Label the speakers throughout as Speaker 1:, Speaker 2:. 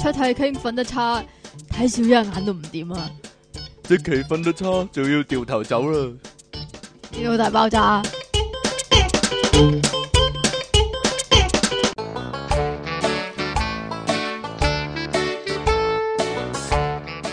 Speaker 1: 傾瞓得差，睇少一眼都唔掂啊！
Speaker 2: 即期瞓得差，就要掉頭走啦。
Speaker 1: 呢個大爆炸，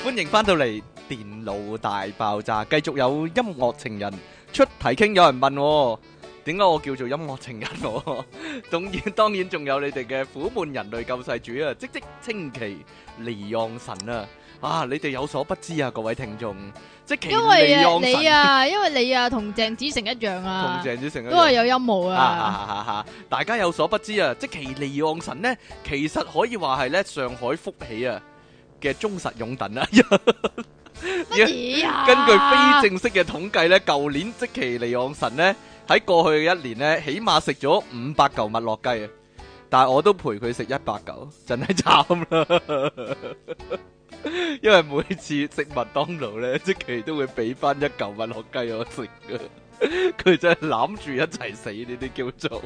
Speaker 2: 欢迎翻到嚟電腦大爆炸，繼續有音樂情人出題傾，有人問我點解我叫做音樂情人我？ 當然當然仲有你哋嘅苦悶人類救世主啊，即即稱其離岸神啊！啊，你哋有所不知啊，各位聽眾，即其
Speaker 1: 因為
Speaker 2: 離
Speaker 1: 啊
Speaker 2: 岸
Speaker 1: 你
Speaker 2: 神
Speaker 1: 啊，因為你啊同鄭子誠一樣啊
Speaker 2: 同，鄭子成
Speaker 1: 都係有陰謀
Speaker 2: 啊
Speaker 1: 啊，
Speaker 2: 啊啊啊！ 大家有所不知啊，即其利昂神呢，其實可以話係咧上海福喜啊嘅忠實擁啊趸啦。
Speaker 1: 乜嘢啊？
Speaker 2: 根據非正式嘅統計咧，舊年即其利昂神呢，喺過去嘅一年呢，起碼食咗五百嚿麥樂雞啊！但係我都陪佢食一百嚿，真係慘啦！ 因為每次食麥當勞咧，即其都會俾翻一嚿麥樂雞我食嘅。佢真係攬住一齊死呢啲叫做。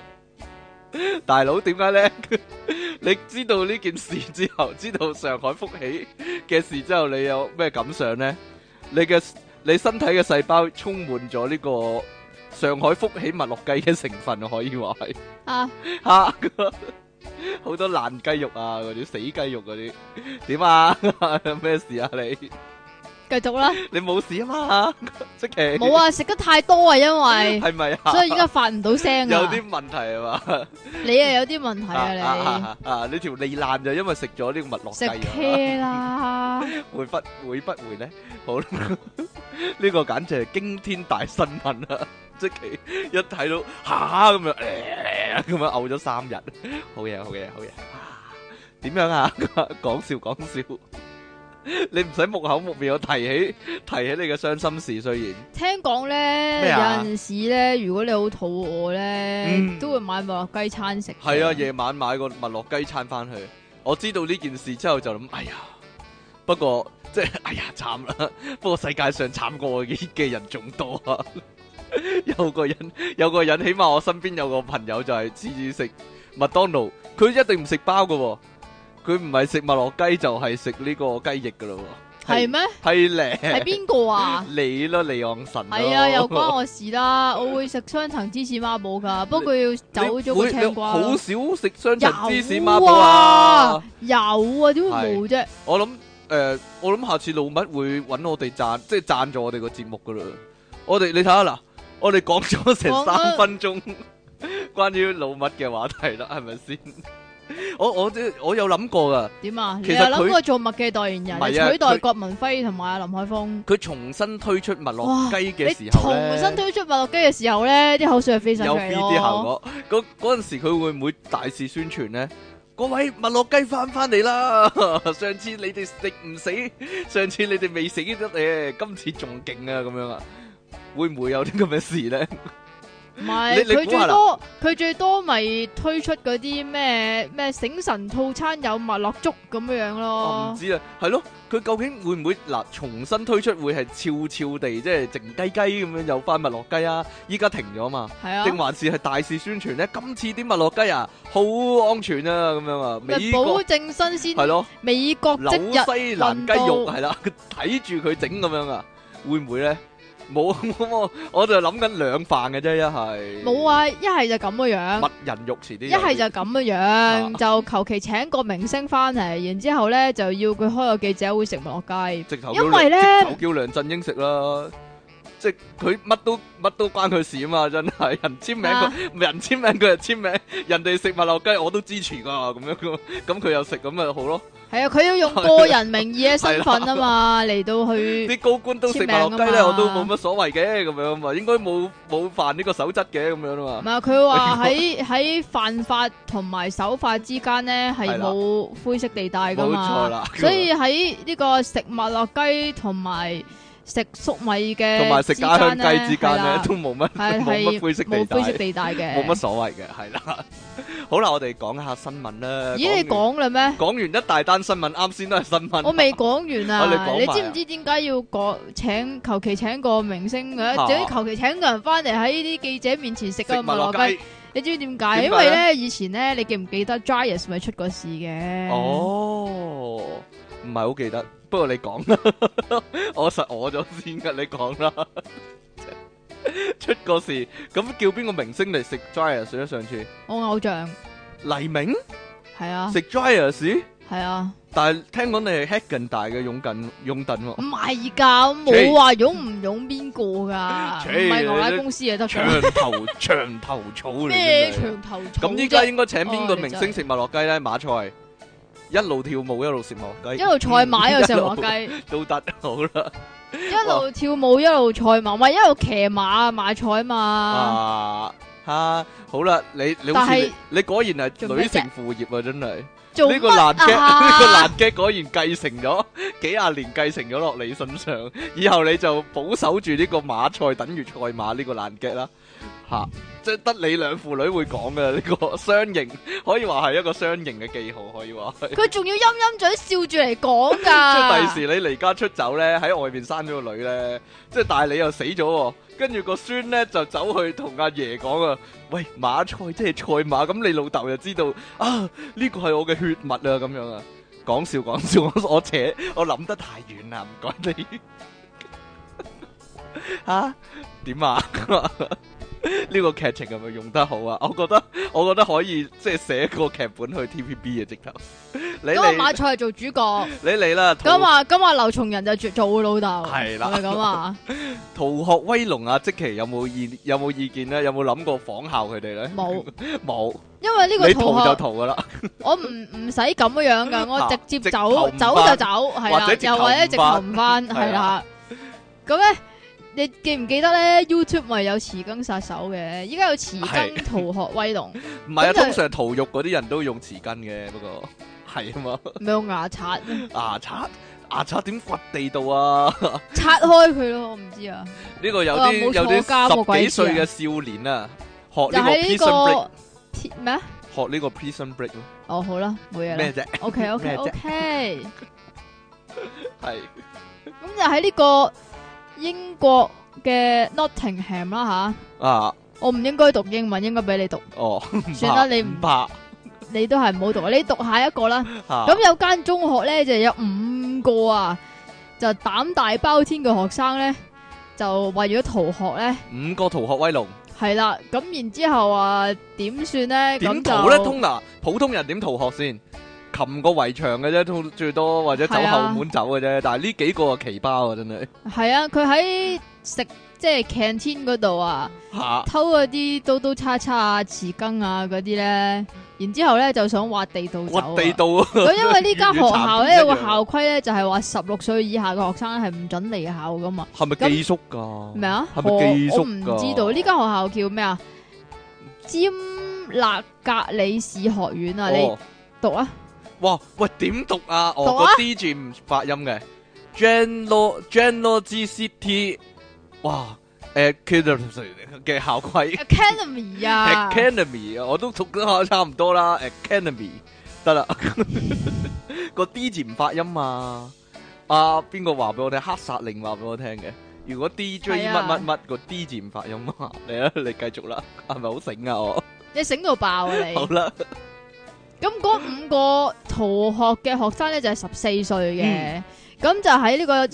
Speaker 2: 大佬點解呢？ 你知道呢件事之後，知道上海福喜嘅事之後，你有咩感想呢？你嘅你身體嘅細胞充滿咗呢個上海福喜麥樂雞嘅成分，可以話係。
Speaker 1: 啊，
Speaker 2: 吓，好多爛雞肉啊，嗰啲死雞肉嗰啲，點啊？咩事啊你？
Speaker 1: 繼續 啦，
Speaker 2: 你冇事啊嘛？即奇
Speaker 1: 冇，啊，食得太多啊，因為
Speaker 2: 係咪啊？
Speaker 1: 所以而家發唔到聲
Speaker 2: 有
Speaker 1: 啊，
Speaker 2: 啲問題係嘛？
Speaker 1: 你啊有啲問題啊，
Speaker 2: 啊啊！你條脷爛就因為食咗呢個麥
Speaker 1: 你
Speaker 2: 樂
Speaker 1: 食
Speaker 2: 雞啊，
Speaker 1: 茄啦，
Speaker 2: 會不會不會咧？好啦， 呢個簡直係驚天大新聞啊！ 即奇一睇到吓咁樣， 呃咁樣嘔咗三日，好嘢好嘢好 嘢！啊點樣啊？ 講笑講笑， 你唔使木口木面，我提起提起你嘅傷心事，雖然
Speaker 1: 聽講咧
Speaker 2: 咩
Speaker 1: 有
Speaker 2: 啊
Speaker 1: 陣時咧，如果你好肚餓咧
Speaker 2: 嗯，
Speaker 1: 都會買麥樂雞餐食嘅，
Speaker 2: 係啊，夜晚買個麥樂雞餐翻去，我知道呢件事之後就諗，哎呀，不過即係 哎呀慘啦，不過世界上慘過我嘅嘅人仲多啊！ 有個人有個人，起碼我身邊有個朋友就係次次食麥當勞，佢一定唔食包噶、喎，佢唔係食麥樂雞就係食呢個雞翼噶咯、喎，
Speaker 1: 係咩？
Speaker 2: 係咧，
Speaker 1: 係邊個啊？
Speaker 2: 你咯，李昂神咯
Speaker 1: 系啊，又關我事啦， 我會食雙層芝士孖寶噶，不過要走咗個
Speaker 2: 你會
Speaker 1: 青瓜
Speaker 2: 你好
Speaker 1: 咯。
Speaker 2: 少食雙層芝士
Speaker 1: 有
Speaker 2: 孖寶啊！
Speaker 1: 有啊，點會冇啫？
Speaker 2: 我諗诶、呃我諗下次老麥會揾我哋贊，即係贊助我哋個節目噶啦。我哋你睇下嗱，我哋講咗成
Speaker 1: 講啊咗
Speaker 2: 三分鐘 關於老麥嘅話題啦，係咪先？ 我我即我有諗過噶，
Speaker 1: 點啊？
Speaker 2: 其
Speaker 1: 你
Speaker 2: 實
Speaker 1: 有
Speaker 2: 佢
Speaker 1: 諗過做麥嘅代言
Speaker 2: 唔係
Speaker 1: 人，
Speaker 2: 啊
Speaker 1: 取代
Speaker 2: 佢
Speaker 1: 郭文輝同埋阿林海峰？
Speaker 2: 佢重新推出麥樂
Speaker 1: 哇
Speaker 2: 雞嘅
Speaker 1: 你
Speaker 2: 時候
Speaker 1: 重
Speaker 2: 咧，
Speaker 1: 新推出麥樂雞嘅時候咧，啲口水係飛晒出
Speaker 2: 有
Speaker 1: 嚟
Speaker 2: B D 效
Speaker 1: 咯。
Speaker 2: 果。嗰嗰陣時佢會唔會大肆宣傳呢？各位麥樂雞翻翻嚟啦！ 上次你哋食唔死，上次你哋未死得誒，今次仲勁啊咁樣啊，會唔會有啲咁嘅事呢？
Speaker 1: 唔
Speaker 2: 你
Speaker 1: 係
Speaker 2: 你
Speaker 1: 佢
Speaker 2: 估下
Speaker 1: 最
Speaker 2: 啦
Speaker 1: 多佢最多咪推出嗰啲咩咩醒神套餐有麥樂粥咁樣樣
Speaker 2: 我唔
Speaker 1: 咯。
Speaker 2: 知啊，係咯，佢究竟會唔會嗱重新推出會係悄悄地即係靜雞雞咁樣有翻麥樂雞啊？依家停咗嘛，
Speaker 1: 係啊
Speaker 2: 定，還是係大肆宣傳呢？今次啲麥樂雞啊，好安全啊咁樣啊，
Speaker 1: 咪
Speaker 2: 美
Speaker 1: 保
Speaker 2: 國
Speaker 1: 證新
Speaker 2: 係
Speaker 1: 鮮，
Speaker 2: 咯。
Speaker 1: 美國即
Speaker 2: 紐
Speaker 1: 日。
Speaker 2: 西蘭雞
Speaker 1: 運
Speaker 2: 肉
Speaker 1: 到
Speaker 2: 係啦，佢 睇住佢整咁樣啊，會唔會咧？冇， 我我就諗緊兩飯嘅啫，一係
Speaker 1: 冇，啊，一系就咁嘅样，
Speaker 2: 蜜人肉遲啲
Speaker 1: 一
Speaker 2: 有，
Speaker 1: 系就咁嘅
Speaker 2: 啊
Speaker 1: 样，就求其請個明星翻嚟，然之后咧就要佢開個記者會食麥樂雞，
Speaker 2: 直頭叫
Speaker 1: 因為
Speaker 2: 梁直頭
Speaker 1: 咧
Speaker 2: 叫梁振英食啦。即係佢乜都乜都關佢事啊嘛，真係人簽名佢、
Speaker 1: 啊
Speaker 2: 人簽名佢就簽名，人哋食麥樂雞我都支持噶咁樣 噶，咁佢又食咁咪好咯。
Speaker 1: 係啊，佢要用個人名義嘅身份啊嘛 嚟到去，
Speaker 2: 啲高官都食麥樂雞咧，
Speaker 1: 簽名啊嘛
Speaker 2: 我都冇乜所謂嘅咁樣嘛，應該冇冇犯呢個守則嘅咁樣啊
Speaker 1: 唔
Speaker 2: 嘛。
Speaker 1: 係佢話 喺喺犯法同埋守法之間咧係
Speaker 2: 係啦
Speaker 1: 冇灰色地帶噶
Speaker 2: 冇錯
Speaker 1: 嘛，
Speaker 2: 啦，
Speaker 1: 所以喺呢個食麥樂雞同埋食粟米嘅
Speaker 2: 同埋食家鄉雞之間
Speaker 1: 係
Speaker 2: 咧
Speaker 1: 啦
Speaker 2: 都冇乜
Speaker 1: 係
Speaker 2: 冇乜
Speaker 1: 係
Speaker 2: 灰色地
Speaker 1: 冇
Speaker 2: 帶
Speaker 1: 灰，色地帶嘅，
Speaker 2: 冇乜所謂嘅，係啦。 好啦，我哋講下新聞啦。
Speaker 1: 咦，你
Speaker 2: 講
Speaker 1: 講啦咩？
Speaker 2: 完講完一大單新聞，啱先都係新聞。
Speaker 1: 我未講完
Speaker 2: 啊你
Speaker 1: 啊！
Speaker 2: 講
Speaker 1: 你
Speaker 2: 埋
Speaker 1: 知
Speaker 2: 啊
Speaker 1: 唔知點解要講請求其請個明星嘅？
Speaker 2: 啊
Speaker 1: 總之求其請個人翻嚟喺呢啲記者面前食
Speaker 2: 食
Speaker 1: 個
Speaker 2: 麥
Speaker 1: 麥
Speaker 2: 樂
Speaker 1: 樂雞。
Speaker 2: 雞。
Speaker 1: 你知唔知點
Speaker 2: 解
Speaker 1: 解？
Speaker 2: 咧
Speaker 1: 因為咧以前咧，你記唔記得 Giants 咪出過事嘅？，
Speaker 2: 哦，唔係好記得，不過你講啦， 我實我咗先噶，你講啦。 出個事，咁叫邊個明星嚟食 dryers 咧？上次
Speaker 1: 我偶像
Speaker 2: 黎明
Speaker 1: 係啊，
Speaker 2: 食 dryers，
Speaker 1: 係啊，
Speaker 2: 但係聽講你係 h e g e n 大嘅擁趸擁趸
Speaker 1: 唔
Speaker 2: 喎，
Speaker 1: 係㗎，冇話擁唔擁邊個㗎，
Speaker 2: 切
Speaker 1: 唔係牛奶公司嘅得㗎
Speaker 2: 長頭長頭草嚟
Speaker 1: 咩
Speaker 2: 嘅。
Speaker 1: 長頭草
Speaker 2: 咁依家
Speaker 1: 啫？
Speaker 2: 應該請邊個
Speaker 1: 哦你
Speaker 2: 明
Speaker 1: 真
Speaker 2: 星食麥樂雞咧？馬賽一路跳舞一路食麥樂雞，
Speaker 1: 一路賽馬一路食
Speaker 2: 一路
Speaker 1: 馬雞，
Speaker 2: 都得好啦。
Speaker 1: 一路跳舞一路賽馬，咪一路騎馬買賽嘛。
Speaker 2: 啊吓，好啦，你你好
Speaker 1: 但
Speaker 2: 似
Speaker 1: 係
Speaker 2: 你你果然係
Speaker 1: 做
Speaker 2: 女
Speaker 1: 咩啫
Speaker 2: 成副業啊，真係呢
Speaker 1: 做
Speaker 2: 個
Speaker 1: 乜
Speaker 2: 爛 gag，呢 個
Speaker 1: 啊
Speaker 2: 爛 gag 果然繼承咗 幾廿年，繼承咗落你身上，以後你就保守住呢個馬賽等於賽馬呢個爛 gag 啦，吓，即係得你兩父女會講嘅呢個雙形，可以話係一個雙形嘅記號，可以話係。
Speaker 1: 佢仲要陰陰嘴笑住嚟講
Speaker 2: 即
Speaker 1: 㗎。
Speaker 2: 係第時你離家出走咧，喺外邊生咗個女咧，即係但係你又死咗喎，跟住個孫咧就走去同阿爺講啊，喂馬賽即係賽馬，咁你老豆就知道啊呢個係我嘅血脈啊咁樣啊，講笑講笑，我我扯我諗得太遠啦，唔該你 吓點啊？ 呢個劇情係咪用得好啊？我覺得我覺得可以即係寫個劇本去 TVB 啊嘅直頭，你
Speaker 1: 咁啊，
Speaker 2: 嚟
Speaker 1: 馬賽係做主角。
Speaker 2: 你嚟啦，
Speaker 1: 咁啊，咁啊，劉松仁就做做佢老豆，
Speaker 2: 係啦
Speaker 1: 係咪咁啊？
Speaker 2: 逃學威龍啊，即其有冇意有冇意見咧？有冇諗過仿效佢哋咧？
Speaker 1: 冇，
Speaker 2: 冇，
Speaker 1: 因為呢個
Speaker 2: 你逃
Speaker 1: 逃
Speaker 2: 就
Speaker 1: 學，
Speaker 2: 逃噶啦，
Speaker 1: 我唔唔使咁樣噶，我直接
Speaker 2: 直頭
Speaker 1: 走走
Speaker 2: 唔，返
Speaker 1: 就走，係
Speaker 2: 或
Speaker 1: 啦，
Speaker 2: 者直頭
Speaker 1: 又或者直頭唔翻，
Speaker 2: 係
Speaker 1: 係
Speaker 2: 啦
Speaker 1: 啦。咁咧，你記唔記得咧？YouTube 咪有匙羹殺手嘅，依家有匙
Speaker 2: 係
Speaker 1: 羹逃學威龍，
Speaker 2: 唔係
Speaker 1: 咁就
Speaker 2: 啊，通常逃獄嗰啲人都用匙羹嘅，不過 係啊嘛，
Speaker 1: 咪用牙刷
Speaker 2: 牙刷牙刷點掘地道啊？
Speaker 1: 刷開佢咯，我唔知啊。
Speaker 2: 呢個有
Speaker 1: 哇
Speaker 2: 啲
Speaker 1: 冇
Speaker 2: 有
Speaker 1: 坐監喎
Speaker 2: 啲十幾
Speaker 1: 鬼知啊
Speaker 2: 歲嘅少年啊，學
Speaker 1: 就
Speaker 2: 呢個
Speaker 1: 係呢
Speaker 2: prison break，
Speaker 1: 個鐵咩啊？
Speaker 2: 學呢個 prison break 咯
Speaker 1: 哦，好啦，冇嘢啦
Speaker 2: 咩。啫？
Speaker 1: OK
Speaker 2: 咩
Speaker 1: OK
Speaker 2: 啫
Speaker 1: OK。
Speaker 2: 係
Speaker 1: 咁就喺呢個英國嘅 Nottingham 啦
Speaker 2: 啊，
Speaker 1: 吓，我唔應該讀英文，應該俾你讀，
Speaker 2: 哦，唔
Speaker 1: 算
Speaker 2: 怕
Speaker 1: 啦你唔
Speaker 2: 唔怕
Speaker 1: 你都係唔好讀，啊你讀下一個啦。
Speaker 2: 吓
Speaker 1: 咁有間中學咧就有五個啊，就膽大包天嘅學生咧，就為咗逃學咧，
Speaker 2: 五個逃學威龍
Speaker 1: 係啦，咁然之後啊點算咧？咁
Speaker 2: 點逃咧？
Speaker 1: 就
Speaker 2: 通嗱，普通人點逃學先？擒個圍牆嘅啫，通最多或者走
Speaker 1: 係啊
Speaker 2: 後門走嘅啫。但係呢幾個啊奇葩啊，真係
Speaker 1: 係啊，佢喺食即係 canteen 嗰度啊。
Speaker 2: 嚇
Speaker 1: 偷嗰啲刀刀叉叉啊、匙羹啊嗰啲咧，然之後咧就想挖地道走、啊。
Speaker 2: 掘地道 啊！
Speaker 1: 咁因為呢間學校
Speaker 2: 越
Speaker 1: 咧
Speaker 2: 越
Speaker 1: 個
Speaker 2: 殘酷
Speaker 1: 校規咧就係話十六歲以下嘅學生係唔准離校噶嘛，
Speaker 2: 係咪寄宿㗎？
Speaker 1: 咩啊？
Speaker 2: 哦係咪寄
Speaker 1: 我
Speaker 2: 宿
Speaker 1: 我唔
Speaker 2: 㗎？
Speaker 1: 知道呢間學校叫咩啊？尖勒格里士學院啊，你
Speaker 2: 哦
Speaker 1: 讀 啊？
Speaker 2: 哇喂點讀啊？
Speaker 1: 讀
Speaker 2: 哦
Speaker 1: 啊
Speaker 2: 個 D 字唔發音嘅 g e n l o g e n l o g City 哇誒 Academy 嘅校規
Speaker 1: Academy 啊，
Speaker 2: Academy 啊，我都讀得差唔多啦，Academy 得啦， 個 D 字唔發音啊！啊，邊個話俾我聽？黑殺令話俾我聽嘅。如果 DJ 乜
Speaker 1: 係啊
Speaker 2: 乜乜個 D 字唔發音啊，嚟啦，你繼續啦，係咪好醒啊我？
Speaker 1: 你醒到爆啊你！
Speaker 2: 好啦，
Speaker 1: 咁嗰五個逃學嘅學生咧就係十四歲
Speaker 2: 嗯
Speaker 1: 嘅，咁、就喺呢個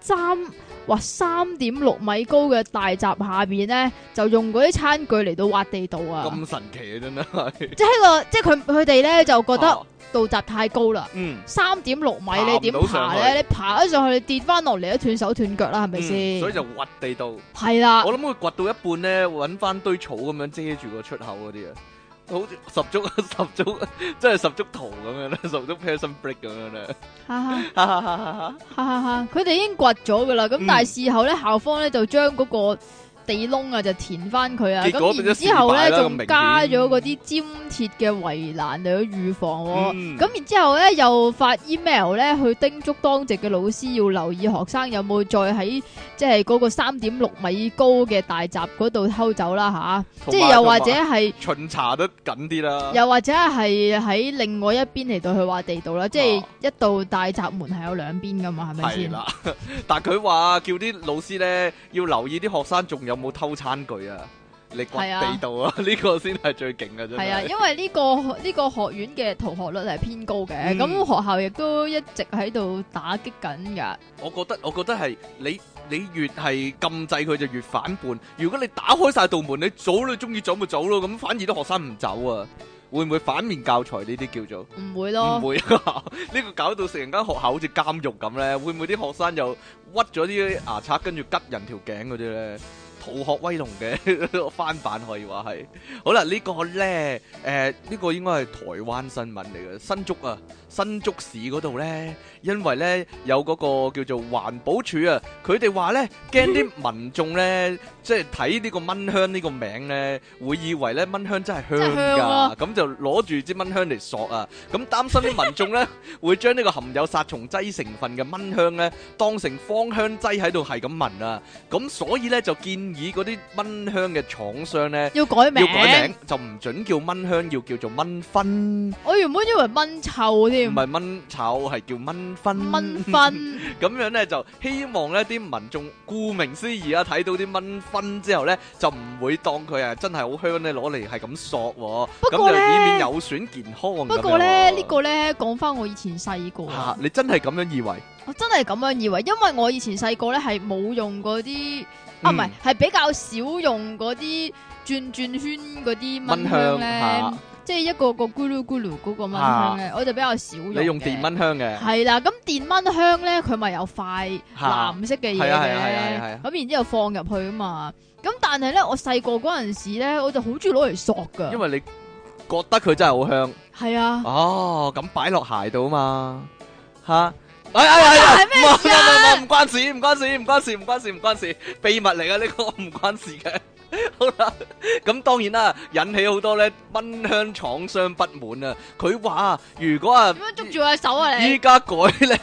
Speaker 1: 三或三點六米高嘅大閘下邊咧，就用嗰啲餐具嚟到挖地道啊！
Speaker 2: 咁神奇啊真係，
Speaker 1: 即係個，即係佢佢哋咧就覺得
Speaker 2: 啊
Speaker 1: 道閘太高啦，
Speaker 2: 嗯，
Speaker 1: 三點六米
Speaker 2: 爬唔
Speaker 1: 你點
Speaker 2: 到上
Speaker 1: 爬
Speaker 2: 去
Speaker 1: 咧？你爬咗上去，你跌翻落嚟都斷手斷腳啦，係咪
Speaker 2: 嗯所以
Speaker 1: 先？啊
Speaker 2: 就掘地道。
Speaker 1: 係啦，
Speaker 2: 我諗佢掘到一半咧，揾翻堆草咁樣遮住個出口嗰啲啊，好似十足 十足，真係十足圖咁樣咧，十足 person break 咁樣咧。
Speaker 1: 哈哈
Speaker 2: 哈哈哈哈哈！
Speaker 1: 哈哈哈！佢哋已經掘咗噶啦，咁
Speaker 2: 嗯
Speaker 1: 但係事後咧，校方咧就將嗰個地窿啊，就填翻佢啊。
Speaker 2: 結果
Speaker 1: 咁
Speaker 2: 變
Speaker 1: 然
Speaker 2: 咗
Speaker 1: 之後
Speaker 2: 士
Speaker 1: 咧，
Speaker 2: 大啦咁
Speaker 1: 仲
Speaker 2: 明顯
Speaker 1: 加咗嗰啲尖鐵嘅圍欄嚟去預防喎。
Speaker 2: 嗯
Speaker 1: 咁然之後咧，又發 email 咧去叮囑當值嘅老師要留意學生有冇再喺即係嗰個三點六米高嘅大閘嗰度偷走啦吓，
Speaker 2: 同
Speaker 1: 即
Speaker 2: 埋
Speaker 1: 係又或
Speaker 2: 同
Speaker 1: 者
Speaker 2: 埋
Speaker 1: 係
Speaker 2: 巡查得緊啲啦。
Speaker 1: 又或者係喺另外一邊嚟到去挖地道啦，即係一道大閘門係有兩邊噶嘛，係咪
Speaker 2: 係
Speaker 1: 先？
Speaker 2: 啦， 但佢話叫啲老師咧要留意啲學生仲有冇偷餐具啊，你掘
Speaker 1: 係啊
Speaker 2: 地道啊， 呢個先係最勁嘅真
Speaker 1: 係啊，
Speaker 2: 係。
Speaker 1: 因為呢、個呢、個學院嘅逃學率係偏高嘅，
Speaker 2: 嗯
Speaker 1: 咁、學校亦都一直喺度打擊緊㗎。
Speaker 2: 我覺得我覺得係你你越係禁制佢就越反叛。如果你打開晒道門，你早你中意走咪走咯，咁反而啲學生唔走啊，會唔會反面教材呢啲叫做？
Speaker 1: 唔會
Speaker 2: 唔
Speaker 1: 咯，
Speaker 2: 會啊！ 呢個搞到成間學校好似監獄咁咧，會唔會啲學生又屈咗啲牙刷，跟住吉人條頸嗰啲 咧？逃學威龍嘅 翻版可以話係。好啦，呢個咧，誒呢個應該係台灣新聞嚟嘅，新竹啊，新竹市嗰度咧，因為咧有嗰個叫做環保署啊，佢哋話咧驚啲民眾咧，即係睇呢個蚊香呢個名咧，會以為咧蚊香真係
Speaker 1: 真
Speaker 2: 香
Speaker 1: 係香
Speaker 2: 㗎，
Speaker 1: 咯
Speaker 2: 咁就攞住支蚊香嚟索啊。咁擔心啲民眾咧會將呢個含有殺蟲劑成分嘅蚊香咧當成芳香劑喺度係咁聞啊，咁所以咧就建議嗰啲蚊香嘅廠商咧
Speaker 1: 要改名。
Speaker 2: 要改名，就唔準叫蚊香，要叫做蚊芬，唔
Speaker 1: 我原本以為蚊臭添，
Speaker 2: 係蚊炒，係叫蚊芬。
Speaker 1: 蚊分
Speaker 2: 咁樣咧就希望咧啲民眾顧名思義啊，睇到啲蚊芬之後咧就唔會當佢啊真係好香咧攞嚟係咁索喎，
Speaker 1: 不
Speaker 2: 咁
Speaker 1: 過
Speaker 2: 就
Speaker 1: 呢
Speaker 2: 以免有損健康咁樣喎。
Speaker 1: 不過咧，呢個咧講翻我以前細個，啊
Speaker 2: 嚇你真係咁樣以為？
Speaker 1: 我真係咁樣以為，因為我以前細個咧係冇用嗰啲，啊唔係
Speaker 2: 嗯，
Speaker 1: 係比較少用嗰啲轉轉圈嗰啲蚊
Speaker 2: 蚊香
Speaker 1: 香
Speaker 2: 嚇
Speaker 1: 咧，即係一個個咕嚕咕嚕嗰個蚊香咧，我就比較少用嘅。
Speaker 2: 你用電蚊香嘅，
Speaker 1: 係啦，咁電蚊香咧，佢咪有塊
Speaker 2: 嚇
Speaker 1: 藍色嘅嘢
Speaker 2: 係啊係啊係啊係啊係啊
Speaker 1: 嘅，咁然之後放入去啊嘛。咁但係咧，我細個嗰陣時咧，我就好中意攞嚟索噶
Speaker 2: 因，為你覺得佢真係好香。
Speaker 1: 係啊。
Speaker 2: 哦，咁擺落鞋度啊嘛，吓。哎哎哎呀！
Speaker 1: 係咩事啊
Speaker 2: 唔唔唔唔唔關事，唔關事，唔關事，唔關事，唔關事，秘密嚟噶呢個，唔關事嘅。 好啦，咁當然啦，引起好多咧蚊香廠商不滿啊。佢話如果啊
Speaker 1: 點，樣捉住我隻手啊你
Speaker 2: 依？家改咧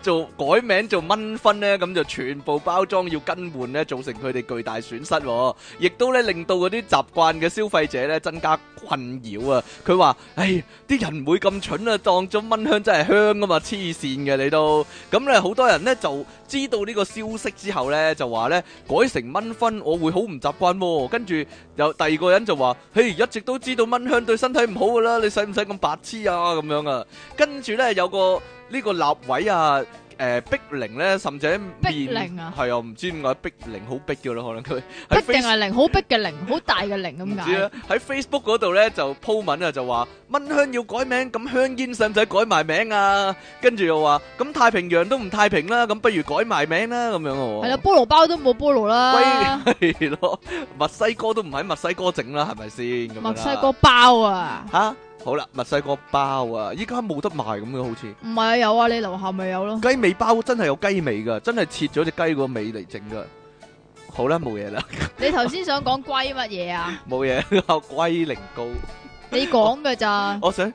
Speaker 2: 做改名做蚊芬咧，咁就全部包裝要更換咧，造成佢哋巨大損失、喎，亦都咧令到嗰啲習慣嘅消費者咧增加困擾啊！佢話：，唉，啲人唔會咁蠢啊，當咗蚊香真係香啊嘛，黐線嘅你都。咁咧好多人咧就知道呢個消息之後咧，就話咧改成蚊芬，我會好唔習慣喎。跟住有第二個人就話：，嘿，一直都知道蚊香對身體唔好噶啦，你使唔使咁白痴啊？咁樣啊！跟住咧有個呢個立位啊，誒、逼靈咧，甚至喺
Speaker 1: 逼
Speaker 2: 面
Speaker 1: 靈啊
Speaker 2: 係啊，唔知點解逼靈好逼嘅咯，可能佢喺
Speaker 1: 逼定
Speaker 2: Facebook
Speaker 1: 係零，好逼嘅零，好大嘅零
Speaker 2: 唔
Speaker 1: 咁
Speaker 2: 知啊
Speaker 1: 解
Speaker 2: 啦。，喺 Facebook 嗰度咧就鋪文啊，就話蚊香要改名，咁香煙使唔使改埋名啊？跟住又話咁太平洋都唔太平啦，咁不如改埋名啦咁樣喎。
Speaker 1: 係啦，菠蘿包都冇菠蘿 啦，
Speaker 2: 喂，係咯，墨西哥都唔喺墨西哥整啦，係咪先咁樣啦？啊
Speaker 1: 墨西哥包啊，
Speaker 2: 吓，好啦，墨西哥包啊，依家冇得賣咁嘅好似。
Speaker 1: 唔係啊有啊，你樓下咪有咯。
Speaker 2: 雞尾包真係有雞尾噶，真係切咗只雞個尾嚟整噶。好啦，冇嘢啦，
Speaker 1: 你頭先想講龜乜嘢啊？
Speaker 2: 冇嘢。龜苓膏，
Speaker 1: 你講嘅咋？
Speaker 2: 我想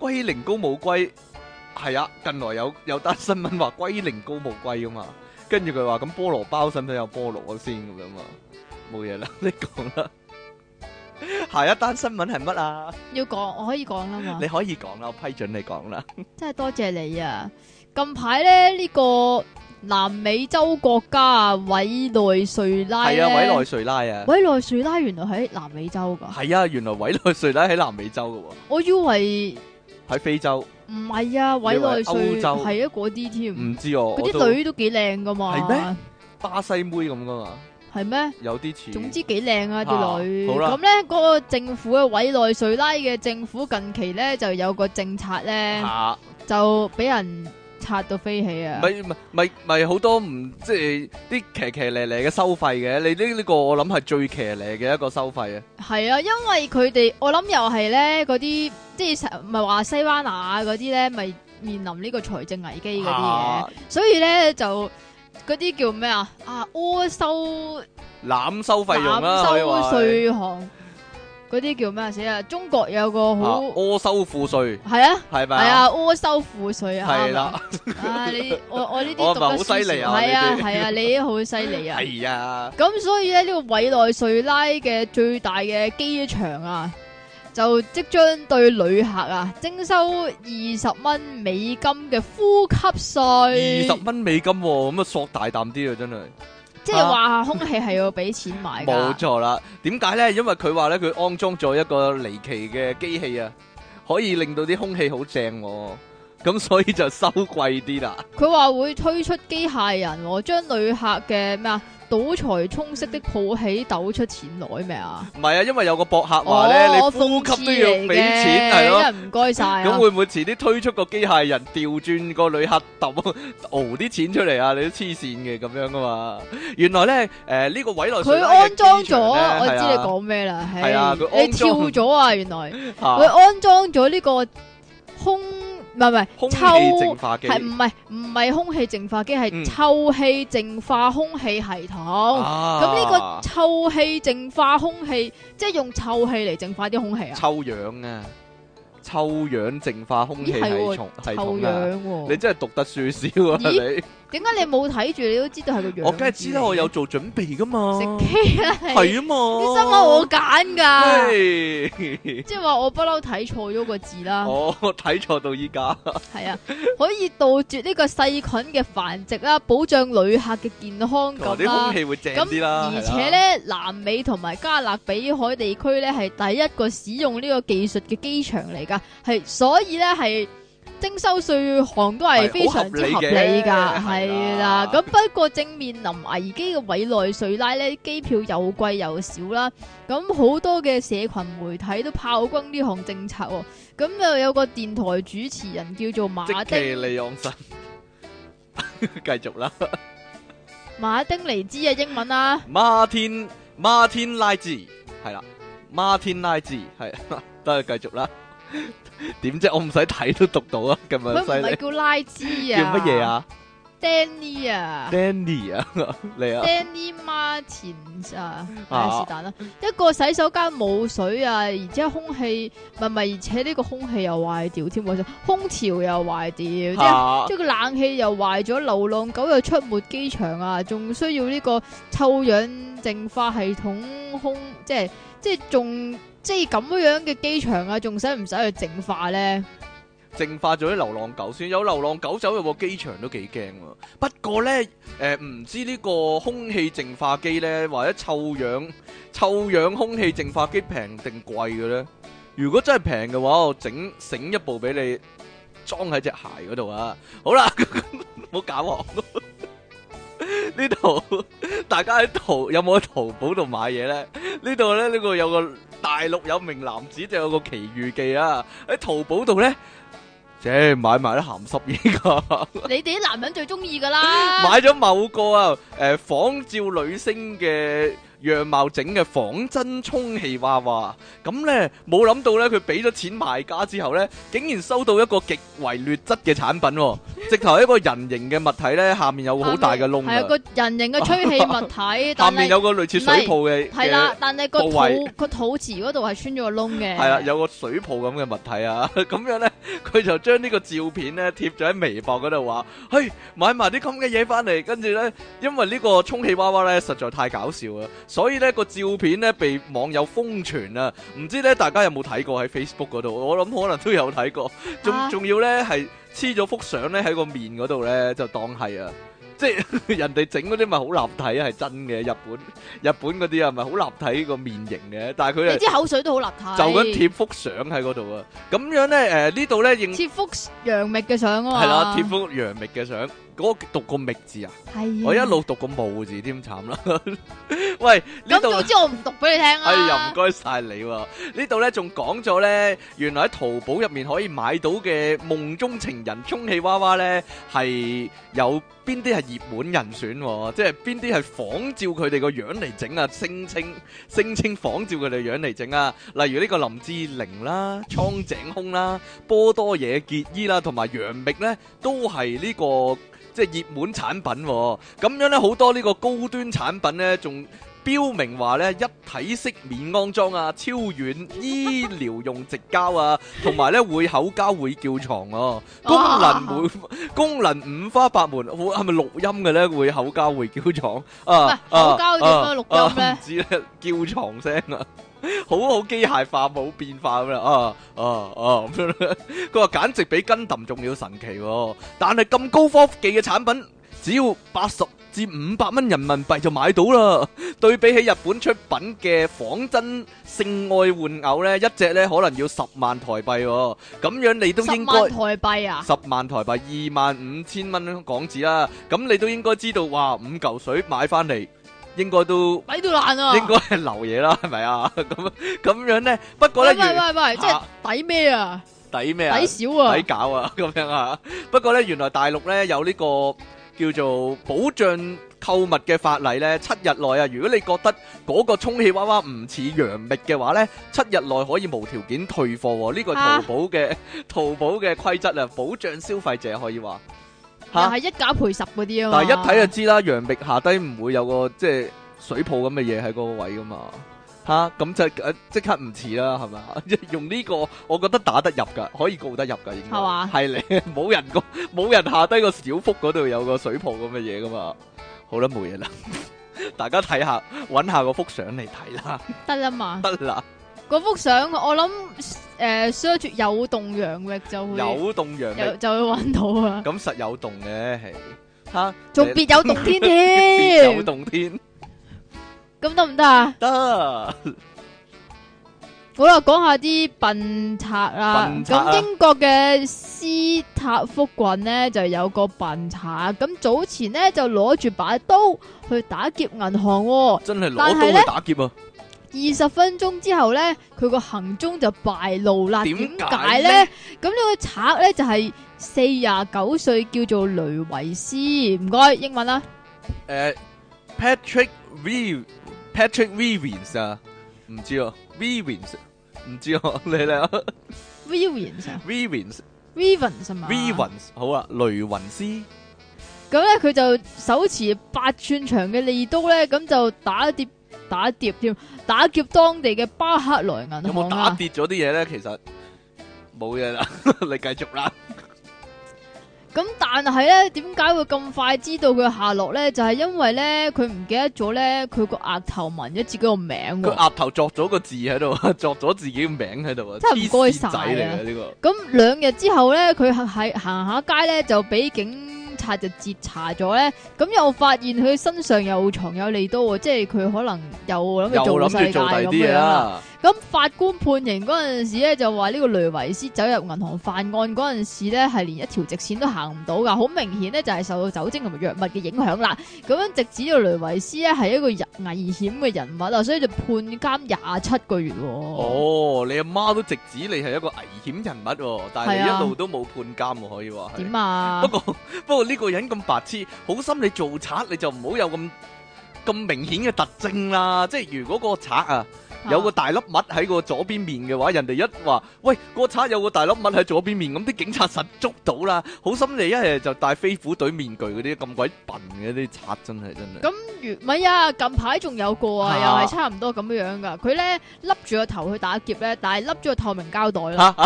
Speaker 2: 龜苓膏冇龜，係啊，近來有有單新聞話龜苓膏冇龜噶嘛，跟住佢話咁菠蘿包使唔使有菠蘿先咁樣嘛？冇嘢啦， 你講啦。下一單新聞係乜啊？
Speaker 1: 要講我可以講啦嘛
Speaker 2: 你。可以講啦，我批准你講啦。
Speaker 1: 真係多謝你啊！近排咧呢、呢個南美洲國家啊，委內瑞拉
Speaker 2: 係啊，委
Speaker 1: 咧
Speaker 2: 內瑞拉啊，
Speaker 1: 委內瑞拉原來喺南美洲噶，
Speaker 2: 係啊，原來委內瑞拉喺南美洲噶
Speaker 1: 我以為
Speaker 2: 喎，喺非洲，
Speaker 1: 唔係啊，委內
Speaker 2: 歐
Speaker 1: 瑞
Speaker 2: 洲
Speaker 1: 係啊嗰啲添，
Speaker 2: 唔知哦。
Speaker 1: 嗰
Speaker 2: 我都
Speaker 1: 啲女都幾靚噶嘛，
Speaker 2: 係咩巴西妹咁噶嘛，
Speaker 1: 係咩？
Speaker 2: 有啲似。
Speaker 1: 總之幾靚啊
Speaker 2: 啊
Speaker 1: 啲女，
Speaker 2: 好啦
Speaker 1: 咁咧嗰個政府嘅委內瑞拉嘅政府近期咧就有個政策咧，
Speaker 2: 吓，
Speaker 1: 就俾人拆到飛起啊！
Speaker 2: 咪咪咪咪好多唔即係啲騎騎咧咧嘅收費嘅，你呢呢個我諗係最騎咧嘅一個收費啊。
Speaker 1: 係啊，因為佢哋我諗又係咧嗰啲，即係唔係話西班牙嗰啲咧，咪面臨呢個財政危機嗰啲嘢，
Speaker 2: 嚇
Speaker 1: 所以咧就嗰啲叫咩啊？啊，阿修
Speaker 2: 濫收費用啦，可以
Speaker 1: 濫
Speaker 2: 話
Speaker 1: 收
Speaker 2: 係
Speaker 1: 税項嗰啲叫咩啊？死啊！中國有個
Speaker 2: 啊
Speaker 1: 好
Speaker 2: 阿收賦税
Speaker 1: 係啊，
Speaker 2: 係咪
Speaker 1: 係
Speaker 2: 啊？
Speaker 1: 啊，阿收賦税啊，
Speaker 2: 係
Speaker 1: 啱啊
Speaker 2: 啦，
Speaker 1: 啊你我我呢
Speaker 2: 我
Speaker 1: 啲讀
Speaker 2: 咪
Speaker 1: 得
Speaker 2: 好
Speaker 1: 書
Speaker 2: 犀利啊
Speaker 1: 係啊
Speaker 2: 你啲
Speaker 1: 係啊，你都好犀利啊！
Speaker 2: 係啊，
Speaker 1: 咁所以咧，呢、個委內瑞拉嘅最大嘅機場啊，就即將對旅客啊徵收二十蚊美金嘅呼吸
Speaker 2: 二
Speaker 1: 税，
Speaker 2: 十蚊美金喎，咁啊索大啖啲啊，真係。
Speaker 1: 即係話空氣係要俾錢買
Speaker 2: 啊冇
Speaker 1: 㗎。
Speaker 2: 錯啦，點解呢？因為佢話呢，佢安裝咗一個離奇嘅機器啊，可以令到啲空氣好正、喎。咁 所以就收貴啲啦。
Speaker 1: 佢話會推出機械人、喎，將旅客嘅咩啊賭財充斥的抱起抖出錢來咩啊？
Speaker 2: 唔係啊，因為有個博客話呢，
Speaker 1: 哦，
Speaker 2: 你呼吸都要
Speaker 1: 諷刺嚟
Speaker 2: 俾
Speaker 1: 嘅
Speaker 2: 錢，係咯。
Speaker 1: 真係唔該晒
Speaker 2: 咁
Speaker 1: 啊！
Speaker 2: 會唔會遲啲推出個機械人調轉個旅客揼 熬啲錢出嚟啊？你都黐線嘅咁樣噶嘛？原來呢，誒、呢、個委內瑞
Speaker 1: 佢
Speaker 2: 拉
Speaker 1: 安裝咗，我
Speaker 2: 我
Speaker 1: 知你講咩啦，唉
Speaker 2: 啊係啊佢安
Speaker 1: 你跳
Speaker 2: 裝
Speaker 1: 咗啊，原來。佢
Speaker 2: 講
Speaker 1: 安裝咗呢個空唔係唔係
Speaker 2: 空氣
Speaker 1: 抽
Speaker 2: 淨化機
Speaker 1: 係唔係唔係空氣淨化機
Speaker 2: 嗯
Speaker 1: 係抽氣淨化空氣系統。
Speaker 2: 啊
Speaker 1: 咁呢個抽氣淨化空氣，即係用臭氣嚟淨化啲空氣啊？
Speaker 2: 抽氧啊，抽氧淨化空氣系
Speaker 1: 咦係喎
Speaker 2: 統系
Speaker 1: 臭
Speaker 2: 統
Speaker 1: 氧
Speaker 2: 啊！你
Speaker 1: 喎！
Speaker 2: 真係讀得書少啊！
Speaker 1: 咦
Speaker 2: 你
Speaker 1: 點解你冇睇住？你都知道係個樣。
Speaker 2: 我梗係知啦，我有做準備噶嘛，
Speaker 1: 食 K 啦，你
Speaker 2: 係啊嘛，
Speaker 1: 啲新聞我揀㗎，
Speaker 2: 嘿
Speaker 1: 即係話我不嬲睇錯咗個字啦。
Speaker 2: 我我睇錯到依家，
Speaker 1: 系啊，可以杜絕呢個細菌嘅繁殖啦，保障旅客嘅健康
Speaker 2: 同埋
Speaker 1: 咁
Speaker 2: 哦啲空
Speaker 1: 啦。
Speaker 2: 氣會正啲
Speaker 1: 咁而
Speaker 2: 啦，係啦
Speaker 1: 且，咧，南美同埋加勒比海地區咧係第一個使用呢個技術嘅機場嚟噶，係所以咧係徵收税項都係非常之
Speaker 2: 係
Speaker 1: 合
Speaker 2: 好合理嘅
Speaker 1: 理噶，
Speaker 2: 係
Speaker 1: 係
Speaker 2: 啦
Speaker 1: 啦。咁不過正面臨危機嘅委內瑞拉咧，機票又貴又少啦，咁好多嘅社群媒體都炮轟呢項政策、喎。咁又有個電台主持人叫做馬
Speaker 2: 即其
Speaker 1: 丁。
Speaker 2: 利昂神， 繼續啦
Speaker 1: 馬丁尼茲嘅英文啊啦、
Speaker 2: ，Martin Martin 拉茲係啦，Martin 拉茲係， 得繼續啦。點啫？我唔使睇都讀到啊，咁
Speaker 1: 佢
Speaker 2: 樣
Speaker 1: 唔
Speaker 2: 犀利
Speaker 1: 係。叫拉茲
Speaker 2: 叫
Speaker 1: 啊，
Speaker 2: 乜嘢啊
Speaker 1: ？Danny 啊
Speaker 2: ？Danny 啊，你啊，
Speaker 1: ，Danny Martin 啊，
Speaker 2: 啊
Speaker 1: 唉是但啦。一個洗手間冇水啊，而且空氣唔係唔係，而且呢個空氣又壞掉添喎，空調又壞掉，即係
Speaker 2: 嚇
Speaker 1: 即係個冷氣又壞咗，流浪狗又出沒機場啊，仲需要呢個臭氧淨化系統空，即係即係仲即係咁樣嘅機場啊，仲使唔使去淨化咧？
Speaker 2: 淨化咗啲流浪狗先，有流浪狗走入個機場都幾驚喎。不過呢，誒、唔知呢個空氣淨化機呢，或者臭氧臭氧空氣淨化機平定貴嘅呢？如果真係平嘅話，我整整一部俾你裝喺隻鞋嗰度啊！好啦， 唔好搞我。 呢度大家喺淘有冇喺淘寶度買嘢呢？呢度呢，呢個有個大陸有名男子就有個奇遇記啊！喺淘寶度呢，即係買埋啲鹹濕 嘢 噶，
Speaker 1: 你哋啲男人最中意噶啦，
Speaker 2: 買咗某個啊誒、仿照女星嘅樣貌整嘅仿真充氣娃娃，咁呢，冇諗到呢，佢俾咗錢賣家之後呢，竟然收到一個極為劣質嘅產品、喎，直頭係一個人形嘅物體呢，下面有個好大嘅窿
Speaker 1: 係啊
Speaker 2: 㗎
Speaker 1: 個人形嘅吹氣物 體，
Speaker 2: 下
Speaker 1: 但係
Speaker 2: 面有個類似水泡嘅，
Speaker 1: 係啦，但係個
Speaker 2: 部位
Speaker 1: 肚個肚臍嗰度係穿咗個窿嘅，
Speaker 2: 嘅，係啦，有個水泡咁嘅物體啊， 咁樣咧，佢就將呢個照片咧貼咗喺微博嗰度話，嘿，買埋啲咁嘅嘢翻嚟，跟住咧，因為呢個充氣娃娃咧實在太搞笑啦，所以咧個照片咧被網友瘋傳啊，唔知咧大家有冇睇過喺 Facebook 嗰度，我諗可能都有睇過，仲
Speaker 1: 啊
Speaker 2: 仲要咧係黐咗幅相咧喺個面嗰度咧就當係啊。即係 人哋整嗰啲咪好立體啊，係真嘅。日本日本嗰啲啊，咪好立體個面型嘅，但係佢係
Speaker 1: 你啲口水都好立體，
Speaker 2: 就咁貼幅相喺嗰度啊。咁樣咧，誒、呢度咧應
Speaker 1: 貼幅楊冪嘅相啊嘛，
Speaker 2: 係啦，貼幅楊冪嘅相。嗰、個讀個冪字啊，
Speaker 1: 係啊
Speaker 2: 我一路讀個冇字添，慘啦。 喂，
Speaker 1: 咁
Speaker 2: 呢
Speaker 1: 啊
Speaker 2: 度
Speaker 1: 早知我唔讀俾你聽啦。
Speaker 2: 哎呀，唔該晒你喎、呢度呢仲講咗呢，原來喺淘寶入面可以買到嘅夢中情人充氣娃娃呢，係有邊啲係熱門人選喎、即係邊啲係仿照佢哋個樣嚟整啊，聲稱聲稱仿照佢哋樣嚟整啊，例如呢個林志玲啦、蒼井空啦、波多野結衣啦，同埋楊冪呢，都係呢、個。即係熱門產品喎、咁樣呢，好多呢個高端產品呢，仲標明話咧一體式免安裝啊、超軟醫療用直膠啊，同埋咧會口膠會叫床哦、功能
Speaker 1: 啊
Speaker 2: 每功能五花八門，會係咪錄音嘅咧？會口交會叫床啊？
Speaker 1: 喂口交點樣錄音咧
Speaker 2: 啊唔知咧，叫床聲啊！好好機械化冇變化咁啦，啊啊啊咁樣 啦佢話簡直比根揼仲要神奇喎！但係咁高科技嘅產品，只要八十至五百蚊人民幣就買到啦。對比起日本出品嘅仿真性愛玩偶咧，一隻咧可能要十萬台幣喎。咁樣你都
Speaker 1: 十
Speaker 2: 應該
Speaker 1: 萬台幣啊！
Speaker 2: 十萬台幣，二萬五千蚊港紙啦。咁你都應該知道，哇，五嚿水買翻嚟，應該都
Speaker 1: 抵到爛啊！
Speaker 2: 應該係流嘢啦，係咪啊？咁咁樣咧，不過
Speaker 1: 喂
Speaker 2: 咧，
Speaker 1: 喂喂喂，即係
Speaker 2: 啊
Speaker 1: 抵咩啊？
Speaker 2: 抵咩啊
Speaker 1: 抵？少啊
Speaker 2: 抵！搞啊，咁樣啊。 不過咧，原來大陸咧有呢個叫做保障購物嘅法例咧，七日內啊，如果你覺得嗰個充氣娃娃唔似楊冪嘅話咧，七日內可以無條件退貨喎。呢個係淘
Speaker 1: 啊
Speaker 2: 寶嘅、 淘寶嘅規則啊，保障消費者可以話
Speaker 1: 又
Speaker 2: 嚇。
Speaker 1: 係一假賠十嗰啲啊嘛！
Speaker 2: 但係一睇就知啦，楊冪下低唔會有個即係水泡咁嘅嘢喺嗰個位噶嘛。吓咁就呃即刻唔似啦，係咪 啊？用呢、個，我覺得打得入㗎，可以告得入㗎，已經
Speaker 1: 係嘛
Speaker 2: 係你 冇人個冇人下低個小腹嗰度有個水泡咁嘅嘢噶嘛？好啦，冇嘢啦， 大家睇下揾下個幅相嚟睇啦，
Speaker 1: 得啦嘛。
Speaker 2: 得啦，
Speaker 1: 嗰幅相我諗诶 search 有動洋域就會
Speaker 2: 有動洋
Speaker 1: 有
Speaker 2: 力，
Speaker 1: 就會揾到啊！
Speaker 2: 咁實有動嘅係吓，
Speaker 1: 仲
Speaker 2: 你
Speaker 1: 別有洞天
Speaker 2: 別有
Speaker 1: 添，
Speaker 2: 動天
Speaker 1: 咁得唔得啊？
Speaker 2: 得。
Speaker 1: 好啦，講下啲笨賊啦。
Speaker 2: 笨賊啊
Speaker 1: 咁英國嘅斯塔福郡呢，就有個笨賊，咁早前呢，就攞住把刀去打劫銀行、喎。
Speaker 2: 真係攞
Speaker 1: 但係
Speaker 2: 刀
Speaker 1: 呢
Speaker 2: 去打劫啊！
Speaker 1: 二十分鐘之後咧，佢個行蹤就敗露啦。
Speaker 2: 點
Speaker 1: 點
Speaker 2: 解
Speaker 1: 解
Speaker 2: 呢
Speaker 1: 咧？咁呢個賊咧就係四廿九歲，叫做雷維斯，唔該英文啦。啊
Speaker 2: 誒 Patrick V Patrick Vivians 啊，唔知啊 Vivians 唔知啊， 你嚟啊
Speaker 1: v i v i a n s
Speaker 2: Vivians
Speaker 1: v i v i a n s 嘛。
Speaker 2: Vivians 好啊，雷雲斯
Speaker 1: 咁咧，佢就手持八寸長嘅利刀咧，咁就打劫打劫添，打劫當地嘅巴克萊
Speaker 2: 有
Speaker 1: 銀
Speaker 2: 冇
Speaker 1: 行
Speaker 2: 打
Speaker 1: 啊！
Speaker 2: 跌咗啲嘢咧？其實冇嘢啦， 你繼續啦。
Speaker 1: 咁但係咧，點解會咁快知道佢下落咧？就係因為咧，佢唔記得咗咧，佢個額頭紋咗自己個名喎
Speaker 2: 佢。額啊頭作咗個字喺度啊， 作咗自己嘅名喺度啊，
Speaker 1: 真係唔該
Speaker 2: 黐線
Speaker 1: 晒啊
Speaker 2: 仔嚟嘅呢個。
Speaker 1: 咁兩日之後咧，佢行喺行下街咧，就俾警察就截查咗咧。咁又發現佢身上有藏有利刀喎，即係佢可能又諗住
Speaker 2: 又
Speaker 1: 做世
Speaker 2: 諗
Speaker 1: 界
Speaker 2: 住做
Speaker 1: 咁
Speaker 2: 第二啲
Speaker 1: 樣
Speaker 2: 啊嘢
Speaker 1: 啦。
Speaker 2: 啦，
Speaker 1: 咁法官判刑嗰陣時咧，就話呢個雷維斯走入銀行犯案嗰陣時咧，係連一條直線都行唔到噶，好明顯咧就係受到酒精同埋藥物嘅影響啦。咁樣直指呢個雷維斯咧係一個人危險嘅人物啊，所以就判監廿七個月喎。
Speaker 2: 哦，你阿媽都直指你係一個危險人物喎，但係
Speaker 1: 係
Speaker 2: 你
Speaker 1: 啊
Speaker 2: 一路都冇判監喎，可以話係。
Speaker 1: 點啊？
Speaker 2: 不過不過呢個人咁白痴，好心你做賊你就唔好有咁咁明顯嘅特徵啦。即係如果個賊啊有個大粒物喺個左邊面嘅話，人哋一話喂個賊有個大粒物喺左邊面，咁啲警察實捉到啦。好心你一係就戴飛虎隊面具嗰啲咁鬼笨嘅啲賊真係真係。
Speaker 1: 咁如唔係啊，近排仲有個啊，
Speaker 2: 啊
Speaker 1: 又係差唔多咁樣樣噶。佢咧笠住個頭去打劫咧，但係笠咗個透明膠袋啦。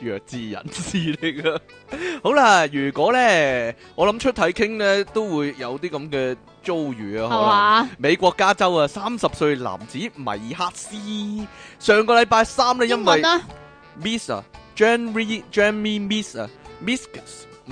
Speaker 2: 弱智人士嚟噶。 好啦，如果咧我諗出體傾咧都會有啲咁嘅遭遇啊，可
Speaker 1: 係
Speaker 2: 能。
Speaker 1: 嘛？
Speaker 2: 美國加州啊，三十歲男子米克斯上個禮拜三咧，
Speaker 1: 英
Speaker 2: 因
Speaker 1: 文啊
Speaker 2: 為
Speaker 1: 啦，
Speaker 2: Miss 啊，Jamie Jamie Miss 啊，Miss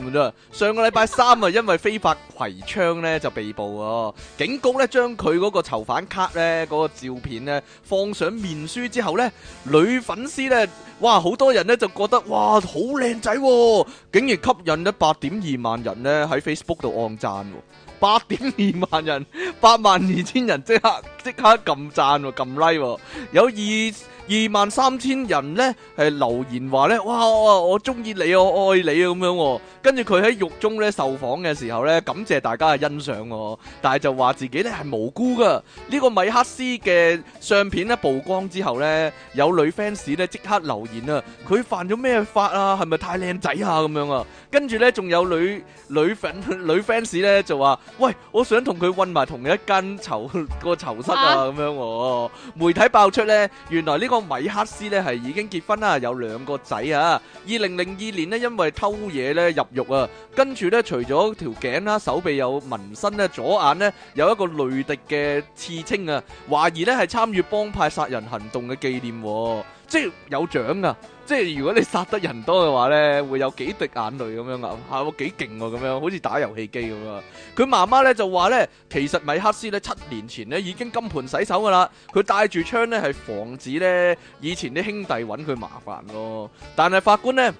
Speaker 2: 唔得啊，上個禮拜三啊，因為非法攜槍咧就被捕啊，警局咧將佢嗰個囚犯卡咧嗰、個照片咧放上面書之後咧，女粉絲咧，哇好多人咧就覺得哇好靚仔喎，竟然吸引咗八點二萬人咧喺 Facebook 度按讚喎、八點二萬人，八萬二千人即刻即刻撳讚喎，撳 like 喎，有二二萬三千人咧係留言話咧，哇！我我中意你，我愛你啊咁樣喎。跟住佢喺獄中咧受訪嘅時候咧，感謝大家嘅欣賞喎，但係就話自己咧係無辜噶。呢個米克斯嘅相片咧曝光之後咧，有女 fans 咧即刻留言啊，佢犯咗咩法啊？係咪太靚仔啊？咁樣啊？跟住咧仲有女女粉女 fans 咧就話：喂，我想同佢混埋同一間囚個囚室啊！
Speaker 1: 啊
Speaker 2: 咁樣喎。媒體爆出咧，原來呢個米克斯咧係已經結婚啦，有兩個仔啊。二零零二年呢，因為偷嘢咧入獄啊，跟住咧除咗條頸啦、手臂有紋身咧，左眼咧有一個雷迪嘅刺青啊，懷疑咧係參與幫派殺人行動嘅紀念、喎，即係有獎啊！即係如果你殺得人多嘅話咧，會有幾滴眼淚咁樣啊，嚇我幾勁喎咁樣，好似打遊戲機咁啊！佢媽媽咧就話咧，其實米克斯咧七年前咧已經金盆洗手噶啦，佢帶住槍咧係防止咧以前啲兄弟揾佢麻煩咯，但係法官咧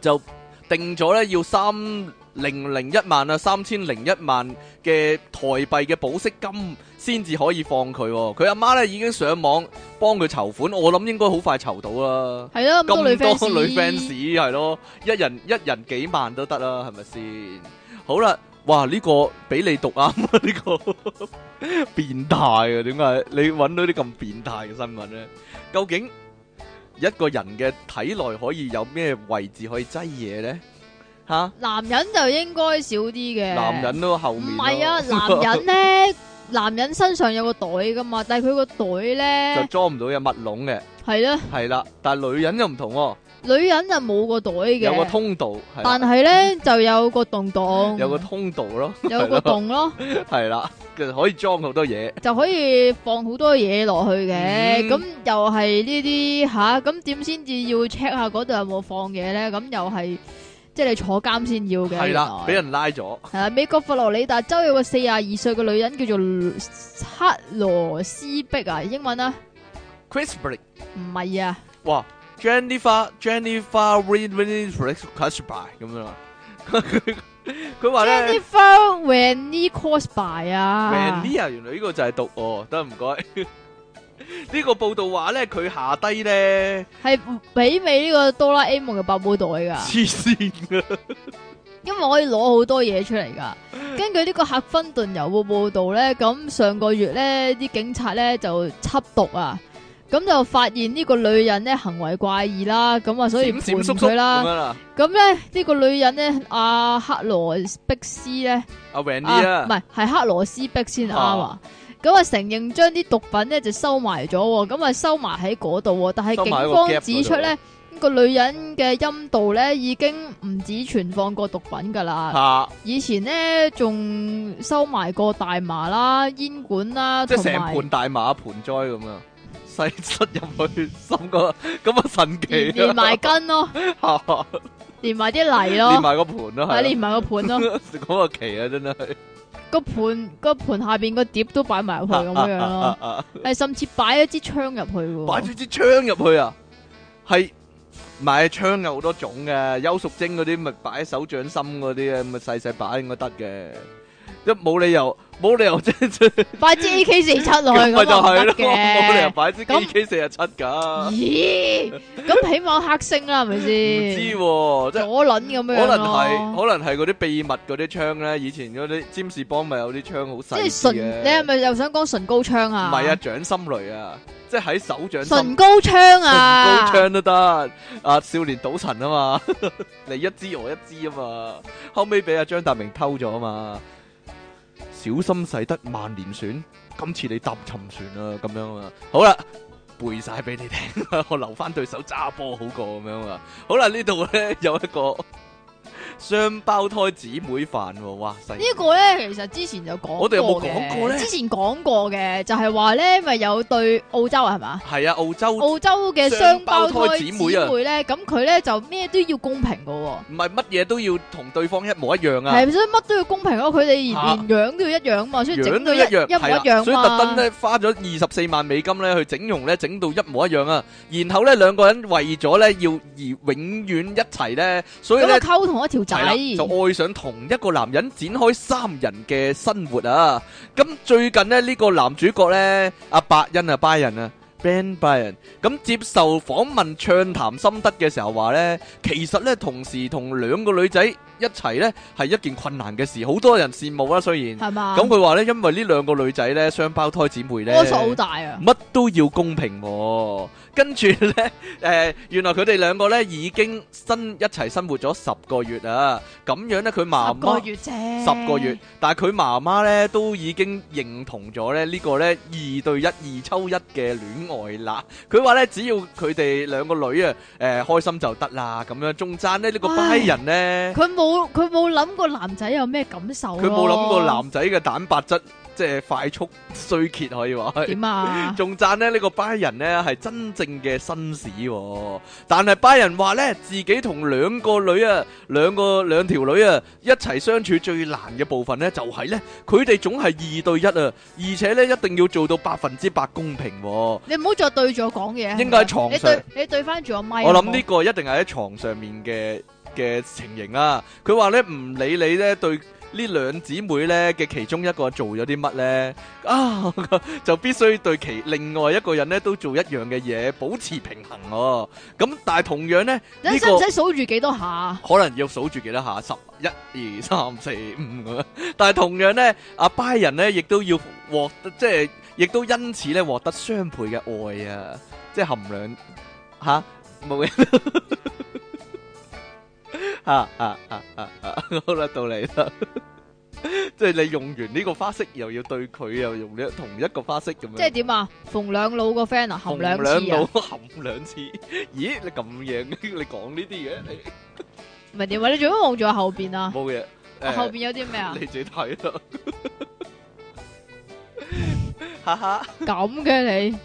Speaker 2: 就定咗咧要三零零一萬啊，三千零一萬嘅台幣嘅保釋金先至可以放佢、喎。佢阿媽咧已經上網幫佢籌款，我諗應該好快籌到啦。
Speaker 1: 系咯，咁
Speaker 2: 咁
Speaker 1: 多女
Speaker 2: 多
Speaker 1: fans，
Speaker 2: 女 fans 係咯，一人一人幾萬都得啦，係咪先？好啦，哇！呢、個俾你讀啱啊，呢、個變態啊，點解你揾到啲咁變態嘅新聞咧？究 竟一個人嘅體內可以有咩位置可以擠嘢咧？吓，
Speaker 1: 男人就應該少啲嘅。
Speaker 2: 男人都後
Speaker 1: 唔
Speaker 2: 面
Speaker 1: 係 啊，男
Speaker 2: 咯
Speaker 1: 人咧，男人身上有個袋噶嘛，但係佢個袋
Speaker 2: 就
Speaker 1: 咧
Speaker 2: 裝唔到有密籠嘅，
Speaker 1: 係咧，
Speaker 2: 係啦。但係女人又唔同喎，
Speaker 1: 女人就冇個袋
Speaker 2: 有個
Speaker 1: 嘅，
Speaker 2: 通道，係
Speaker 1: 但
Speaker 2: 啦
Speaker 1: 係咧就有個洞洞，
Speaker 2: 有個通道咯，
Speaker 1: 有個洞咯，
Speaker 2: 係啦，其實可以裝好多嘢。
Speaker 1: 就可以放好多嘢落去嘅。
Speaker 2: 嗯
Speaker 1: 咁又係呢啲吓，咁點先至要 check 下嗰度有冇放嘢咧？咁又係即係你坐監先要嘅。
Speaker 2: 系啦，俾
Speaker 1: 原來
Speaker 2: 人拉咗，
Speaker 1: 係啊，美國佛羅里達州有個四廿二歲嘅女人叫做克羅斯碧啊，英文啊，
Speaker 2: Chris b r i c k
Speaker 1: 唔係啊，
Speaker 2: 哇，Jennifer Jennifer Win Win Chris b r i c k 咁樣 啊，佢話咧
Speaker 1: Jennifer When n e Cosby 啊
Speaker 2: Mania 原來呢個就係讀哦，得唔該。 呢個報道話咧，佢下低咧
Speaker 1: 係媲美呢個哆啦 A 夢嘅百寶袋噶，
Speaker 2: 黐線嘅，
Speaker 1: 因為可以攞好多嘢出嚟 噶。根據呢個客芬頓郵報報道咧，咁上個月咧啲警察咧就緝毒啊，咁就發現呢個女人咧行為怪異啦，咁 啊所以
Speaker 2: 閃
Speaker 1: 判
Speaker 2: 閃縮縮
Speaker 1: 佢
Speaker 2: 咁
Speaker 1: 啦。
Speaker 2: 樣啦。
Speaker 1: 咁咧呢、呢個女人咧，阿、克羅碧斯咧，
Speaker 2: 阿
Speaker 1: 啊
Speaker 2: Mania
Speaker 1: 唔係係克羅斯碧先啱啊。咁啊承認將啲毒品咧就收埋咗喎，咁啊收埋喺嗰度喎。但係警
Speaker 2: 收埋喺個夾
Speaker 1: 方指出咧，呢個女人嘅陰道咧已經唔止存放過毒品㗎啦，
Speaker 2: 嚇，
Speaker 1: 以前咧仲收埋過大麻啦、煙管啦，
Speaker 2: 即係
Speaker 1: 同
Speaker 2: 成
Speaker 1: 埋
Speaker 2: 盤大麻盆栽咁啊，細塞入去， 心個咁啊神奇
Speaker 1: 連連埋根咯，
Speaker 2: 嚇
Speaker 1: 連埋啲泥
Speaker 2: 連
Speaker 1: 咯，
Speaker 2: 埋個盤咯，
Speaker 1: 係
Speaker 2: 係
Speaker 1: 啊連
Speaker 2: 啦
Speaker 1: 埋個盤咯。
Speaker 2: 嗰個奇啊，真係。
Speaker 1: 个盘个盘下边个碟都摆埋入去咁样咯，
Speaker 2: 啊
Speaker 1: 系甚至摆一支枪入去
Speaker 2: 擺
Speaker 1: 嘅
Speaker 2: 咗支槍入去啊，係買槍有好多種嘅，邱淑貞嗰啲咪擺手掌心嗰啲咧，咪細細擺應該得嘅，一冇理由冇理由即係
Speaker 1: 喎，摆支 AK 四七落
Speaker 2: 咪
Speaker 1: 去
Speaker 2: 就
Speaker 1: 咁啊
Speaker 2: 係
Speaker 1: 唔
Speaker 2: 咯，
Speaker 1: 得
Speaker 2: 冇理由
Speaker 1: 嘅。
Speaker 2: 擺支
Speaker 1: 咁
Speaker 2: AK 四十七噶，唔
Speaker 1: 咦，咁起码黑星啦，系咪
Speaker 2: 知
Speaker 1: 先？
Speaker 2: 喎，即係
Speaker 1: 左轮咁
Speaker 2: 可
Speaker 1: 样
Speaker 2: 能係
Speaker 1: 咯，
Speaker 2: 可能係嗰啲秘密嗰啲槍咧，以前嗰啲占士邦咪有啲槍好細
Speaker 1: 即系
Speaker 2: 支
Speaker 1: 唇，你系
Speaker 2: 嘅，
Speaker 1: 咪又想讲唇膏枪
Speaker 2: 唔
Speaker 1: 啊？
Speaker 2: 係啊，，掌心雷啊，即係喺手掌心
Speaker 1: 唇。膏枪
Speaker 2: 高
Speaker 1: 啊，
Speaker 2: 槍都得，啊少年賭神啊嘛， 你一支我一支啊嘛，後尾俾阿張達明偷咗啊嘛，小心使得萬年船，今次你搭沉船啊咁樣啊，好啦。背晒俾你聽， 我留翻對手揸波好過咁樣啊！好啦，呢度咧有一個雙胞胎姊妹飯喎，哇！呢
Speaker 1: 呢個咧，其實之前就講過嘅
Speaker 2: 我哋有冇講過呢
Speaker 1: 之前講過嘅，就係話咧，咪有對澳洲啊係嘛？
Speaker 2: 係啊，澳洲
Speaker 1: 澳洲嘅雙胞胎姊妹
Speaker 2: 雙胞胎姊
Speaker 1: 咧，咁佢咧就咩都要公平噶喎。
Speaker 2: 唔係乜嘢都要同對方一模一樣啊！
Speaker 1: 係，所以乜都要公平咯。佢哋連
Speaker 2: 啊
Speaker 1: 樣都要一樣嘛，所以整
Speaker 2: 樣
Speaker 1: 到
Speaker 2: 都
Speaker 1: 一
Speaker 2: 一樣，
Speaker 1: 一模一
Speaker 2: 係啦
Speaker 1: 樣
Speaker 2: 所以特登
Speaker 1: 嘛。
Speaker 2: 咧花咗二十四萬美金咧去整容咧，整到一模一樣啊！然後咧兩個人為咗咧要而永遠一齊咧，所以
Speaker 1: 咁啊，
Speaker 2: 咧
Speaker 1: 溝同一條仔，
Speaker 2: 係啦就愛上同一個男人，展開三人嘅生活啊！咁最近呢，呢、個男主角呢，阿伯恩啊，拜仁啊。Ben Bryan 咁接受訪問暢談心得嘅時候話呢，其實呢，同時同兩個女仔一齊呢，係一件困難嘅事，好多人羨慕啦。啊雖然
Speaker 1: 係嘛？
Speaker 2: 咁佢話呢，因為呢兩個女仔呢，雙胞胎姊妹呢。
Speaker 1: 波數好大啊！
Speaker 2: 乜都要公平喎、跟住呢， 誒、原來佢哋兩個呢已經生一齊生活咗十個月啊！咁樣呢，佢
Speaker 1: 十
Speaker 2: 媽
Speaker 1: 個
Speaker 2: 媽
Speaker 1: 月啫，
Speaker 2: 十個月，但係佢媽媽呢都已經認同咗咧呢個呢二對一二抽一嘅戀愛啦。佢話呢，只要佢哋兩個女啊誒、開心就得啦，咁樣中間呢，呢、個
Speaker 1: 唉
Speaker 2: b 人呢。
Speaker 1: 佢冇佢冇諗過男仔有咩感受咯
Speaker 2: 佢冇
Speaker 1: 哦
Speaker 2: 諗過男仔嘅蛋白質即係快速衰竭可以話係。
Speaker 1: 點啊？
Speaker 2: 仲讚咧呢個巴人呢係真正嘅紳士喎、但係巴人話呢，自己同兩個女啊，兩個兩條女啊一齊相處最難嘅部分呢，就係、呢，佢哋總係二對一啊，而且呢一定要做到百分之百公平、喎。
Speaker 1: 你唔好再對住我講嘢，
Speaker 2: 應該喺床
Speaker 1: 你
Speaker 2: 上
Speaker 1: 對你對翻住我咪。啊
Speaker 2: 我諗呢個一定係喺床上面嘅嘅情形啦。佢話呢，唔理你呢對呢兩姊妹呢嘅其中一個做咗啲乜呢， 啊就必須對其另外一個人呢都做一樣嘅嘢，保持平衡哦、咁但係同樣呢，
Speaker 1: 你
Speaker 2: 呢
Speaker 1: 使唔
Speaker 2: 個
Speaker 1: 使數住幾多下？
Speaker 2: 可能要數住幾多下，十、一、二、三、四、五咁樣。但係同樣呢，阿拜人呢亦都要獲得，即係亦都因此呢獲得雙倍嘅愛啊！即係含量吓冇嘢。 啊啊啊啊 啊！好啦，到你啦。即係你用完呢個花式，又要對佢又用呢同一個花式咁樣。
Speaker 1: 即係點啊？逢兩老個 friend 啊，含兩次
Speaker 2: 老
Speaker 1: 啊，
Speaker 2: 含兩次。咦？你咁樣，你講呢啲嘅，
Speaker 1: 唔
Speaker 2: 你
Speaker 1: 係點啊？你做乜望住我後邊啊？
Speaker 2: 冇嘢。
Speaker 1: 我
Speaker 2: 誒
Speaker 1: 後邊有啲咩啊？
Speaker 2: 你自己睇啦。 哈哈，
Speaker 1: 咁嘅你。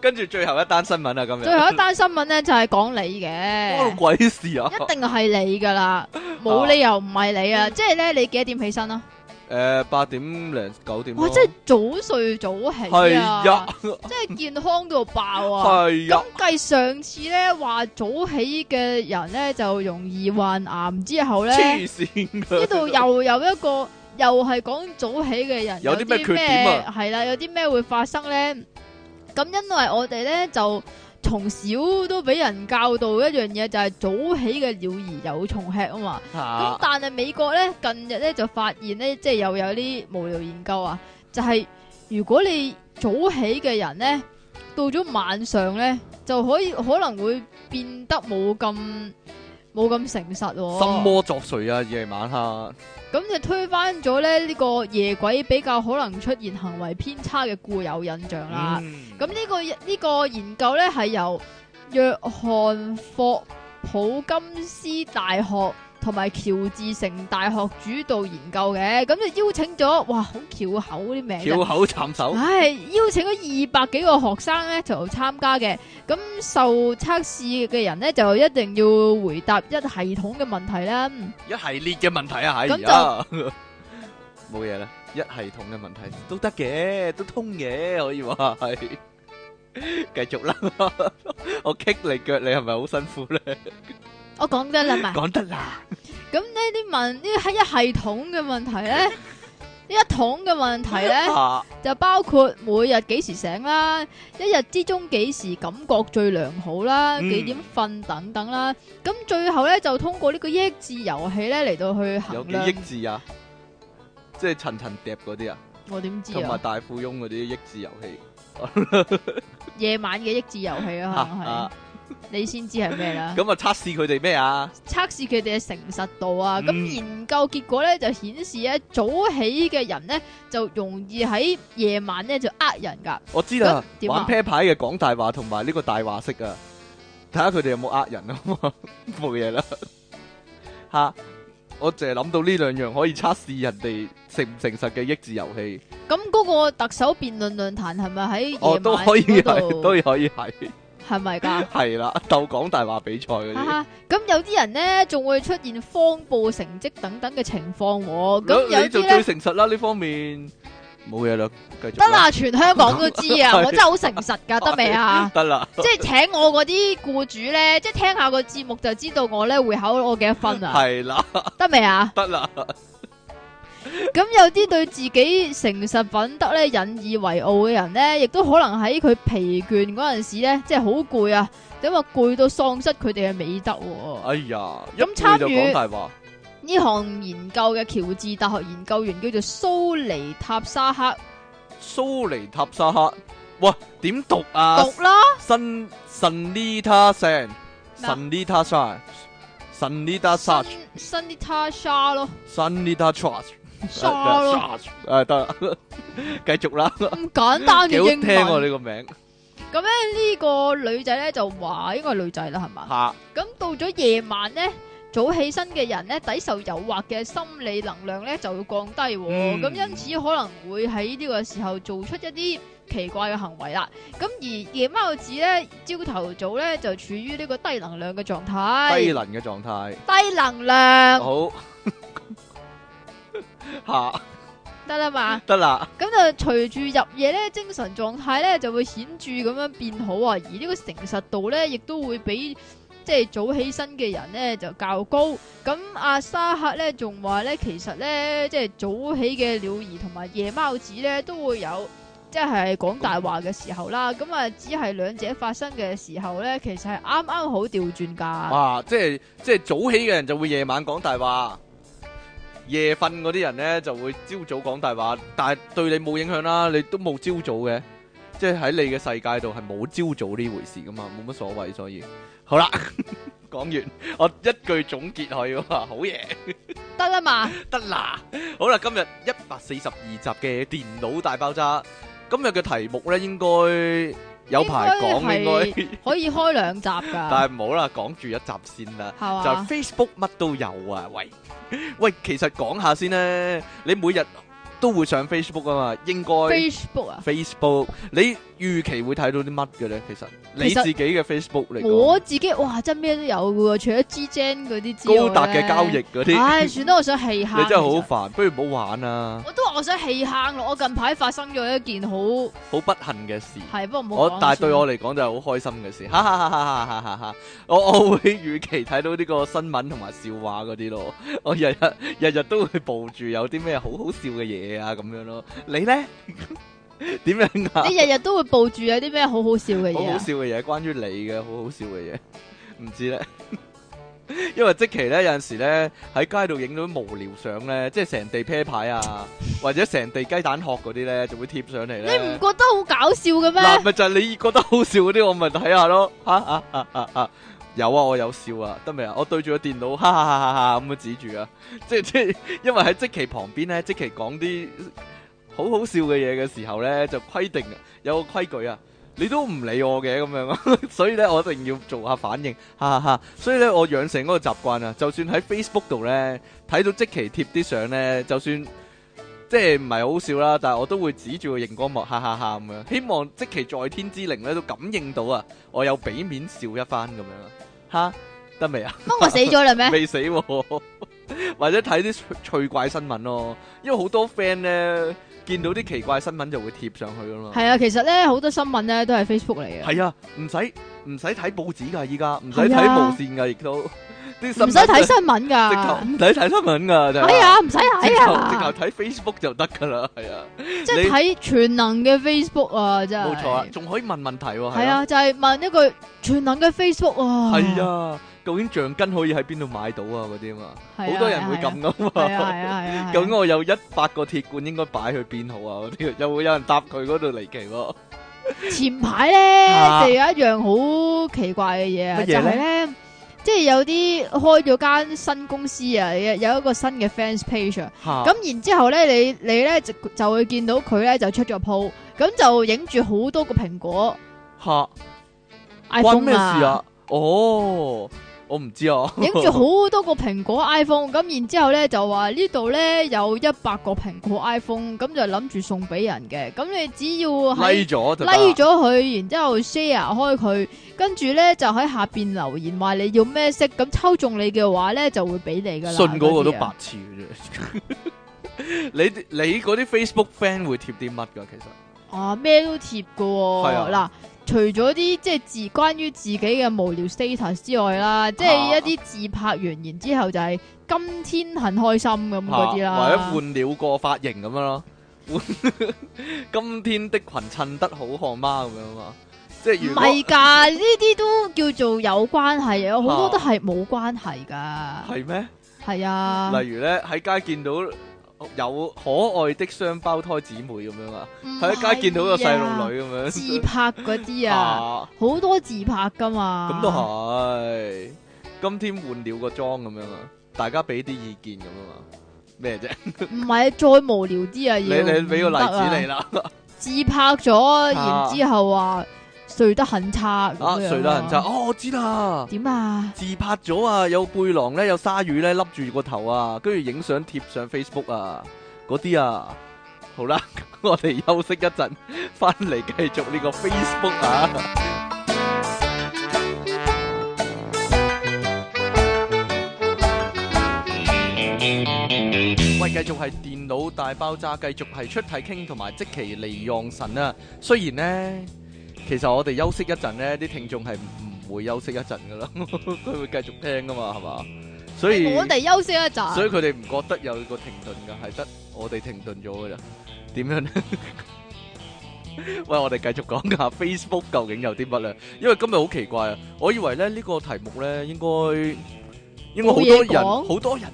Speaker 2: 跟住最後一單新聞啊，今 日
Speaker 1: 最後一單新聞咧就係講你
Speaker 2: 關
Speaker 1: 嘅，
Speaker 2: 我鬼事啊！
Speaker 1: 一定係你噶 啦，冇理由唔係你
Speaker 2: 嗯
Speaker 1: 啊！即係咧，你幾多點起身啊？
Speaker 2: 誒，八點零九點咯。啊
Speaker 1: 哇！真係早睡早起
Speaker 2: 係
Speaker 1: 啊
Speaker 2: 呀，，
Speaker 1: 即係健康到爆啊！
Speaker 2: 係呀
Speaker 1: 咁，計上次咧話早起嘅人咧就容易患癌之後咧，
Speaker 2: 黐線
Speaker 1: 呢
Speaker 2: 㗎。
Speaker 1: 度又有一個又係講早起嘅人
Speaker 2: 有啲咩缺點啊
Speaker 1: 係啦，有啲咩會發生咧？咁因為我哋咧就從小都俾人教導一樣嘢，就係、早起嘅鳥兒有蟲吃啊嘛。咁
Speaker 2: 嚇
Speaker 1: 但係美國咧近日咧就發現咧，即係又有啲無聊研究啊，就係、如果你早起嘅人咧，到咗晚上咧就可以可能會變得冇咁冇咁誠實喎、
Speaker 2: 心魔作祟啊，夜晚嚇。
Speaker 1: 咁就推翻咗咧呢個夜鬼比較可能出現行為偏差嘅固有印象啦。
Speaker 2: 嗯
Speaker 1: 咁呢、個呢、個研究咧係由約翰霍普金斯大學同埋喬治城大學主導研究嘅，咁就邀請咗哇好翹口啲名
Speaker 2: 翹
Speaker 1: 啫，
Speaker 2: 口慘手，
Speaker 1: 唉邀請咗二百幾個學生咧就參加嘅，咁受測試嘅人咧就一定要回答一系統嘅問題啦。嗯
Speaker 2: 一系列嘅問題啊，
Speaker 1: 咁
Speaker 2: 係
Speaker 1: 就
Speaker 2: 啊，冇嘢啦，一系統嘅問題都得嘅，都通嘅，可以話係。繼續啦， 我棘你腳，你係咪好辛苦咧？
Speaker 1: 我講得啦嘛。
Speaker 2: 講得啦，
Speaker 1: 咁呢啲問呢係一系統嘅問題咧，呢 一桶嘅問題 咧
Speaker 2: 啊
Speaker 1: 就包括每日幾時醒啦，一日之中幾時感覺最良好啦，
Speaker 2: 嗯
Speaker 1: 幾點瞓等等啦。咁最後咧就通過呢個益智遊戲咧嚟到去
Speaker 2: 有
Speaker 1: 衡
Speaker 2: 幾
Speaker 1: 量
Speaker 2: 益智啊？即係層層疊嗰啲啊，
Speaker 1: 我點知
Speaker 2: 同埋
Speaker 1: 啊？
Speaker 2: 大富翁嗰啲益智遊戲，
Speaker 1: 夜晚嘅益智遊戲
Speaker 2: 啊
Speaker 1: 啊，可能係
Speaker 2: 啊
Speaker 1: 你先知係咩啦。
Speaker 2: 咁啊測試佢哋咩啊？
Speaker 1: 測試佢哋嘅誠實度啊。咁、
Speaker 2: 嗯
Speaker 1: 研究結果咧就顯示咧，早起嘅人咧就容易喺夜晚咧就呃人㗎。
Speaker 2: 我知啦，
Speaker 1: 咁點啊
Speaker 2: 玩 pair 牌嘅講大話同埋呢個大話式啊，睇下佢哋有冇呃人啊 嘛，冇嘢啦。 吓，我淨係諗到呢兩樣可以測試人哋誠唔誠實嘅益智遊戲，
Speaker 1: 咁嗰個特首辯論論壇係咪喺夜
Speaker 2: 哦
Speaker 1: 晚
Speaker 2: 都可以係，
Speaker 1: 嗰度？
Speaker 2: 都可以係，
Speaker 1: 係咪㗎？
Speaker 2: 係啦，鬥講大話比賽嗰
Speaker 1: 哈
Speaker 2: 啲，
Speaker 1: 哈咁有啲人咧仲會出現謊報成績等等嘅情況喎。咁
Speaker 2: 你
Speaker 1: 有
Speaker 2: 就
Speaker 1: 啲
Speaker 2: 最
Speaker 1: 咧
Speaker 2: 誠實啦呢方面，冇嘢啦，繼續
Speaker 1: 得
Speaker 2: 啦，
Speaker 1: 啦，全香港都知 啊！
Speaker 2: 係
Speaker 1: 我真係好誠實㗎，得未啊？
Speaker 2: 得啦，
Speaker 1: 即係請我嗰啲僱主咧，即係聽下個節目就知道我咧會考我幾多分啊？
Speaker 2: 係啦，
Speaker 1: 得未啊？
Speaker 2: 得啦，
Speaker 1: 咁有啲對自己誠實品德咧引以為傲嘅人咧，亦都可能喺佢疲倦嗰陣時咧，即係好攰啊，咁啊攰到喪失佢哋嘅美德喎、
Speaker 2: 哎呀，一
Speaker 1: 咁
Speaker 2: 輩
Speaker 1: 參
Speaker 2: 就
Speaker 1: 與
Speaker 2: 講大話，
Speaker 1: 呢項研究嘅喬治大學研究員叫做蘇尼塔沙克，
Speaker 2: 蘇尼塔沙克，哇，點讀啊？
Speaker 1: 讀啦，
Speaker 2: 新 Sunita Sen
Speaker 1: 咩啊
Speaker 2: Sunita Shah Sunita Shah
Speaker 1: 新新啲塔沙 咯，
Speaker 2: Sunita Trust
Speaker 1: 沙咯，
Speaker 2: 誒得啦， 繼續啦，
Speaker 1: 咁簡單嘅
Speaker 2: 幾好
Speaker 1: 英
Speaker 2: 聽喎
Speaker 1: 文。
Speaker 2: 呢個名
Speaker 1: 咁咧呢個女仔咧就話，應該係女仔啦，係嘛？
Speaker 2: 嚇，
Speaker 1: 咁到咗夜晚咧，早起身嘅人咧，抵受誘惑嘅心理能量咧就會降低喎、
Speaker 2: 嗯
Speaker 1: 咁、因此可能會喺呢個時候做出一啲奇怪嘅行為啦。咁而夜貓子咧，朝頭早咧就處於呢個低能量嘅狀態，
Speaker 2: 低能哦嘅狀態，
Speaker 1: 低能量
Speaker 2: 好嚇，
Speaker 1: 得啦嘛。
Speaker 2: 得啦，
Speaker 1: 咁就隨住入夜咧，精神狀態咧就會顯著咁樣變好啊，而呢個誠實度咧，亦都會比即係早起身嘅人咧就較高。咁阿沙克咧仲話咧，其實咧即係早起嘅鳥兒同埋夜貓子咧都會有。即係講大話嘅時候啦，咁啊只係兩者發生嘅時候咧，其實係啱啱好調轉㗎。
Speaker 2: 哇，即係即係早起嘅人就會夜晚講大話。夜瞓嗰啲人咧就會朝早講大話，但係對你冇影響啦，你都冇朝早嘅，即係喺你嘅世界度係冇朝早呢回事噶嘛，冇乜所謂，所以好啦， 講完我一句總結佢喎，好嘢，
Speaker 1: 得啦嘛，
Speaker 2: 得啦，好啦，今日一百四十二集嘅電腦大爆炸，今日嘅題目咧應該有排講，
Speaker 1: 應該係
Speaker 2: 應該，
Speaker 1: 可以開兩集㗎，
Speaker 2: 但係唔好啦，講住一集先啦。
Speaker 1: 係
Speaker 2: 就
Speaker 1: 嘛
Speaker 2: 係？Facebook 乜都有啊！喂 喂，其實講下先咧，你每日都會上 Facebook 啊嘛，應該
Speaker 1: Facebook 啊，
Speaker 2: Facebook，你預期會睇到啲乜嘅咧？其實你
Speaker 1: 其實
Speaker 2: 自己嘅 Facebook 嚟講，
Speaker 1: 我自己哇，真咩都有嘅喎，除咗 G Gen 嗰啲之外
Speaker 2: 高達嘅交易，嗰啲，
Speaker 1: 唉，算啦，我想氣坑。
Speaker 2: 你真係
Speaker 1: 其實，
Speaker 2: 好煩，不如唔好玩啊啦，
Speaker 1: 我都話我想氣坑咯。我近排發生咗一件好
Speaker 2: 好不幸嘅事。
Speaker 1: 係，不過唔好
Speaker 2: 我
Speaker 1: 講
Speaker 2: 但係對我
Speaker 1: 算
Speaker 2: 嚟講就係好開心嘅事，哈哈哈哈哈哈哈！我 我會預期睇到呢個新聞同埋笑話嗰啲咯， 我日日日日都會報住有啲咩好好笑嘅嘢啊咁樣咯。你咧 點樣啊？
Speaker 1: 你日日都會報住有啲咩好好笑嘅
Speaker 2: 好
Speaker 1: 嘢
Speaker 2: 好
Speaker 1: 啊？
Speaker 2: 笑嘅嘢，關於你嘅好好笑嘅嘢，唔知咧。 因為即期咧有陣時咧喺街度影到啲無聊相咧，即係成地啤牌啊，或者成地雞蛋殼嗰啲咧，就會貼上嚟
Speaker 1: 你
Speaker 2: 咧。
Speaker 1: 唔覺得好搞笑嘅
Speaker 2: 嗱，
Speaker 1: 咩？
Speaker 2: 咪就係你覺得好笑嗰啲，我咪睇下咯。哈哈哈哈哈！有啊，我有笑啊，得未啊？我對住個電腦，哈哈哈哈哈咁樣指住啊！ 即即因為喺即期旁邊咧，即期講啲好好笑嘅嘢嘅時候咧，就規定有個規矩啊，你都唔理我嘅咁樣 啊，所以咧我一定要做下反應，哈哈哈！所以咧我養成嗰個習慣啊，就算喺 Facebook 度咧睇到即期貼啲相咧，就算。即係唔係好笑啦，但係我都會指住個熒光幕哈哈哈咁樣，希望即其在天之靈咧都感應到啊，我有俾面笑一番咁樣啊，吓得未啊？
Speaker 1: 乜我死咗啦咩？
Speaker 2: 未死喎， 或者睇啲趣趣怪新聞咯，因為好多 friend 咧見到啲奇怪新聞就會貼上去噶 嘛。
Speaker 1: 係啊，其實咧好多新聞咧都係 Facebook 嚟嘅，
Speaker 2: 係啊，唔使唔使睇報紙㗎，依家唔使
Speaker 1: 係
Speaker 2: 睇
Speaker 1: 啊
Speaker 2: 無線㗎，亦都啲
Speaker 1: 唔
Speaker 2: 新
Speaker 1: 使
Speaker 2: 聞
Speaker 1: 睇
Speaker 2: 直
Speaker 1: 新聞
Speaker 2: 頭
Speaker 1: 㗎。
Speaker 2: 唔使睇新聞㗎，就係
Speaker 1: 係啊，唔使
Speaker 2: 直
Speaker 1: 睇
Speaker 2: 頭直頭
Speaker 1: 啊，
Speaker 2: 睇 Facebook 就得㗎啦，係啊。
Speaker 1: 即係睇全能嘅 Facebook 啊，真係。
Speaker 2: 冇錯啊，仲可以問問題喎，
Speaker 1: 係啊，就係問一句全能嘅 Facebook 啊。
Speaker 2: 係啊，究竟橡筋可以喺邊度買到啊？嗰啲啊嘛，
Speaker 1: 係啊，
Speaker 2: 好多人
Speaker 1: 係
Speaker 2: 會
Speaker 1: 啊
Speaker 2: 咁噶
Speaker 1: 係
Speaker 2: 嘛。
Speaker 1: 啊係啊係啊！
Speaker 2: 究竟我有一百個鐵罐應該擺去邊好啊？嗰啲又會有人答佢嗰度離奇喎。
Speaker 1: 前排咧
Speaker 2: 啊
Speaker 1: 就有一樣好奇怪嘅嘢啊，
Speaker 2: 乜嘢
Speaker 1: 就係咧，即係有啲開咗間新公司啊，有有一個新嘅 fans page 啊，
Speaker 2: 嚇
Speaker 1: 咁然之後咧，你你咧就就會見到佢咧就出咗 po，咁就影住好多個蘋果
Speaker 2: 嚇，關
Speaker 1: iPhone
Speaker 2: 咩事
Speaker 1: 啊，
Speaker 2: 啊？哦，我唔知啊。
Speaker 1: 影 住好多個蘋果 iPhone，咁然之後咧就話呢度咧有一百個蘋果 iPhone，咁就諗住送俾人嘅，咁你只要喺
Speaker 2: 拉咗就得
Speaker 1: like 咗佢，然之後 share 開佢，跟住咧就喺下邊留言話你要咩色，咁抽中你嘅話咧就會俾你噶啦。
Speaker 2: 信嗰個都
Speaker 1: 啲啊
Speaker 2: 白痴嘅啫。你你嗰啲 Facebook friend 會貼啲乜噶？其實
Speaker 1: 啊，咩都貼噶
Speaker 2: 係啊
Speaker 1: 喎。嗱，除咗啲即係自關於自己嘅無聊 status 之外啦，即
Speaker 2: 啊
Speaker 1: 係一啲自拍完然之後就係今天很開心咁嗰啲
Speaker 2: 啊或者
Speaker 1: 啦。
Speaker 2: 換了個髮型咁樣咯， 換今天的裙襯得好看嗎？咁樣嘛，即係
Speaker 1: 唔
Speaker 2: 如果
Speaker 1: 係㗎，呢啲都叫做有關係，有好多都係冇關係㗎。
Speaker 2: 啊係咩？
Speaker 1: 係啊，
Speaker 2: 例如咧喺街見到有可愛的雙胞胎姊妹咁樣啊，
Speaker 1: 唔
Speaker 2: 喺街見到個細
Speaker 1: 係
Speaker 2: 路
Speaker 1: 啊
Speaker 2: 女咁樣
Speaker 1: 自拍嗰啲啊，
Speaker 2: 啊，
Speaker 1: 好多自拍㗎嘛。
Speaker 2: 咁都係。今天換了個妝咁樣啊，大家俾啲意見咁啊嘛，咩啫？
Speaker 1: 唔係再無聊啲啊，
Speaker 2: 你
Speaker 1: 要
Speaker 2: 你俾個例
Speaker 1: 唔得啊
Speaker 2: 子你啦。
Speaker 1: 自拍咗，然之後話睡得很差
Speaker 2: 啊，
Speaker 1: 咁樣
Speaker 2: 睡得人渣？哦，我知啦，
Speaker 1: 點啊？
Speaker 2: 自拍咗啊，有背囊咧，有鯊魚咧，笠住個頭啊，跟住影相貼上 Facebook 啊，嗰啲啊，好啦， 我哋休息一陣，翻嚟繼續呢個 Facebook 啊。喂，繼續係電腦大爆炸，繼續係出體傾同埋即其離讓神啊！雖然呢，其實我哋休息一陣呢，啲聽眾係唔會休息一陣噶啦， 佢會繼續聽噶嘛，係嘛？所以
Speaker 1: 我哋休息一陣，
Speaker 2: 所以佢哋唔覺得有個停頓㗎，係得我哋停頓咗㗎咋？點樣 咧？喂，我哋繼續講下 Facebook 究竟有啲乜咧？因為今日好奇怪啊！我以為咧呢個題目咧應該應該好多
Speaker 1: 冇嘢
Speaker 2: 人，
Speaker 1: 講
Speaker 2: 好多人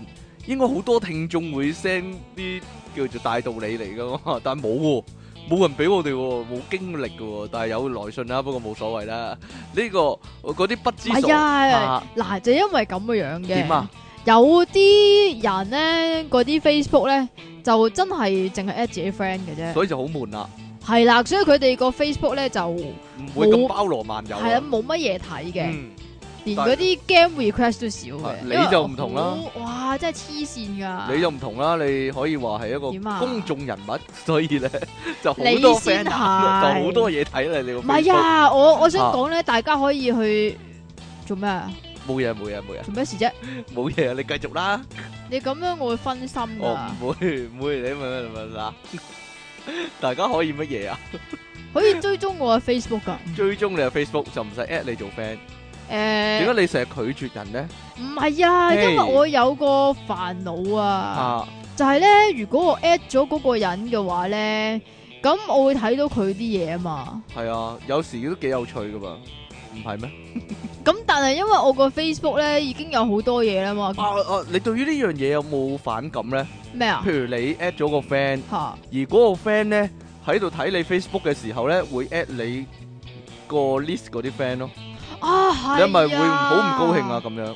Speaker 2: 應該好多聽眾會 send 啲叫做大道理嚟㗎嘛， 但係冇喎。冇人俾我哋喎，冇經歷嘅喎，但係有來信啦，不過冇所謂啦。呢、個嗰啲不知所
Speaker 1: 係啊
Speaker 2: 啊，
Speaker 1: 嗱就因為咁嘅樣
Speaker 2: 點
Speaker 1: 嘅
Speaker 2: 啊，，
Speaker 1: 有啲人咧嗰啲 Facebook 咧就真係淨係 at 自己 friend 嘅啫，
Speaker 2: 所以就好悶啦，
Speaker 1: 係啦，所以佢哋個 Facebook 咧就係
Speaker 2: 唔會咁
Speaker 1: 冇
Speaker 2: 包羅萬有啊。
Speaker 1: 啦冇乜嘢睇嘅，
Speaker 2: 嗯
Speaker 1: 連
Speaker 2: 但
Speaker 1: 嗰啲 game request 都少
Speaker 2: 啊
Speaker 1: 嘅。
Speaker 2: 你
Speaker 1: 因為
Speaker 2: 就唔同啦
Speaker 1: 我好，哇真係黐線㗎，
Speaker 2: 你就唔同啦，你可以話係一
Speaker 1: 點
Speaker 2: 個
Speaker 1: 啊
Speaker 2: 公眾人物， 所以咧就好
Speaker 1: 你
Speaker 2: 多
Speaker 1: 先
Speaker 2: friend 啊
Speaker 1: 係
Speaker 2: 就好多嘢睇啦。你個
Speaker 1: 唔係
Speaker 2: Facebook，
Speaker 1: 啊，我我想講咧，大家可以去做咩啊？
Speaker 2: 冇嘢冇嘢冇嘢
Speaker 1: 做咩事啫？
Speaker 2: 冇嘢，你繼續啦。
Speaker 1: 你咁樣我會分心
Speaker 2: 我
Speaker 1: 噶，
Speaker 2: 唔會唔會，你咪咪咪嗱， 大家可以乜嘢啊？
Speaker 1: 可以追蹤我嘅 Facebook 噶。
Speaker 2: 追蹤你嘅 Facebook 就唔使 at 你做 friend。點
Speaker 1: 誒，
Speaker 2: 解你成日拒絕人咧？
Speaker 1: 唔係啊，因
Speaker 2: 嘿
Speaker 1: 為我有個煩惱啊，
Speaker 2: 啊，
Speaker 1: 就係咧，如果我 at 咗嗰個人嘅話咧，咁我會睇到佢啲嘢啊嘛。
Speaker 2: 係啊，有時都幾有趣噶嘛，唔係咩？
Speaker 1: 咁但係因為我個 Facebook 咧已經有好多嘢啦嘛，
Speaker 2: 啊啊，你對於呢樣嘢有冇反感咧？
Speaker 1: 咩啊
Speaker 2: 譬如你 at 咗個 friend。
Speaker 1: 吓？
Speaker 2: 而嗰個 friend 咧喺度睇你 Facebook 嘅時候咧，會 at 你個 list 嗰啲 friend 咯，
Speaker 1: 啊係啊，
Speaker 2: 你係咪會唔好唔高興啊？咁樣？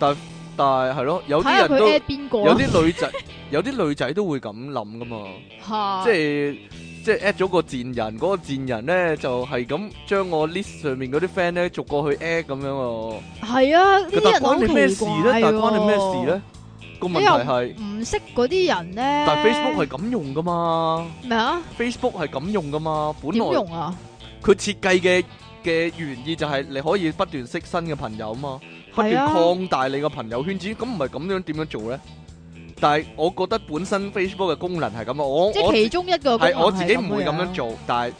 Speaker 2: 但但係係咯，有
Speaker 1: 睇下
Speaker 2: 啲人
Speaker 1: 佢
Speaker 2: 都
Speaker 1: at 邊個
Speaker 2: 有
Speaker 1: 啊？
Speaker 2: 啲女仔有啲女仔都會咁諗噶嘛，
Speaker 1: 吓，
Speaker 2: 即係即係 at 咗個賤人，嗰、個賤人咧就係咁將我 list 上面嗰啲 friend 咧逐個去 at 咁樣喎。
Speaker 1: 係啊，呢
Speaker 2: 但
Speaker 1: 啲人好
Speaker 2: 關你咩
Speaker 1: 奇
Speaker 2: 事
Speaker 1: 怪
Speaker 2: 咧？但係關你咩
Speaker 1: 喎
Speaker 2: 事咧？個問
Speaker 1: 你又
Speaker 2: 題係，
Speaker 1: 唔識嗰啲人咧，
Speaker 2: 但係 Facebook 係咁用噶嘛
Speaker 1: 咩啊？
Speaker 2: ，Facebook 係咁用噶嘛，本
Speaker 1: 點
Speaker 2: 來。
Speaker 1: 用啊？
Speaker 2: 佢設計嘅嘅原意就係你可以不斷識新嘅朋友嘛，不斷
Speaker 1: 係啊
Speaker 2: 擴大你個朋友圈子，咁唔係咁樣點樣做呢？但係我覺得本身 Facebook 嘅功能係咁啊，我
Speaker 1: 即係
Speaker 2: 我
Speaker 1: 其中一個功能
Speaker 2: 係我自己唔會咁
Speaker 1: 樣
Speaker 2: 樣。做，但係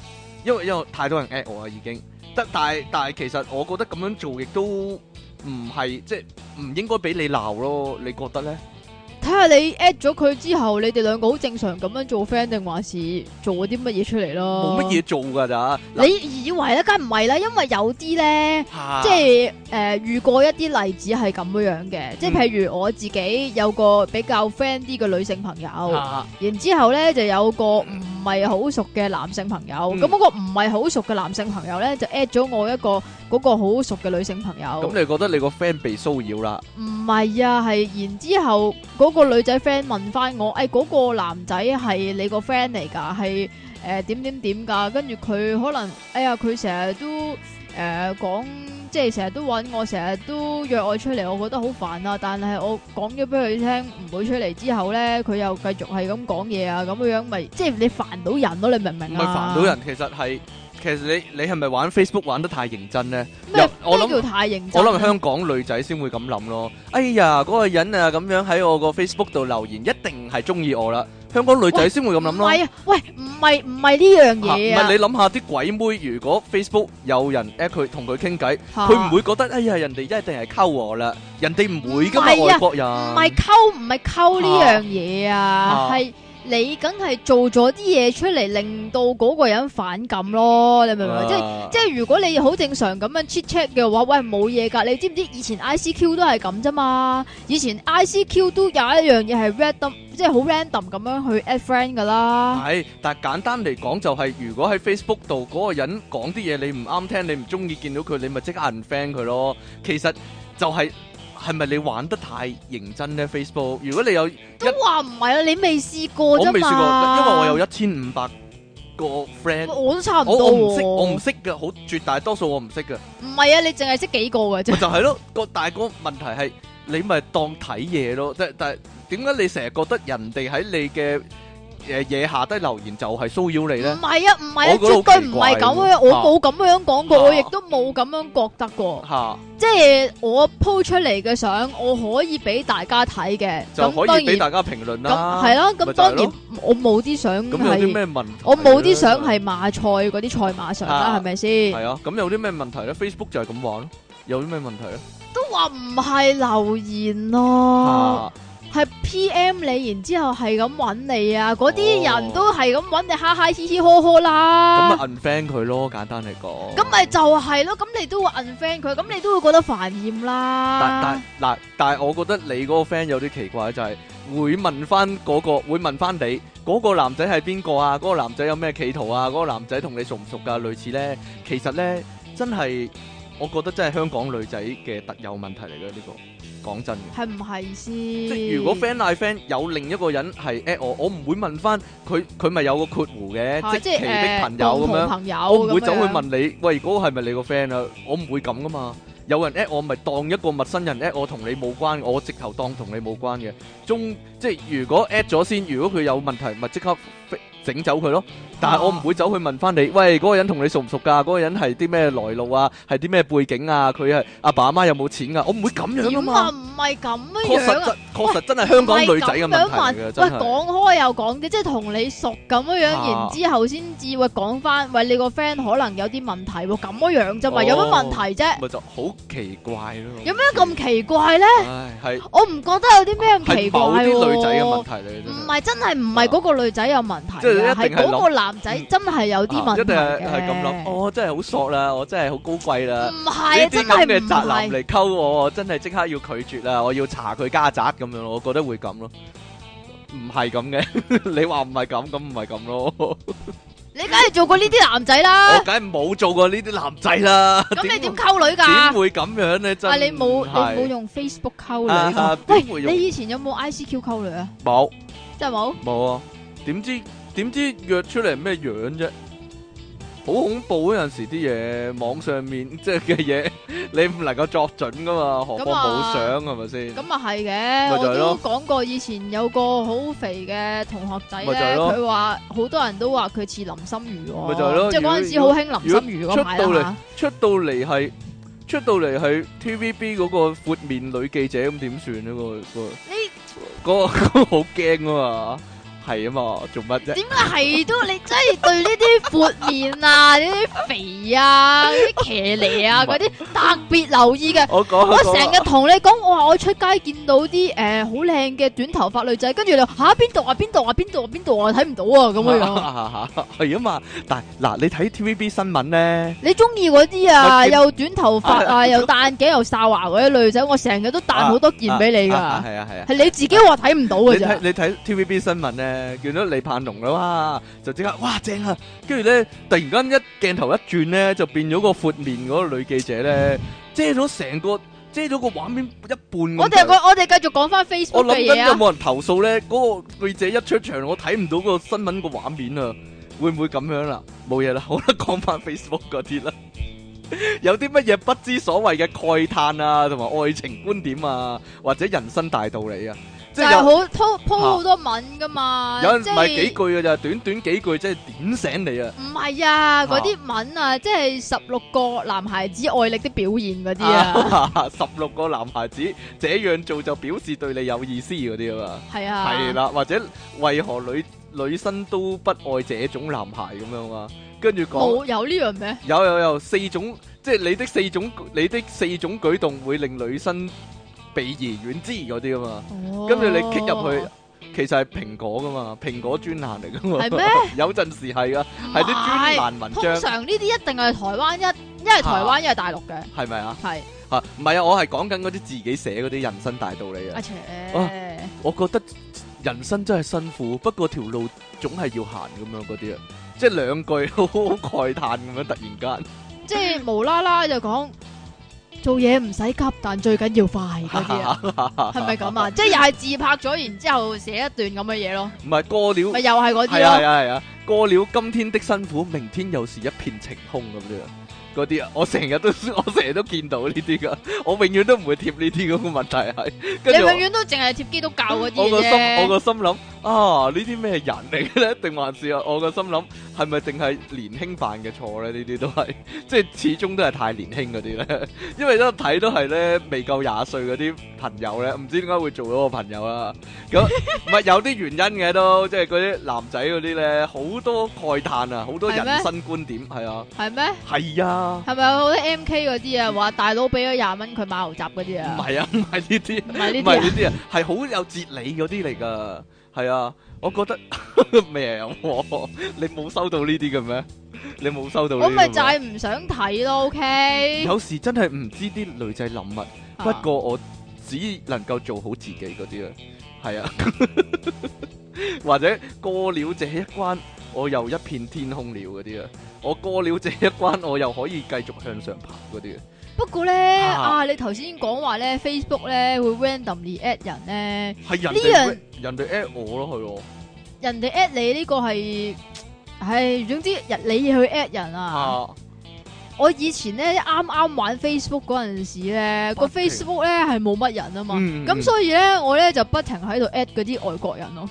Speaker 2: 因為因為太多人 at 我啊已經，得但係但係其實我覺得咁樣做亦都唔係即係唔應該俾你鬧咯，你覺得呢？
Speaker 1: 睇下你 at 咗佢之後，你哋兩個好正常咁樣做 friend 定還是做咗啲乜嘢出嚟咯？
Speaker 2: 冇乜嘢做㗎咋，嗱
Speaker 1: 嘢，你以為咧，梗唔係啦，因為有啲咧。
Speaker 2: 嚇
Speaker 1: 即係誒、呃遇過一啲例子係咁樣樣嘅，即係
Speaker 2: 嗯
Speaker 1: 譬如我自己有個比較 friend 啲嘅女性朋友，
Speaker 2: 嚇
Speaker 1: 然之後咧就有個唔係好熟嘅男性朋友，
Speaker 2: 嗯
Speaker 1: 咁嗰、個唔係好熟嘅男性朋友咧就 at 咗我一個嗰個好熟嘅女性朋友
Speaker 2: 咁，你覺得你個 friend 被騷擾啦？
Speaker 1: 唔係啊，係然之後嗰個女仔 friend 問翻我，誒、嗰、個男仔係你個 friend 嚟㗎，係誒點點點㗎，跟住佢可能哎呀佢成日都誒講。即係成日都揾我，成日都約我出嚟，我覺得好煩啊！但係我講咗俾佢聽唔會出嚟之後咧，佢又繼續係咁講嘢啊，咁樣咪即係你煩到人咯，你明唔
Speaker 2: 唔
Speaker 1: 明
Speaker 2: 係
Speaker 1: 啊？
Speaker 2: 煩到人，其實係其實你你係咪玩 Facebook 玩得太認真咧？
Speaker 1: 咩
Speaker 2: 又我
Speaker 1: 咩
Speaker 2: 諗
Speaker 1: 叫太認真
Speaker 2: 我
Speaker 1: 啊？
Speaker 2: 諗香港女仔先會咁諗咯。哎呀，嗰、個人啊咁樣喺我個 Facebook 度留言，一定係中意我啦。香港女仔先會咁諗
Speaker 1: 唔
Speaker 2: 咯。
Speaker 1: 係啊，喂，唔係唔係呢樣
Speaker 2: 嚇唔
Speaker 1: 嘢啊
Speaker 2: 係，你諗下啲鬼妹，如果 Facebook 有人 at 佢同佢傾偈，
Speaker 1: 嚇
Speaker 2: 佢唔會覺得哎呀人哋一定係溝我啦，人哋唔會噶嘛
Speaker 1: 唔係啊
Speaker 2: 外國人。
Speaker 1: 唔係溝唔係溝呢樣嘢啊，
Speaker 2: 嚇
Speaker 1: 係你梗係做咗啲嘢出嚟，令到嗰個人反感咯，你明
Speaker 2: 啊
Speaker 1: 唔明？即係即係如果你好正常咁樣 chit chat 嘅話，喂冇嘢㗎，你知唔知以前 ICQ 都係咁啫嘛？以前 ICQ 都有一樣嘢係 random，即係好 random 咁樣去 add friend 㗎啦。
Speaker 2: 係，但係簡單嚟講就係，如果喺 Facebook 度嗰個人講啲嘢你唔啱聽，你唔中意見到佢，你咪即刻 unfriend 佢咯。其實就係係咪你玩得太認真呢 Facebook？如果你有
Speaker 1: 都話唔係啊，你未試過
Speaker 2: 我
Speaker 1: 啫嘛？
Speaker 2: 未試過，因為我有一千五百個 friend，
Speaker 1: 我都差唔
Speaker 2: 我
Speaker 1: 多
Speaker 2: 我唔識，我
Speaker 1: 喎
Speaker 2: 唔。識嘅，好絕大多數我唔識嘅，
Speaker 1: 唔係啊，你淨係識幾個㗎啫
Speaker 2: 咪。就係咯。個但係個問題係你咪當睇嘢咯，即係但係點解你成日覺得人哋喺你嘅誒嘢下低留言就係騷擾你
Speaker 1: 唔
Speaker 2: 咧？
Speaker 1: 係啊，唔係啊，
Speaker 2: 我覺得好
Speaker 1: 絕對唔係
Speaker 2: 奇怪
Speaker 1: 咁
Speaker 2: 喎
Speaker 1: 樣，我冇咁樣講過，
Speaker 2: 啊
Speaker 1: 我亦都冇咁樣覺得過。
Speaker 2: 嚇！
Speaker 1: 即係我 po 出嚟嘅相，我可以俾大家睇嘅，
Speaker 2: 就
Speaker 1: 咁
Speaker 2: 可以俾
Speaker 1: 當
Speaker 2: 大家評論啦。
Speaker 1: 然咁係啦，
Speaker 2: 咪
Speaker 1: 咁
Speaker 2: 就係
Speaker 1: 當
Speaker 2: 咯
Speaker 1: 然我冇啲相
Speaker 2: 咁有啲
Speaker 1: 係，
Speaker 2: 咩問題呢？
Speaker 1: 我冇啲相係馬賽嗰啲賽馬相啦，
Speaker 2: 啊
Speaker 1: 係咪先？
Speaker 2: 係啊，咁有啲咩問題咧？Facebook 就係咁玩咯，有啲咩問題咧？
Speaker 1: 都話唔係留言咯，
Speaker 2: 啊
Speaker 1: 係 PM 你，然之後係咁揾你啊，嗰啲
Speaker 2: 哦
Speaker 1: 人都係咁揾你，哈哈嘻嘻呵呵
Speaker 2: 啊
Speaker 1: 啦
Speaker 2: 咁咪。unfriend 佢咯，簡單嚟講。
Speaker 1: 咁咪就係咯，咁你都會 unfriend 佢，咁你都會覺得煩厭
Speaker 2: 但
Speaker 1: 啦
Speaker 2: 但。嗱，但係我覺得你嗰個 friend 有啲奇怪，就係會問翻嗰個，會問翻你嗰個男仔係邊個啊？嗰個男仔有咩企圖啊？嗰個男仔同你熟唔熟㗎？類似咧，其實咧真係，我覺得真係香港女仔嘅特有問題嚟嘅呢個，講真嘅。
Speaker 1: 係唔係先？
Speaker 2: 即係如果 friend 嗌 friend 有另一個人係 at 我，我唔會問翻佢，佢咪有個括弧
Speaker 1: 係
Speaker 2: 嘅，即
Speaker 1: 係
Speaker 2: 係其的
Speaker 1: 誒
Speaker 2: 朋友咁
Speaker 1: 共同
Speaker 2: 樣，
Speaker 1: 朋友
Speaker 2: 我唔
Speaker 1: 咁樣
Speaker 2: 會走去問你，喂，嗰個係咪你個 friend 啊？我唔會咁噶嘛。有人 at 我，咪當一個陌生人 at 我，同你冇關，我直頭當同你冇關嘅。中即係如果 at 咗先，如果佢有問題，咪即刻飛整走佢咯。但係我唔會走去問翻你，喂，嗰個人同你熟唔熟㗎？嗰個人係啲咩來路啊？係啲咩背景啊？佢係阿爸阿媽有冇錢啊？我唔會咁樣噶
Speaker 1: 點
Speaker 2: 嘛
Speaker 1: 啊？。唔係咁
Speaker 2: 確
Speaker 1: 樣
Speaker 2: 實
Speaker 1: 啊
Speaker 2: 真。確實真係香港女仔嘅問題嚟
Speaker 1: 喂，
Speaker 2: 嘅，真
Speaker 1: 講
Speaker 2: 係。
Speaker 1: 開又講嘅，即係同你熟咁樣樣，
Speaker 2: 啊
Speaker 1: 然之後先至會講翻，喂，你個 friend 可能有啲問題喎，咁樣啫嘛，
Speaker 2: 哦
Speaker 1: 有乜問題啫？
Speaker 2: 咪就好奇怪咯。
Speaker 1: 有咩咁奇怪咧？
Speaker 2: 唉，係
Speaker 1: 我唔覺得有啲咩咁奇
Speaker 2: 係
Speaker 1: 怪
Speaker 2: 某啲女仔嘅
Speaker 1: 喎
Speaker 2: 問。題嚟，
Speaker 1: 唔
Speaker 2: 真係。
Speaker 1: 係真係唔係嗰個女仔有問題
Speaker 2: 哦即係
Speaker 1: 啊，
Speaker 2: 一
Speaker 1: 係
Speaker 2: 定係
Speaker 1: 嗰
Speaker 2: 諗
Speaker 1: 個男仔
Speaker 2: 嗯
Speaker 1: 真係有啲
Speaker 2: 啊
Speaker 1: 問
Speaker 2: 一
Speaker 1: 題
Speaker 2: 定
Speaker 1: 嘅
Speaker 2: 係係咁諗，哦，真係好索啦，我真係好高貴啦。
Speaker 1: 唔
Speaker 2: 呢
Speaker 1: 係啊，
Speaker 2: 啲
Speaker 1: 真
Speaker 2: 咁
Speaker 1: 係
Speaker 2: 嘅
Speaker 1: 唔
Speaker 2: 宅
Speaker 1: 係。
Speaker 2: 男嚟溝我，我真係即刻要拒絕啦！我要查佢家宅咁樣咯，我覺得會咁咯。唔係咁 嘅，你話唔係咁，咁唔係咁咯。我
Speaker 1: 你梗係做過呢啲男仔啦，
Speaker 2: 梗係冇做過呢啲男仔啦。
Speaker 1: 咁你點
Speaker 2: 哦會
Speaker 1: 溝女
Speaker 2: 點
Speaker 1: 㗎？
Speaker 2: 會咁樣咧？真
Speaker 1: 啊，你冇你
Speaker 2: 係
Speaker 1: 冇用 Facebook 溝
Speaker 2: 啊
Speaker 1: 女
Speaker 2: 啊
Speaker 1: 㗎？喂
Speaker 2: 點會，用
Speaker 1: 你以前有冇 ICQ 溝女啊？
Speaker 2: 冇。
Speaker 1: 真係冇。
Speaker 2: 冇啊，點知點知約出嚟咩樣啫？好恐怖嗰陣時啲嘢，網上面 即係嘅嘢，你唔能夠作準噶嘛，何況
Speaker 1: 咁啊
Speaker 2: 冇相係咪先？
Speaker 1: 咁啊係嘅，
Speaker 2: 咪
Speaker 1: 我
Speaker 2: 就係
Speaker 1: 都
Speaker 2: 咯
Speaker 1: 講過以前有個好肥嘅同學仔
Speaker 2: 咪就係
Speaker 1: 咧，
Speaker 2: 咯
Speaker 1: 佢話好多人都話佢似林心如
Speaker 2: 咪就係咯
Speaker 1: 喎，即係嗰陣時
Speaker 2: 如
Speaker 1: 好
Speaker 2: 果
Speaker 1: 興林心如嗰排啦啊
Speaker 2: 如果出到嚟
Speaker 1: 嘛
Speaker 2: 出到嚟係出到嚟係 TVB 嗰個闊面女記者咁點算呢？嗰個 嗰個嗰個好驚啊嘛，係啊嘛，做乜啫？
Speaker 1: 點解係都你真係對呢啲闊面啊、呢啲肥啊、呢啲騎呢 啊嗰啲特別留意嘅。
Speaker 2: 我講
Speaker 1: 我
Speaker 2: 我講
Speaker 1: 成日同你講，我話我出街見到啲誒好靚嘅短頭髮女仔，跟住你話吓邊度啊邊度啊邊度啊邊度啊睇唔到啊咁樣。
Speaker 2: 樣， 係啊嘛。但係嗱，你睇 TVB 新聞咧。
Speaker 1: 你中意嗰啲啊，
Speaker 2: 我見
Speaker 1: 又短頭髮啊，
Speaker 2: 啊
Speaker 1: 又戴眼鏡又哨牙嗰啲女仔，我成日都彈好多件俾你
Speaker 2: 啊啊
Speaker 1: 㗎，
Speaker 2: 係啊係啊。
Speaker 1: 係你自己話睇唔到㗎
Speaker 2: 你睇
Speaker 1: 咋。
Speaker 2: 你睇 TVB 新聞咧，見到李盼龍啦，哇，就即刻哇正啊！跟住咧，突然間一鏡頭一轉咧，就變咗個闊面嗰個女記者咧，遮咗成個遮咗個畫面一半咁
Speaker 1: 我哋
Speaker 2: 滯
Speaker 1: 我哋繼續講翻
Speaker 2: 我
Speaker 1: Facebook 嘅
Speaker 2: 諗緊
Speaker 1: 嘢
Speaker 2: 有
Speaker 1: 啊。
Speaker 2: 冇人投訴咧？嗰、個記者一出場，我睇唔到個新聞個畫面啊，會唔會咁樣啦？冇嘢啦，好啦， 講翻 Facebook 嗰啲啦。 有啲乜嘢不知所謂嘅慨嘆啊，同埋愛情觀點啊，或者人生大道理啊，即即
Speaker 1: 就
Speaker 2: 係
Speaker 1: 係
Speaker 2: 有啊
Speaker 1: 好鋪鋪好多文噶嘛，
Speaker 2: 有人
Speaker 1: 即
Speaker 2: 唔係幾
Speaker 1: 係
Speaker 2: 句嘅咋，短短幾句即係點醒你啊！
Speaker 1: 唔係啊？嗰啲文啊，即係十六個男孩子愛力的表現嗰啲 啊，
Speaker 2: 啊，十六個男孩子這樣做就表示對你有意思嗰啲啊
Speaker 1: 係
Speaker 2: 嘛，
Speaker 1: 啊，
Speaker 2: 係啦、或者為何女女生都不愛這種男孩咁樣啊？跟住
Speaker 1: 冇
Speaker 2: 講
Speaker 1: 有呢樣咩？
Speaker 2: 有有有四種，即係你的四種你的四種舉動會令女生避而遠之嗰啲啊嘛，跟住你 kick 入去。其實係蘋果噶嘛，蘋果專欄嚟噶嘛，
Speaker 1: 哦係咩
Speaker 2: 有陣時係啊，
Speaker 1: 唔
Speaker 2: 係啲
Speaker 1: 係
Speaker 2: 專欄文
Speaker 1: 通
Speaker 2: 章，啊
Speaker 1: 常呢啲一定係台灣一，一係台灣，一係大陸嘅，
Speaker 2: 係咪啊？
Speaker 1: 係
Speaker 2: 吓，唔係啊，我係講緊嗰啲自己寫嗰啲人生大道理
Speaker 1: 阿
Speaker 2: 啊。
Speaker 1: 邪。
Speaker 2: 我覺得人生真係辛苦，不過條路總係要行咁樣嗰啲啊，即係兩句好慨嘆咁樣，突然間
Speaker 1: 即係無啦啦就講做嘢唔使急，但最緊要快嗰啲啊， 係咪咁啊？即係又係自拍咗，然之後寫一段咁嘅嘢咯，
Speaker 2: 唔係過了，
Speaker 1: 咪又係嗰啲
Speaker 2: 係啊係
Speaker 1: 咯。
Speaker 2: 啊係啊，過了今天的辛苦，明天又是一片晴空咁樣。嗰啲啊，我成日都 我成日都見到呢啲噶，我永遠都唔會貼呢啲咁嘅問題係。
Speaker 1: 你
Speaker 2: 跟住
Speaker 1: 永
Speaker 2: 我
Speaker 1: 遠都淨係貼基督教嗰啲
Speaker 2: 我
Speaker 1: 嘅
Speaker 2: 個心我
Speaker 1: 啫。
Speaker 2: 個心諗啊，呢啲咩人嚟嘅咧？定還是啊？我個心諗係咪淨係年輕犯嘅錯咧？呢啲都係 即係始終都係太年輕嗰啲咧， 因為都睇都係咧未夠廿歲嗰啲朋友咧，唔知點解會做到我朋友啦。 咁唔係有啲原因嘅都，即係嗰啲男仔嗰啲咧，好多慨嘆啊，好多
Speaker 1: 係
Speaker 2: 人
Speaker 1: 咩
Speaker 2: 生觀點係啊，
Speaker 1: 係咩？
Speaker 2: 係啊，
Speaker 1: 係咪有好多 M K 嗰啲啊？話大佬俾咗廿蚊佢買牛雜嗰啲
Speaker 2: 唔
Speaker 1: 啊？
Speaker 2: 係啊，唔係呢啲。
Speaker 1: 唔係呢
Speaker 2: 唔係
Speaker 1: 啲
Speaker 2: 呢
Speaker 1: 啊？
Speaker 2: 啲啊，係好有哲理嗰啲嚟噶，係啊，我覺得
Speaker 1: 嗯
Speaker 2: 咩啊？我你冇收到呢啲嘅咩？你冇收到呢
Speaker 1: 我
Speaker 2: 啲嘅咩？
Speaker 1: 咪就係唔想睇咯。O K，
Speaker 2: 有時真係唔知啲女仔諗乜，
Speaker 1: 啊
Speaker 2: 不過我只能夠做好自己嗰啲啊，係啊， 或者過了這一關，我又一片天空了嗰啲啊，我過了這一關，我又可以繼續向上爬嗰啲啊，
Speaker 1: 不過咧
Speaker 2: 啊
Speaker 1: 啊，你頭先講話咧 Facebook 咧會 randomly at 人咧。
Speaker 2: 係人
Speaker 1: 呢
Speaker 2: 哋人哋 at 我咯，係我。
Speaker 1: 人哋 at 你呢個係，唉，總之人你去 at 人啊！
Speaker 2: 啊
Speaker 1: 我以前咧啱啱玩 Facebook 嗰陣時咧，個
Speaker 2: 不停
Speaker 1: Facebook 咧係冇乜人啊嘛，
Speaker 2: 嗯
Speaker 1: 咁
Speaker 2: 嗯
Speaker 1: 所以咧我咧就不停喺度 at 嗰啲外國人咯，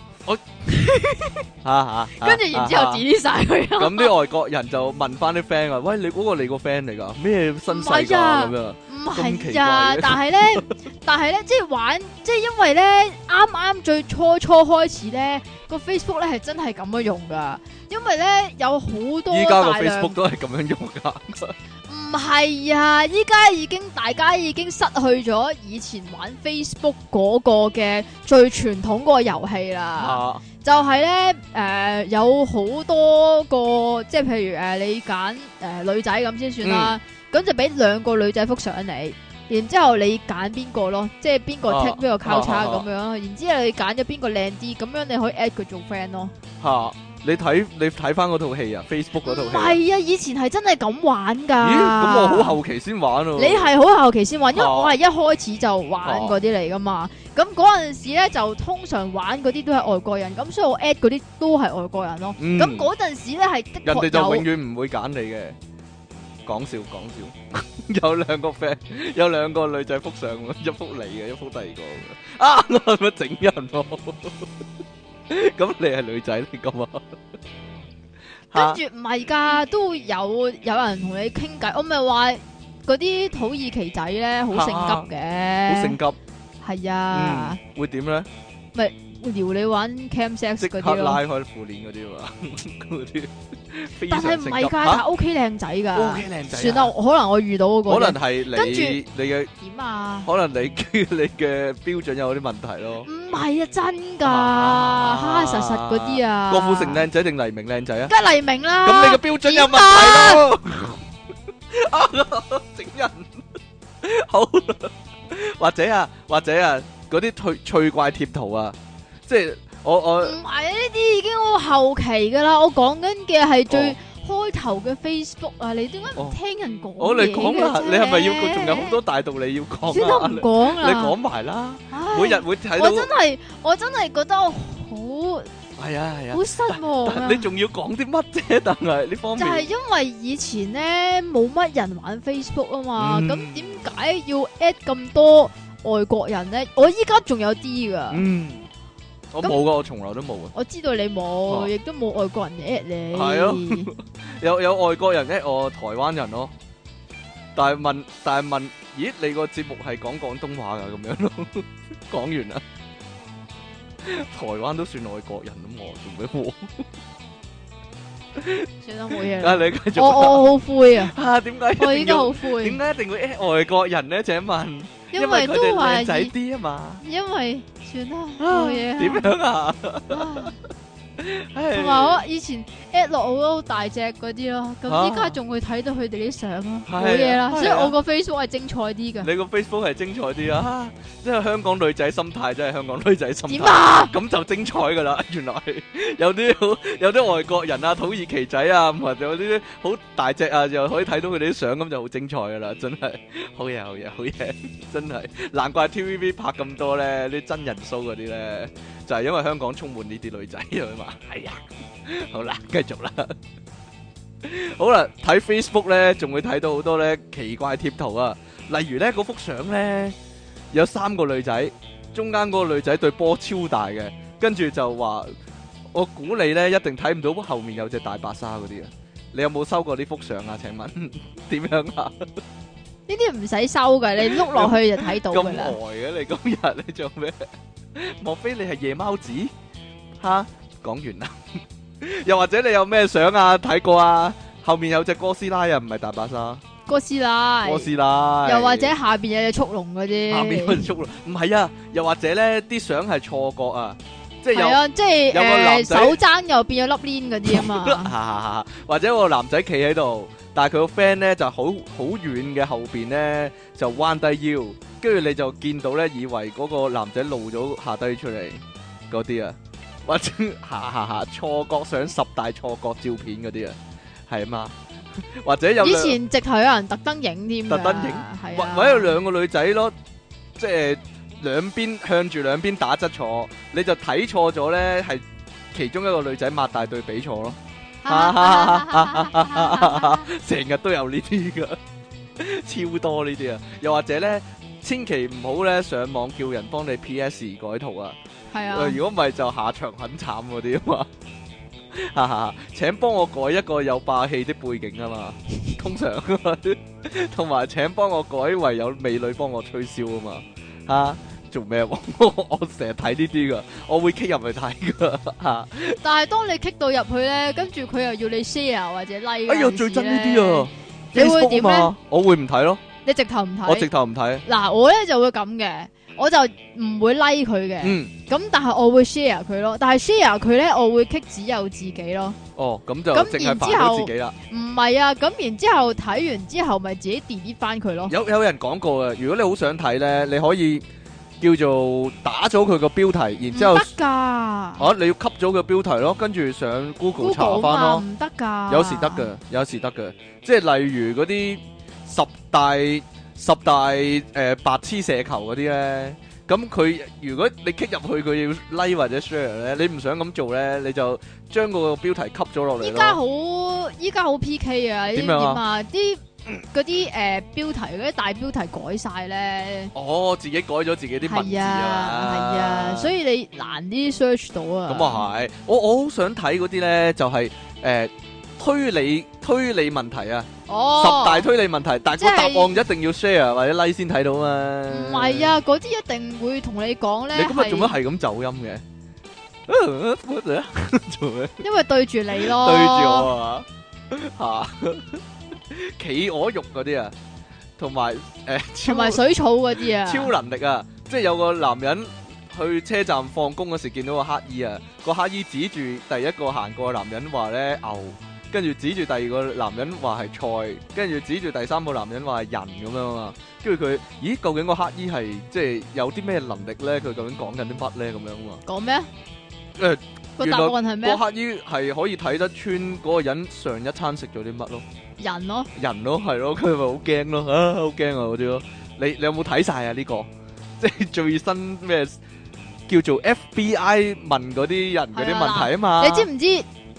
Speaker 2: 啊啊
Speaker 1: 跟住然之後
Speaker 2: 啊
Speaker 1: delete 晒佢咯。
Speaker 2: 咁啲外國人就問翻啲 friend 啊，喂，你嗰個你個 friend 嚟㗎，咩身
Speaker 1: 唔
Speaker 2: 世㗎
Speaker 1: 係啊
Speaker 2: 咁樣？
Speaker 1: 唔
Speaker 2: 咁奇
Speaker 1: 係
Speaker 2: 怪
Speaker 1: 啊
Speaker 2: 嘅，
Speaker 1: 但係 咧，但係咧，即係玩，即係因為咧，啱啱最初初開始咧，個 Facebook 咧係真係咁樣用噶，因為咧有好多
Speaker 2: 依家個
Speaker 1: 大量
Speaker 2: Facebook 都係咁樣用㗎，
Speaker 1: 唔係啊！依家已經大家已經失去咗以前玩 Facebook 嗰個嘅最傳統嗰個遊戲 啦，
Speaker 2: 啊
Speaker 1: 就係咧誒有好多個，即係譬如誒、呃你揀誒、呃女仔咁先算啦，
Speaker 2: 嗯
Speaker 1: 咁、就俾兩個女仔幅相你。然之後你揀邊個咯，即係邊個
Speaker 2: 啊
Speaker 1: tick 邊個交叉
Speaker 2: 啊啊
Speaker 1: 咁
Speaker 2: 啊
Speaker 1: 樣，然之後你揀咗邊個靚啲，咁樣你可以 at 佢做 friend 咯。
Speaker 2: 嚇！你睇你睇翻嗰套戲啊，Facebook
Speaker 1: 唔
Speaker 2: 嗰套戲
Speaker 1: 係啊，以前係真係咁玩㗎。
Speaker 2: 啊。咦？咁我好後期先玩喎。
Speaker 1: 你係好後期先玩，因為
Speaker 2: 哦
Speaker 1: 我係一開始就玩嗰啲嚟噶嘛。咁嗰陣時咧就通常玩嗰啲都係外國人，咁所以我 at 嗰啲都係外國人咯。
Speaker 2: 嗯
Speaker 1: 咁嗰陣時咧係的
Speaker 2: 人哋
Speaker 1: 確
Speaker 2: 就
Speaker 1: 有
Speaker 2: 永遠唔會揀你嘅。講笑 講笑，有兩個 friend，有兩個女仔幅相， 一幅你嘅，一幅第二個嘅。啊， 我係咪整人喎？ 咁你係女仔嚟㗎嘛？嚇
Speaker 1: 跟住唔係㗎，都會有有人同你傾偈。我咪話嗰啲土耳其仔咧好性急
Speaker 2: 好
Speaker 1: 嘅，
Speaker 2: 性急，
Speaker 1: 係啊
Speaker 2: 嗯，，會點咧？
Speaker 1: 會撩你玩 cam sex
Speaker 2: 即
Speaker 1: 嗰
Speaker 2: 刻
Speaker 1: 啲
Speaker 2: 拉
Speaker 1: 咯。
Speaker 2: 開褲鏈嗰啲 嘛，嗰啲非
Speaker 1: 但
Speaker 2: 常
Speaker 1: 係
Speaker 2: 性
Speaker 1: 唔
Speaker 2: 急
Speaker 1: 係㗎，但
Speaker 2: 嚇
Speaker 1: OK 靚仔
Speaker 2: O
Speaker 1: 㗎。
Speaker 2: K 靚仔啊，
Speaker 1: 算啦，可能我遇到嗰個
Speaker 2: 可
Speaker 1: 啫
Speaker 2: 能哦係
Speaker 1: 跟住
Speaker 2: 你你嘅，
Speaker 1: 點啊？
Speaker 2: 可能你 你嘅標準有啲問題咯。
Speaker 1: 唔係啊，真噶，
Speaker 2: 啊
Speaker 1: 哈哈實實嗰啲啊。
Speaker 2: 郭富城靚仔定黎明靚仔啊？
Speaker 1: 梗係黎明啦。
Speaker 2: 咁你嘅標準有 問題咯，啊整人好，或者啊，或者啊，嗰啲趣趣怪貼圖啊，即係我我
Speaker 1: 唔係啊呢啲已經好後期噶啦，我講緊嘅係最
Speaker 2: 哦
Speaker 1: 開頭嘅 Facebook 啊，你點解唔聽人講
Speaker 2: 我嚟講
Speaker 1: 嘢
Speaker 2: 啦，
Speaker 1: 嘅啫
Speaker 2: 哦你係咪要仲有好多大道理要
Speaker 1: 先
Speaker 2: 講
Speaker 1: 都
Speaker 2: 啊？
Speaker 1: 唔
Speaker 2: 你
Speaker 1: 講啦。
Speaker 2: 你講埋啦。
Speaker 1: 唉
Speaker 2: 每日會睇
Speaker 1: 我真
Speaker 2: 到，
Speaker 1: 係我真係覺得我好
Speaker 2: 係啊係啊
Speaker 1: 好失望
Speaker 2: 但
Speaker 1: 啊
Speaker 2: 係。你仲要講啲乜啫？但係呢方
Speaker 1: 就係
Speaker 2: 面
Speaker 1: 因為以前咧冇乜人玩 Facebook 啊嘛，
Speaker 2: 嗯
Speaker 1: 咁點解要 at 咁多外國人咧，我依家仲有啲噶，
Speaker 2: 嗯，我冇噶，我從來都冇啊。
Speaker 1: 我知道你冇，
Speaker 2: 啊
Speaker 1: 亦都冇外國人 at 你。
Speaker 2: 係啊咯有有外國人咧，我台灣人咯，但係問但係問，咦你個節目係講廣東話噶咁 樣咯，講完啦。台灣都算外國人咁我做咩
Speaker 1: 算啦，冇嘢
Speaker 2: 我？啊
Speaker 1: 啦。
Speaker 2: 你繼續
Speaker 1: 我
Speaker 2: 啊
Speaker 1: 我好灰啊，
Speaker 2: 啊點解一定 要？
Speaker 1: 我依家好灰
Speaker 2: 點，解一定會 at 外國人咧？請問，
Speaker 1: 因
Speaker 2: 為
Speaker 1: 為
Speaker 2: 佢
Speaker 1: 都
Speaker 2: 哋
Speaker 1: 話
Speaker 2: 靚仔
Speaker 1: 以，
Speaker 2: 啲啊嘛。
Speaker 1: 因為算啦，
Speaker 2: 啊
Speaker 1: 冇嘢啊。
Speaker 2: 點 樣啊？
Speaker 1: 啊同埋
Speaker 2: 唉
Speaker 1: 我以前 at 落我都好大隻嗰啲咯，
Speaker 2: 啊
Speaker 1: 咁依家仲會睇到佢哋啲相咯，
Speaker 2: 係啊
Speaker 1: 冇嘢啦。
Speaker 2: 係啊
Speaker 1: 所以我個 Facebook 係精彩啲噶。
Speaker 2: 你個 Facebook 係精彩啲啊！即係香港女仔心態，真係香港女仔心
Speaker 1: 點
Speaker 2: 態。
Speaker 1: 啊？
Speaker 2: 咁就精彩噶啦！ 原來有啲好有啲外國人啊、土耳其仔啊，或者有啲好大隻啊，又可以睇到佢哋啲相，咁就好精彩噶啦！真係好嘢，好嘢，好嘢！真係難怪 TVB 拍咁多咧啲真人 show 嗰啲咧，就係、因為香港充滿呢啲女仔啊嘛。係啊，好啦，繼續啦。好啦，睇 Facebook 咧，仲會睇到好多咧奇怪貼圖啊，例如咧嗰幅相咧有三個女仔。中間嗰個女仔對波超大嘅，跟住就話：我估你咧一定睇唔到後面有隻大白鯊嗰啲啊！你有冇收過呢幅相啊？請問 點樣啊？
Speaker 1: 呢啲唔使收噶，你碌落去就睇到
Speaker 2: 咁
Speaker 1: 噶
Speaker 2: 呆
Speaker 1: 啦。
Speaker 2: 嘅你今日你做咩？莫非你係夜貓子？吓，講完啦。 又或者你有咩相啊？睇過啊？後面有隻哥斯拉啊，唔係大白鯊，
Speaker 1: 哥斯拉，
Speaker 2: 哥斯拉。
Speaker 1: 又或者下边有隻速龍嗰啲。
Speaker 2: 下面嗰隻速龍唔係啊，又或者咧啲相係錯覺啊，即係
Speaker 1: 系
Speaker 2: 有。
Speaker 1: 啊，即係
Speaker 2: 有個男
Speaker 1: 诶
Speaker 2: 仔
Speaker 1: 手踭又變咗粒鏈嗰 啲啊嘛。
Speaker 2: 嘛，或者個男仔企喺度，但係佢個 friend 咧就好好遠嘅後邊咧就彎低腰，跟住你就見到咧，以為嗰個男仔露咗下低出嚟嗰啲啊，或者 下下下錯覺上十大錯覺照片嗰啲啊，係啊嘛， 或者有
Speaker 1: 以
Speaker 2: 兩
Speaker 1: 前直頭有人特登影添㗎，
Speaker 2: 特登影
Speaker 1: 系
Speaker 2: 或
Speaker 1: 啊，
Speaker 2: 或者有兩個女仔咯，即係兩邊向住兩邊打側坐，你就睇錯咗咧，係其中一個女仔擘大對比錯咯。 成日都有呢啲噶，超多呢啲啊！又或者咧，千祈唔好咧上網叫人幫你 PS 改圖啊！
Speaker 1: 係啊
Speaker 2: 呃，如果唔係就下場很慘嗰啲啊嘛。 哈哈，請幫我改一個有霸氣的背景啊嘛，通常啊嘛，同埋請幫我改為有美女幫我吹簫啊嘛，吓、做咩喎？我成日睇呢啲噶，我會 k 入去睇噶，吓、
Speaker 1: 但係當你 kick 到入去咧，跟住佢又要你 share 或者 like，
Speaker 2: 哎呀，最憎呢啲啊！
Speaker 1: 你會
Speaker 2: Facebook
Speaker 1: 點
Speaker 2: 嘛
Speaker 1: 呢？
Speaker 2: 我會唔睇咯，
Speaker 1: 你直頭唔
Speaker 2: 我直
Speaker 1: 睇。
Speaker 2: 頭唔睇。
Speaker 1: 嗱，我咧就會咁嘅，我就唔會 like 佢嘅，
Speaker 2: 嗯，
Speaker 1: 咁但係我會 share 佢咯。但係 share 佢咧，我會 kick 只有自己咯。
Speaker 2: 哦，咁就
Speaker 1: 咁
Speaker 2: 淨係
Speaker 1: 然
Speaker 2: 排
Speaker 1: 之
Speaker 2: 到
Speaker 1: 後
Speaker 2: 自己啦。
Speaker 1: 唔係啊，咁然之後睇完之後，咪自己 delete 翻佢咯。
Speaker 2: 有有人講過啊，如果你好想睇咧，你可以叫做打咗佢個標題，
Speaker 1: 唔
Speaker 2: 然之後
Speaker 1: 得㗎
Speaker 2: 啊你要吸咗個標題咯，跟住上 Google 查
Speaker 1: ，Google
Speaker 2: 翻
Speaker 1: 嘛
Speaker 2: 咯。
Speaker 1: 唔得㗎，
Speaker 2: 有時得嘅，有時得嘅，即係例如嗰啲十大十大誒、呃白痴射球嗰啲咧，咁佢如果你 kick 入去佢要 like 或者 share 咧，你唔想咁做咧，你就將個標題吸咗落嚟
Speaker 1: 依家
Speaker 2: 咯。
Speaker 1: 好，依家好 P K 啊！你知唔
Speaker 2: 點
Speaker 1: 知
Speaker 2: 樣
Speaker 1: 啊？啲嗰啲誒標題嗰啲大標題改晒咧，
Speaker 2: 哦，自己改咗自己啲文字
Speaker 1: 係啊係啊，所
Speaker 2: 以
Speaker 1: 以你難啲 search 到啊。
Speaker 2: 咁啊係，我我好想睇嗰啲咧，就係、呃推理推理問題啊，
Speaker 1: 係，哦，
Speaker 2: 十大推理問題，但係
Speaker 1: 即
Speaker 2: 個
Speaker 1: 係
Speaker 2: 答案一定要 share 或者 like 先睇到嘛。
Speaker 1: 唔係啊，嗰啲一定會同你講咧，
Speaker 2: 嗯你今日做乜
Speaker 1: 係
Speaker 2: 係咁走音嘅？ 做咩？
Speaker 1: 因為對住你咯，
Speaker 2: 對住我啊嘛嚇！ 企鵝肉嗰啲啊，同埋
Speaker 1: 同埋
Speaker 2: 誒超
Speaker 1: 水草嗰啲啊，
Speaker 2: 超能力啊，即係有個男人去車站放工嗰時見到個乞兒啊，個乞兒指住第一個行過嘅男人話咧牛，跟住指住第二個男人話係菜，跟住指住第三個男人話係人咁樣啊嘛，跟住佢咦究竟個乞兒係即係有啲咩能力咧？佢究竟講緊啲乜咧？咁樣啊嘛。
Speaker 1: 講咩？
Speaker 2: 誒
Speaker 1: 個
Speaker 2: 呃原
Speaker 1: 答
Speaker 2: 來
Speaker 1: 案係咩？
Speaker 2: 個乞衣係可以睇得穿嗰個人上一餐食咗啲乜咯，
Speaker 1: 人咯，
Speaker 2: 人咯係咯，佢咪好驚咯，啊好驚啊嗰啲咯。你你有冇睇晒啊？呢、個 即係最新咩叫做 FBI 問嗰啲人嗰啲問題啊嘛。
Speaker 1: 你知唔知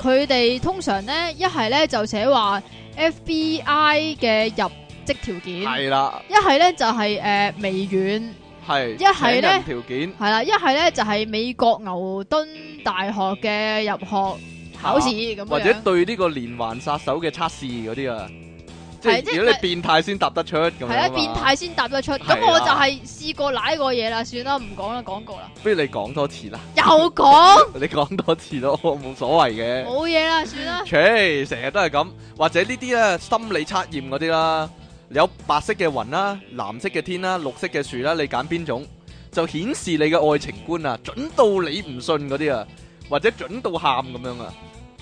Speaker 1: 佢哋通常咧一係咧就寫話 FBI 嘅入職條件？
Speaker 2: 係啦，
Speaker 1: 呃一系咧就係、诶微軟，
Speaker 2: 係
Speaker 1: 一係呢
Speaker 2: 請人條件
Speaker 1: 系啦，一系咧就系美国牛顿大学嘅入学考试咁樣
Speaker 2: 啊
Speaker 1: 啊
Speaker 2: 或者對呢個連環殺手嘅測試嗰啲啊，即
Speaker 1: 係即係
Speaker 2: 係如果你變態先答得出咁樣
Speaker 1: 系啦，
Speaker 2: 啊嘛
Speaker 1: 變態先答得出。
Speaker 2: 係啊
Speaker 1: 咁
Speaker 2: 啦
Speaker 1: 我就係試過舐過嘢啦，算啦，唔講啦，講 過啦，
Speaker 2: 不如你講多次啦，
Speaker 1: 又講
Speaker 2: 你講多次咯，我冇所謂嘅。
Speaker 1: 冇嘢啦，算啦。
Speaker 2: 切，成日都係咁，或者呢啲咧心理測驗嗰啲啦，有白色嘅雲啦、藍色嘅天啦、綠色嘅樹啦，你揀邊種就顯示你嘅愛情觀啊，準到你唔信嗰啲啊，或者準到喊咁樣啊，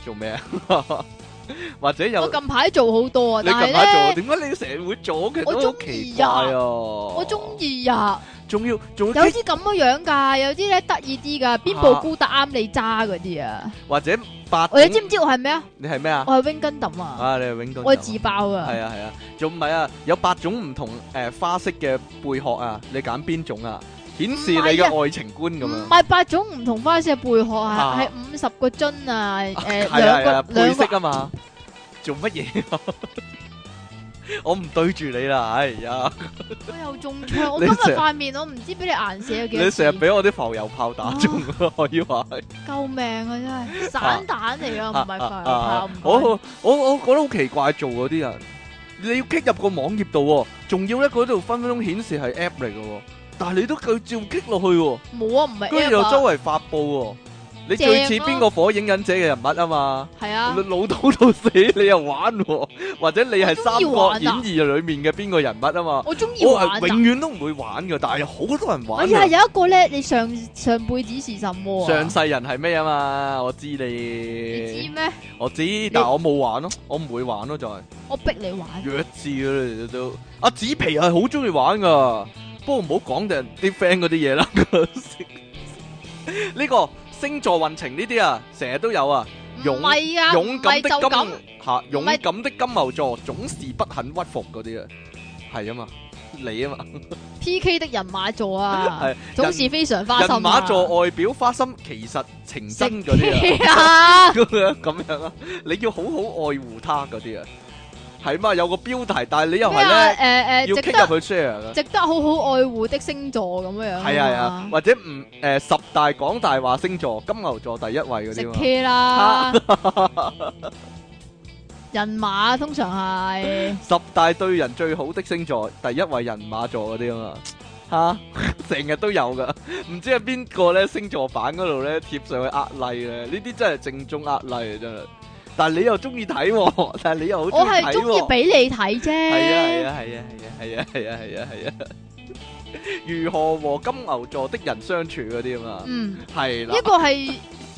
Speaker 2: 做咩啊？ 或者有
Speaker 1: 我近排做好多啊，
Speaker 2: 你
Speaker 1: 但係
Speaker 2: 近排做，
Speaker 1: 咧，
Speaker 2: 點解你成日會做嘅
Speaker 1: 我
Speaker 2: 都好
Speaker 1: 鍾
Speaker 2: 奇
Speaker 1: 意
Speaker 2: 怪
Speaker 1: 呀
Speaker 2: 啊！
Speaker 1: 我
Speaker 2: 我
Speaker 1: 中，意啊，
Speaker 2: 仲要仲
Speaker 1: 有
Speaker 2: 要
Speaker 1: 啲咁嘅樣㗎，有啲咧得意啲㗎，邊
Speaker 2: 啊
Speaker 1: 部菇得啱你揸嗰啲啊？
Speaker 2: 或者八
Speaker 1: 我你
Speaker 2: 種
Speaker 1: 知唔知我係咩啊？
Speaker 2: 你係咩嗯啊？
Speaker 1: 我係 Wing Gundam 啊，
Speaker 2: 啊，你係永久
Speaker 1: 我係自爆
Speaker 2: 係
Speaker 1: 㗎。
Speaker 2: 啊係啊，仲唔係啊？有八種唔同诶、呃花式嘅貝殼啊，你揀邊種啊？顯示你
Speaker 1: 唔係
Speaker 2: 嘅愛情觀咁啊
Speaker 1: 唔
Speaker 2: 樣。
Speaker 1: 係八種唔同花式嘅貝殼啊，
Speaker 2: 啊
Speaker 1: 係五十個樽啊， 誒
Speaker 2: 係啊係啊
Speaker 1: 兩，個
Speaker 2: 配
Speaker 1: 兩
Speaker 2: 色
Speaker 1: 個
Speaker 2: 啊嘛，做乜嘢 啊？我唔對住你啦，哎呀！
Speaker 1: 我又中槍，我
Speaker 2: 你
Speaker 1: 今日
Speaker 2: 成日
Speaker 1: 塊面我唔知俾你顏射咗幾
Speaker 2: 你
Speaker 1: 多啊
Speaker 2: 成
Speaker 1: 次
Speaker 2: 日俾我啲浮油炮打中， 可以話係
Speaker 1: 救命啊！真 係散彈嚟啊，唔係
Speaker 2: 啊
Speaker 1: 快
Speaker 2: 啊
Speaker 1: 炮，
Speaker 2: 啊
Speaker 1: 唔該
Speaker 2: 我我我覺得好奇怪做嗰啲人，你要 kick 入個網頁度喎，仲要咧嗰度分分鐘顯示係 app 嚟嘅喎，但係你都佢照 kick 落去喎。
Speaker 1: 冇啊，唔係
Speaker 2: 居然
Speaker 1: L
Speaker 2: 又周
Speaker 1: 啊，
Speaker 2: 圍發布喎，你最似
Speaker 1: 正咯
Speaker 2: 邊個火影忍者嘅人物啊嘛？
Speaker 1: 係啊
Speaker 2: 你，老土到死，你又玩喎，或者你係《三國
Speaker 1: 我中意玩
Speaker 2: 演
Speaker 1: 啊
Speaker 2: 義》裏面嘅邊個人物啊嘛？
Speaker 1: 我中意
Speaker 2: 我
Speaker 1: 玩
Speaker 2: 係永
Speaker 1: 啊。
Speaker 2: 遠都唔會玩嘅，但係好多人
Speaker 1: 哎
Speaker 2: 玩
Speaker 1: 呀，
Speaker 2: 啊。
Speaker 1: 有一個咧，你上上輩子是什麼啊？
Speaker 2: 上世人係咩啊嘛？我知
Speaker 1: 你知
Speaker 2: 你，
Speaker 1: 咩？
Speaker 2: 我知，但我冇玩咯，我唔會玩咯，就係
Speaker 1: 我逼你玩，
Speaker 2: 弱智咯，你哋都。阿紫皮係好中意玩噶，不過唔好講定啲 friend 嗰啲嘢啦。 呢個星座運程呢啲啊，成日都有啊。
Speaker 1: 唔
Speaker 2: 勇
Speaker 1: 係啊，
Speaker 2: 勇
Speaker 1: 唔係
Speaker 2: 敢
Speaker 1: 就
Speaker 2: 的
Speaker 1: 咁。
Speaker 2: 金吓，勇敢的金牛座總是不肯屈服嗰啲啊，係啊嘛，你啊嘛，
Speaker 1: P K 的人馬座啊
Speaker 2: 係，
Speaker 1: 總是非常花
Speaker 2: 人
Speaker 1: 心啊。
Speaker 2: 馬座外表花心，其實情
Speaker 1: 食
Speaker 2: 真嗰啲啊，
Speaker 1: 啊，
Speaker 2: 咁樣 咁樣啊，你要好好愛護他嗰啲啊，係嘛，有個標題，但係你又
Speaker 1: 咩
Speaker 2: 係
Speaker 1: 啊？誒
Speaker 2: 咧要
Speaker 1: 誒，值
Speaker 2: kick
Speaker 1: 得
Speaker 2: 入去 share 噶。
Speaker 1: 值得好好愛護的星座咁樣樣。
Speaker 2: 係啊係啊，，或者唔誒十大講大話星座，金牛座第一位嗰
Speaker 1: 食
Speaker 2: 啲嘛，
Speaker 1: K 啦，人馬通常係
Speaker 2: 十大對人最好的星座，第一位人馬座嗰啲啊嘛， 吓成日都有噶，唔知係邊個咧星座版嗰度咧貼上去呃例咧，呢啲真係正宗呃例啊真係，但係你又中意睇喎， 但係你又好
Speaker 1: 我
Speaker 2: 意睇
Speaker 1: 係中意
Speaker 2: 喎，
Speaker 1: 俾你睇啫。
Speaker 2: 係啊係啊係啊係啊係啊係啊 係啊係啊，如何和金牛座的人相處嗰啲啊嘛，
Speaker 1: 嗯，
Speaker 2: 係啦
Speaker 1: 呢，個係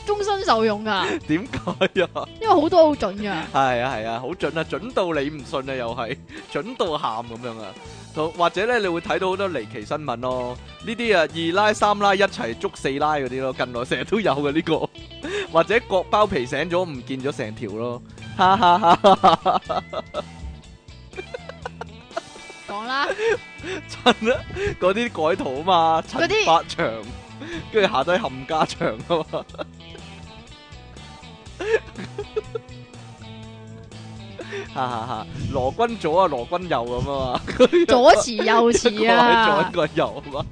Speaker 1: 終身受用噶，
Speaker 2: 點解啊？
Speaker 1: 因為好多好準 噶。
Speaker 2: 係啊係啊，好準啊，準到你唔信啊，又係準到喊咁樣啊。同或者咧，你會睇到好多離奇新聞咯。呢啲啊，二奶三奶一齊捉四奶嗰啲咯，近來成日都有嘅呢、個。或者割包皮醒咗唔見咗成條咯，哈哈哈哈
Speaker 1: 講啦，
Speaker 2: 真啦！嗰啲改圖啊嘛，陳
Speaker 1: 嗰啲
Speaker 2: 百祥，跟住下低冚家祥啊嘛。哈哈哈！羅君左啊，羅君右咁啊嘛。
Speaker 1: 左慈右慈啊
Speaker 2: 一， 個係左一個係右啊嘛，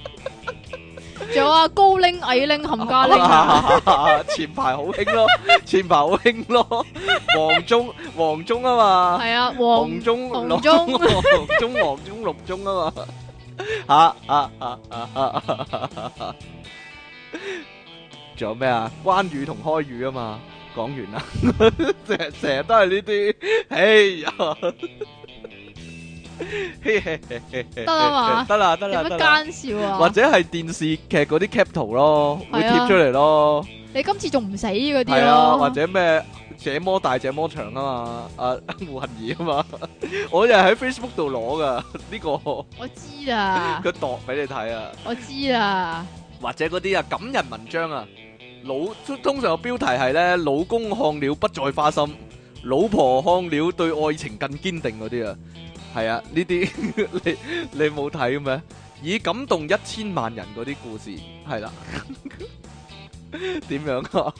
Speaker 1: 仲有啊高拎矮拎冚家
Speaker 2: À,
Speaker 1: 拎啊，
Speaker 2: 啊！前排好興咯，前排好興咯，黃忠黃忠 啊嘛，
Speaker 1: 係啊
Speaker 2: 黃
Speaker 1: 黃
Speaker 2: 忠
Speaker 1: 黃
Speaker 2: 黃
Speaker 1: 忠
Speaker 2: 黃忠黃忠六忠啊嘛，啊啊啊啊啊啊啊啊啊！仲有咩啊？關羽同開羽啊嘛，講完啦， 成成日都係呢啲，哎 呀！得
Speaker 1: 啦 嘛
Speaker 2: 得啦得
Speaker 1: 有
Speaker 2: 啦
Speaker 1: 乜
Speaker 2: 得啦。
Speaker 1: 奸笑啊？
Speaker 2: 或者係電視劇嗰啲 cap 圖咯，會
Speaker 1: 係啊
Speaker 2: 貼出嚟咯，
Speaker 1: 你今次仲唔死嗰
Speaker 2: 係
Speaker 1: 啲
Speaker 2: 啊，
Speaker 1: 咯？
Speaker 2: 或者咩這麼大這麼長啊嘛，啊 胡杏兒啊嘛， 我又喺 Facebook 度攞噶呢個，
Speaker 1: 我知啦，
Speaker 2: 佢度俾你睇啊，
Speaker 1: 我知啦，
Speaker 2: 或者嗰啲啊感人文章啊，老通通常個標題係咧老公看了不再花心，老婆看了對愛情更堅定嗰啲啊，係啊，呢啲 你你冇睇咩？以感動一千萬人嗰啲故事係啦， 點樣 啊？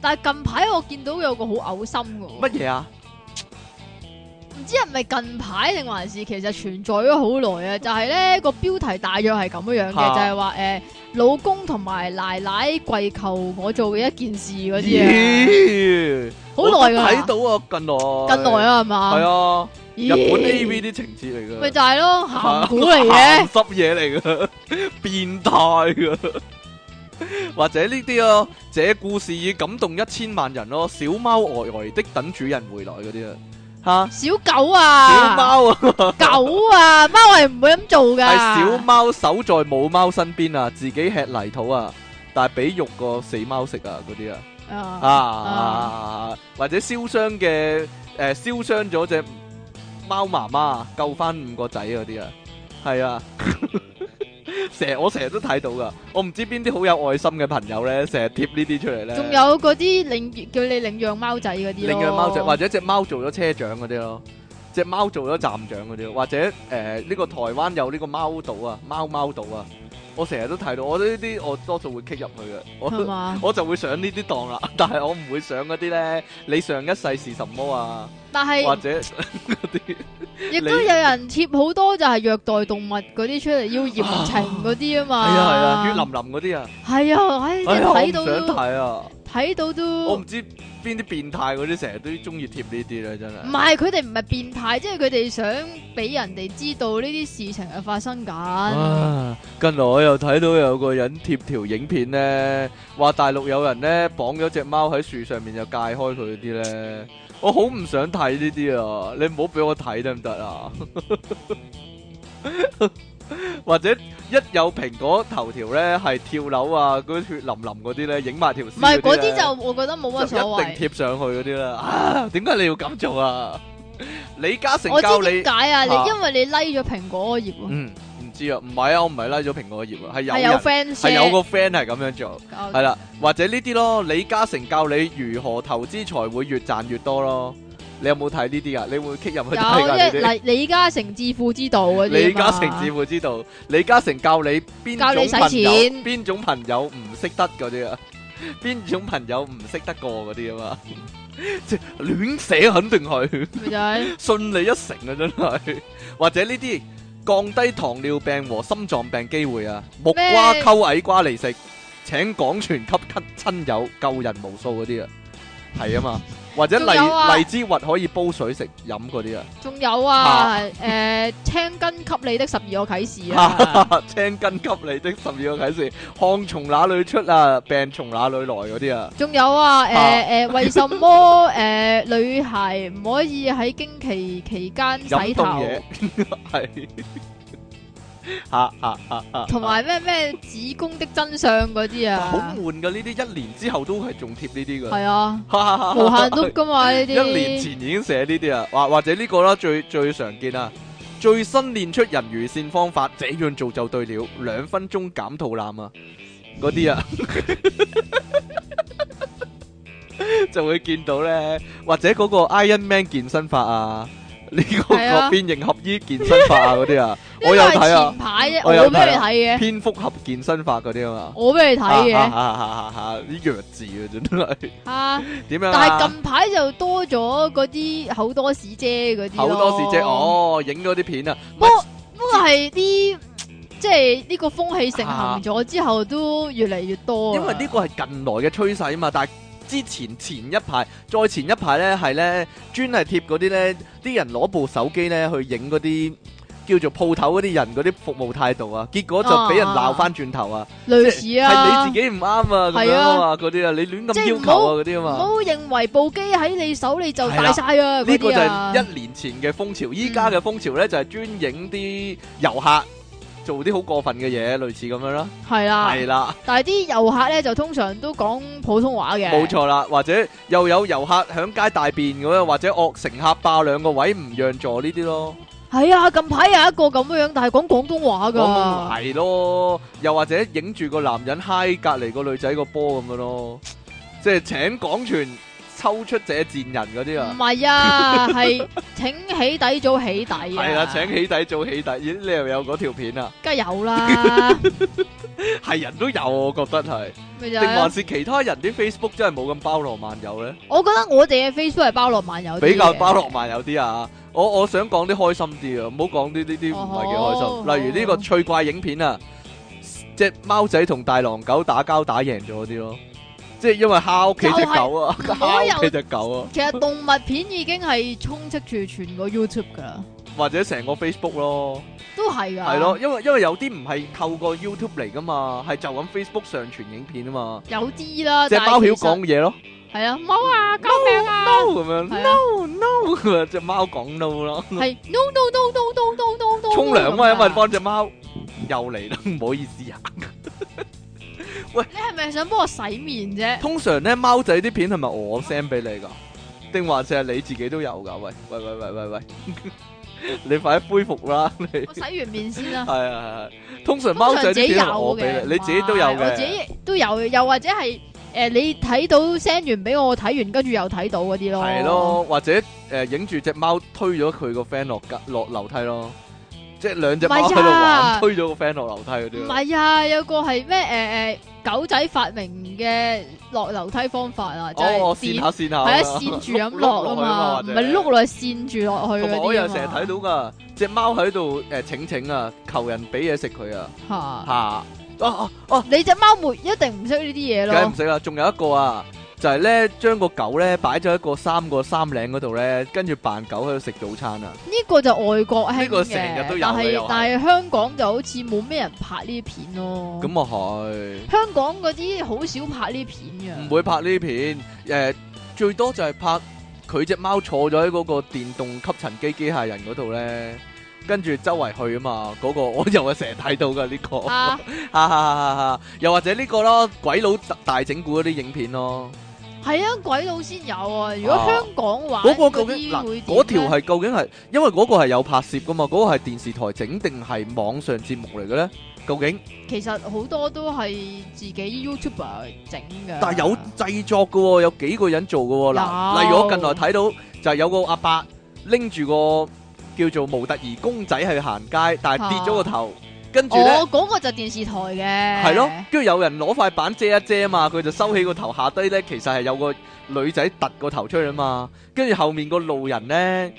Speaker 1: 但係近排我見到有個好嘔心噶，
Speaker 2: 乜嘢啊？
Speaker 1: 唔知係咪近排定還是其實存在咗好耐啊？就係咧個標題大約係咁樣樣嘅，
Speaker 2: 嚇
Speaker 1: 就係話诶老公同埋奶奶跪求我做嘅一件事嗰啲啊，
Speaker 2: 咦
Speaker 1: 好耐噶
Speaker 2: 我都睇到啊，
Speaker 1: 近
Speaker 2: 近來
Speaker 1: 耐啊係嘛？
Speaker 2: 係啊，日
Speaker 1: 咦，
Speaker 2: 本 A V 啲情節嚟
Speaker 1: 咪
Speaker 2: 噶，
Speaker 1: 就係咯鹹股嚟
Speaker 2: 鹹
Speaker 1: 嘅，
Speaker 2: 濕嘢嚟 噶，變態噶。 或者呢啲啊，這故事已感動一千萬人咯，小貓呆呆的等主人回來嗰啲啊，
Speaker 1: 小狗
Speaker 2: 吓
Speaker 1: 啊，
Speaker 2: 小貓啊，
Speaker 1: 狗啊，貓係唔會咁做噶，
Speaker 2: 係小貓守在母貓身邊啊，自己吃泥土啊，但係俾肉個死貓食啊嗰啲啊。
Speaker 1: 啊，
Speaker 2: 啊，或者燒傷嘅誒燒傷咗只貓媽媽，救翻五個仔嗰啲啊，係啊， 成日我成日都睇到噶，我唔知邊啲好有愛心嘅朋友咧，成日貼呢啲出嚟咧，
Speaker 1: 仲有嗰啲領叫你領養貓仔嗰啲咯
Speaker 2: 領養貓仔，或者只貓做咗車長嗰啲咯。只貓做咗站長嗰啲咯，或者誒呢、個台灣有呢個貓島啊，貓貓島啊，我成日都睇到，我呢啲我多數會 kick 入去嘅，我
Speaker 1: 係嘛？
Speaker 2: 我就會上呢啲檔啦， 但係我唔會上嗰啲咧。你上一世是什麼啊？
Speaker 1: 但
Speaker 2: 或
Speaker 1: 係
Speaker 2: 者嗰啲
Speaker 1: 亦都有人貼好多就係虐待動物嗰啲出嚟，要嚴懲嗰啲啊
Speaker 2: 係
Speaker 1: 嘛。
Speaker 2: 啊係啊，血淋淋嗰啲啊，
Speaker 1: 係啊，唉，
Speaker 2: 哎呀，我唔
Speaker 1: 真係睇到
Speaker 2: 想
Speaker 1: 都
Speaker 2: 睇啊！
Speaker 1: 睇到都
Speaker 2: 我唔知邊啲變態嗰啲成日都中意貼呢啲咧，真
Speaker 1: 唔
Speaker 2: 係。
Speaker 1: 係佢哋唔係變態，即係佢哋想俾人哋知道呢啲事情係發生緊。
Speaker 2: 啊！近來我又睇到有個人貼條影片咧，話大陸有人咧綁咗只貓喺樹上面就界開佢嗰啲咧，我好唔想睇呢啲啊！你唔好俾我睇得唔得 啊？或者一有蘋果頭條咧係跳樓啊，嗰啲血淋淋嗰啲咧，影埋條唔
Speaker 1: 唔係嗰啲就我覺得冇乜所
Speaker 2: 一
Speaker 1: 謂。
Speaker 2: 定貼上去嗰啲啦。啊，點解你要咁做啊？李嘉誠
Speaker 1: 我
Speaker 2: 教
Speaker 1: 知
Speaker 2: 你
Speaker 1: 點。解啊？
Speaker 2: 啊
Speaker 1: 你因為你拉咗蘋果嗰頁喎，
Speaker 2: 嗯，唔知啊，唔係啊，我唔係拉咗蘋果葉啊，係有
Speaker 1: 係有
Speaker 2: 人
Speaker 1: friend
Speaker 2: 係有
Speaker 1: share
Speaker 2: 個 friend 係咁樣做，
Speaker 1: 搞
Speaker 2: 係啦，或者呢啲咯，李嘉誠教你如何投資才會越賺越多咯。你有冇睇呢啲啊？你會 kick 入去睇㗎
Speaker 1: 有即
Speaker 2: 呢啲？
Speaker 1: 係李李嘉誠致富之道嗰啲啊嘛
Speaker 2: 李嘉誠致富之道，李嘉誠教你
Speaker 1: 教你
Speaker 2: 邊
Speaker 1: 使
Speaker 2: 種朋友
Speaker 1: 錢
Speaker 2: 邊種朋友唔識得嗰啲啊， 邊種朋友唔識得過嗰啲啊嘛， 即係亂寫肯定係。
Speaker 1: 咪就係
Speaker 2: 信你一成啊，真係。 或者呢啲降低糖尿病和心臟病機會啊，木瓜
Speaker 1: 咩
Speaker 2: 溝矮瓜嚟食，請廣傳給咳親友，救人無數嗰啲啊，係啊嘛。或者
Speaker 1: 仲有啊
Speaker 2: 荔荔枝核可以煲水食飲嗰啲啊，
Speaker 1: 仲有啊誒青筋給你的十二個啟示啊！
Speaker 2: 啊青筋給你的十二個啟示，汗從哪裏出啊，病從哪裏來嗰啲啊，
Speaker 1: 仲有啊，誒、
Speaker 2: 啊
Speaker 1: 誒、為什麼誒、女孩唔可以喺經期期間洗
Speaker 2: 飲凍
Speaker 1: 頭，
Speaker 2: 嘢 係。 嚇嚇嚇嚇！
Speaker 1: 同埋咩咩子宮的真相嗰啲
Speaker 2: 好
Speaker 1: 啊，
Speaker 2: 悶噶呢啲，一年之後都係仲貼呢啲噶。
Speaker 1: 係啊，無
Speaker 2: 無
Speaker 1: 限碌噶嘛呢
Speaker 2: 一年
Speaker 1: 啲，
Speaker 2: 前已經寫呢啲啊，或或者呢個啦，最最常見啊，最新練出人魚線方法，這樣做就對了，兩分鐘減肚腩啊，嗰啲啊，就會見到咧，或者嗰個 Iron Man 健身法啊，呢、個
Speaker 1: 係啊
Speaker 2: 個變形合衣健身法啊嗰啲啊，我有
Speaker 1: 呢個係
Speaker 2: 睇啊
Speaker 1: 前，排啫，
Speaker 2: 我有
Speaker 1: 我俾
Speaker 2: 睇
Speaker 1: 你
Speaker 2: 啊
Speaker 1: 睇嘅，
Speaker 2: 蝙蝠俠健身法嗰啲啊嘛。
Speaker 1: 我俾你睇
Speaker 2: 啊啊
Speaker 1: 嘅
Speaker 2: 啊啊啊啊！啲弱智啊，真係
Speaker 1: 嚇，
Speaker 2: 點樣啊？
Speaker 1: 但係近排就多咗嗰啲好多士姐嗰啲
Speaker 2: 好多
Speaker 1: 咯
Speaker 2: 時啫，哦，影嗰啲片啊，
Speaker 1: 不過不過係啲即係呢個風氣盛行咗之後，都越嚟越多啊。
Speaker 2: 因為呢個係近來嘅趨勢啊嘛，但係之前前一排，再前一排咧係咧專係貼嗰啲咧，啲人攞部手機咧去影嗰啲。叫做鋪頭嗰啲人嗰啲服務態度啊，結果就俾人鬧翻轉頭啊！
Speaker 1: 類
Speaker 2: 即
Speaker 1: 似
Speaker 2: 係係
Speaker 1: 啊，
Speaker 2: 你自己唔啱啊，咁樣啊嘛，嗰啲啊，你
Speaker 1: 即
Speaker 2: 亂咁
Speaker 1: 係
Speaker 2: 要
Speaker 1: 唔
Speaker 2: 求啊，
Speaker 1: 好
Speaker 2: 嗰啲啊
Speaker 1: 唔
Speaker 2: 嘛。
Speaker 1: 好認為部機喺你手你就大晒啊！
Speaker 2: 呢
Speaker 1: 個
Speaker 2: 個就係一年前嘅風潮，依家嘅風潮咧就係專影啲遊客做啲好過分嘅嘢，類似咁樣啦，
Speaker 1: 係啦，
Speaker 2: 係啦。
Speaker 1: 但係啲遊客咧就通常都講普通話嘅，
Speaker 2: 冇，錯啦，或者又有遊客響街大便咁樣，或者惡乘客霸兩個位唔讓座呢啲咯，
Speaker 1: 係啊，近排有一個咁樣，但係講廣東話
Speaker 2: 咁
Speaker 1: 㗎，
Speaker 2: 係咯，又或者影住個男人嗨隔離個女仔個波咁樣咯，即係請廣傳抽出者賤人嗰啲
Speaker 1: 唔
Speaker 2: 啊，
Speaker 1: 系 啊，系请起底早起底啊，
Speaker 2: 係啦，請起底做起底，咦，你又有嗰條片啊？
Speaker 1: 梗系有 啦，
Speaker 2: 係人都有，我覺得係，
Speaker 1: 咪就
Speaker 2: 定還
Speaker 1: 係
Speaker 2: 是其他人啲 Facebook 真係冇咁包羅萬有咧？
Speaker 1: 我覺得我哋嘅 Facebook 係包羅萬有啲嘅，
Speaker 2: 比較包羅萬有啲啊！我我想講啲開心啲啊，唔好講啲呢啲唔係幾
Speaker 1: 哦
Speaker 2: 開
Speaker 1: 好
Speaker 2: 心。例如呢個趣怪影片啊，只貓仔同大狼狗打交打贏咗嗰啲咯，即係因為蝦屋企只狗啊，
Speaker 1: 就係
Speaker 2: 蝦屋企只狗啊，
Speaker 1: 其實動物片已經係充斥住全個 YouTube 噶啦，
Speaker 2: 或者成個 Facebook 咯，
Speaker 1: 都係㗎。
Speaker 2: 係咯，，因為因為有啲唔係透過 YouTube 嚟噶嘛，係就咁 Facebook 上傳影片啊嘛，
Speaker 1: 有啲啦。
Speaker 2: 只貓曉
Speaker 1: 講
Speaker 2: 講嘢咯
Speaker 1: 係啊，貓啊，救命啊！
Speaker 2: ，no 咁樣
Speaker 1: 係啊
Speaker 2: ，no no 咁樣，只貓講 no 咯。
Speaker 1: 係 no no no no no no no no。
Speaker 2: 沖涼啊，因為幫只貓又嚟啦，唔好意思啊。
Speaker 1: 你係咪想幫我洗面 啫？
Speaker 2: 通常咧貓仔啲片係咪我 send 俾你噶？定還是係你自己都有噶？喂喂喂喂喂 喂，你快啲恢復啦！ 你係
Speaker 1: 我洗完面先啦。
Speaker 2: 啊係啊係啊，通常貓
Speaker 1: 通常
Speaker 2: 仔
Speaker 1: 自
Speaker 2: 啲
Speaker 1: 己有
Speaker 2: 片係我俾
Speaker 1: 嘅，
Speaker 2: 你，你自己都有
Speaker 1: 唔係我自
Speaker 2: 嘅。
Speaker 1: 己都有，又或者係誒你睇到 send 完俾我，我睇完跟住又睇到嗰啲咯。
Speaker 2: 係，咯，或者誒影住只貓推咗佢個 friend 落街落樓梯咯，即係兩隻貓喺度
Speaker 1: 唔係
Speaker 2: 玩
Speaker 1: 啊
Speaker 2: 推咗個 friend 落樓梯嗰啲
Speaker 1: 唔
Speaker 2: 咯。
Speaker 1: 係啊，有個係咩誒誒狗仔發明嘅落樓梯方法啊，就
Speaker 2: 哦，我
Speaker 1: 係
Speaker 2: 跣
Speaker 1: 點
Speaker 2: 下跣下，
Speaker 1: 係啊，跣住咁落啊嘛，
Speaker 2: 碌落
Speaker 1: 唔
Speaker 2: 去啊嘛或者
Speaker 1: 係碌落去跣住落去嗰啲啊
Speaker 2: 同埋
Speaker 1: 嘛
Speaker 2: 我又成日睇到噶，只貓喺度誒請請啊，求人俾嘢食佢啊，嚇
Speaker 1: 嚇
Speaker 2: 啊啊啊！
Speaker 1: 你只貓沒一定唔識呢啲嘢
Speaker 2: 梗係唔
Speaker 1: 咯，
Speaker 2: 識啦，仲有一個啊，就係咧將個狗咧擺咗喺個三個衫領嗰度咧，跟住扮狗喺度食早餐啊！
Speaker 1: 呢個就外國
Speaker 2: 呢
Speaker 1: 興
Speaker 2: 個
Speaker 1: 嘅，
Speaker 2: 成日都有
Speaker 1: 但
Speaker 2: 嘅又係
Speaker 1: 係但係香港就好似冇咩人拍呢啲片咯。
Speaker 2: 咁啊係，
Speaker 1: 香港嗰啲好少拍呢啲片嘅，
Speaker 2: 唔會拍呢啲片，誒、最多就係拍佢只貓坐咗喺嗰個電動吸塵機機械人嗰度咧，跟住周圍去啊嘛，嗰、個我又係成日睇到噶呢、個。
Speaker 1: 啊，
Speaker 2: 哈哈哈！哈又或者呢個咯，鬼佬大大整蠱嗰啲影片咯，
Speaker 1: 係啊，鬼佬先有啊。如果
Speaker 2: 啊
Speaker 1: 香港玩
Speaker 2: 嗰、個
Speaker 1: 嗰
Speaker 2: 究竟
Speaker 1: 啲會
Speaker 2: 嗱，
Speaker 1: 點
Speaker 2: 嗰條
Speaker 1: 咧
Speaker 2: 係究竟係因為嗰個係有拍攝噶嘛，嗰、個係電視台整定係網上節目嚟嘅咧？究竟？
Speaker 1: 其實好多都係自己 YouTuber 整嘅，
Speaker 2: 但係有製作嘅喎，有幾個人做嘅喎。
Speaker 1: 有
Speaker 2: 嗱，例如我近來睇到就係有個阿伯拎住個叫做模特兒公仔去行街，但係跌咗個頭，跟住咧
Speaker 1: 哦，嗰個就電視台嘅，
Speaker 2: 係咯，跟住有人攞塊板遮一遮嘛，佢就收起個頭下低咧，其實係有個女仔突個頭出去啊嘛，跟住後面個路人咧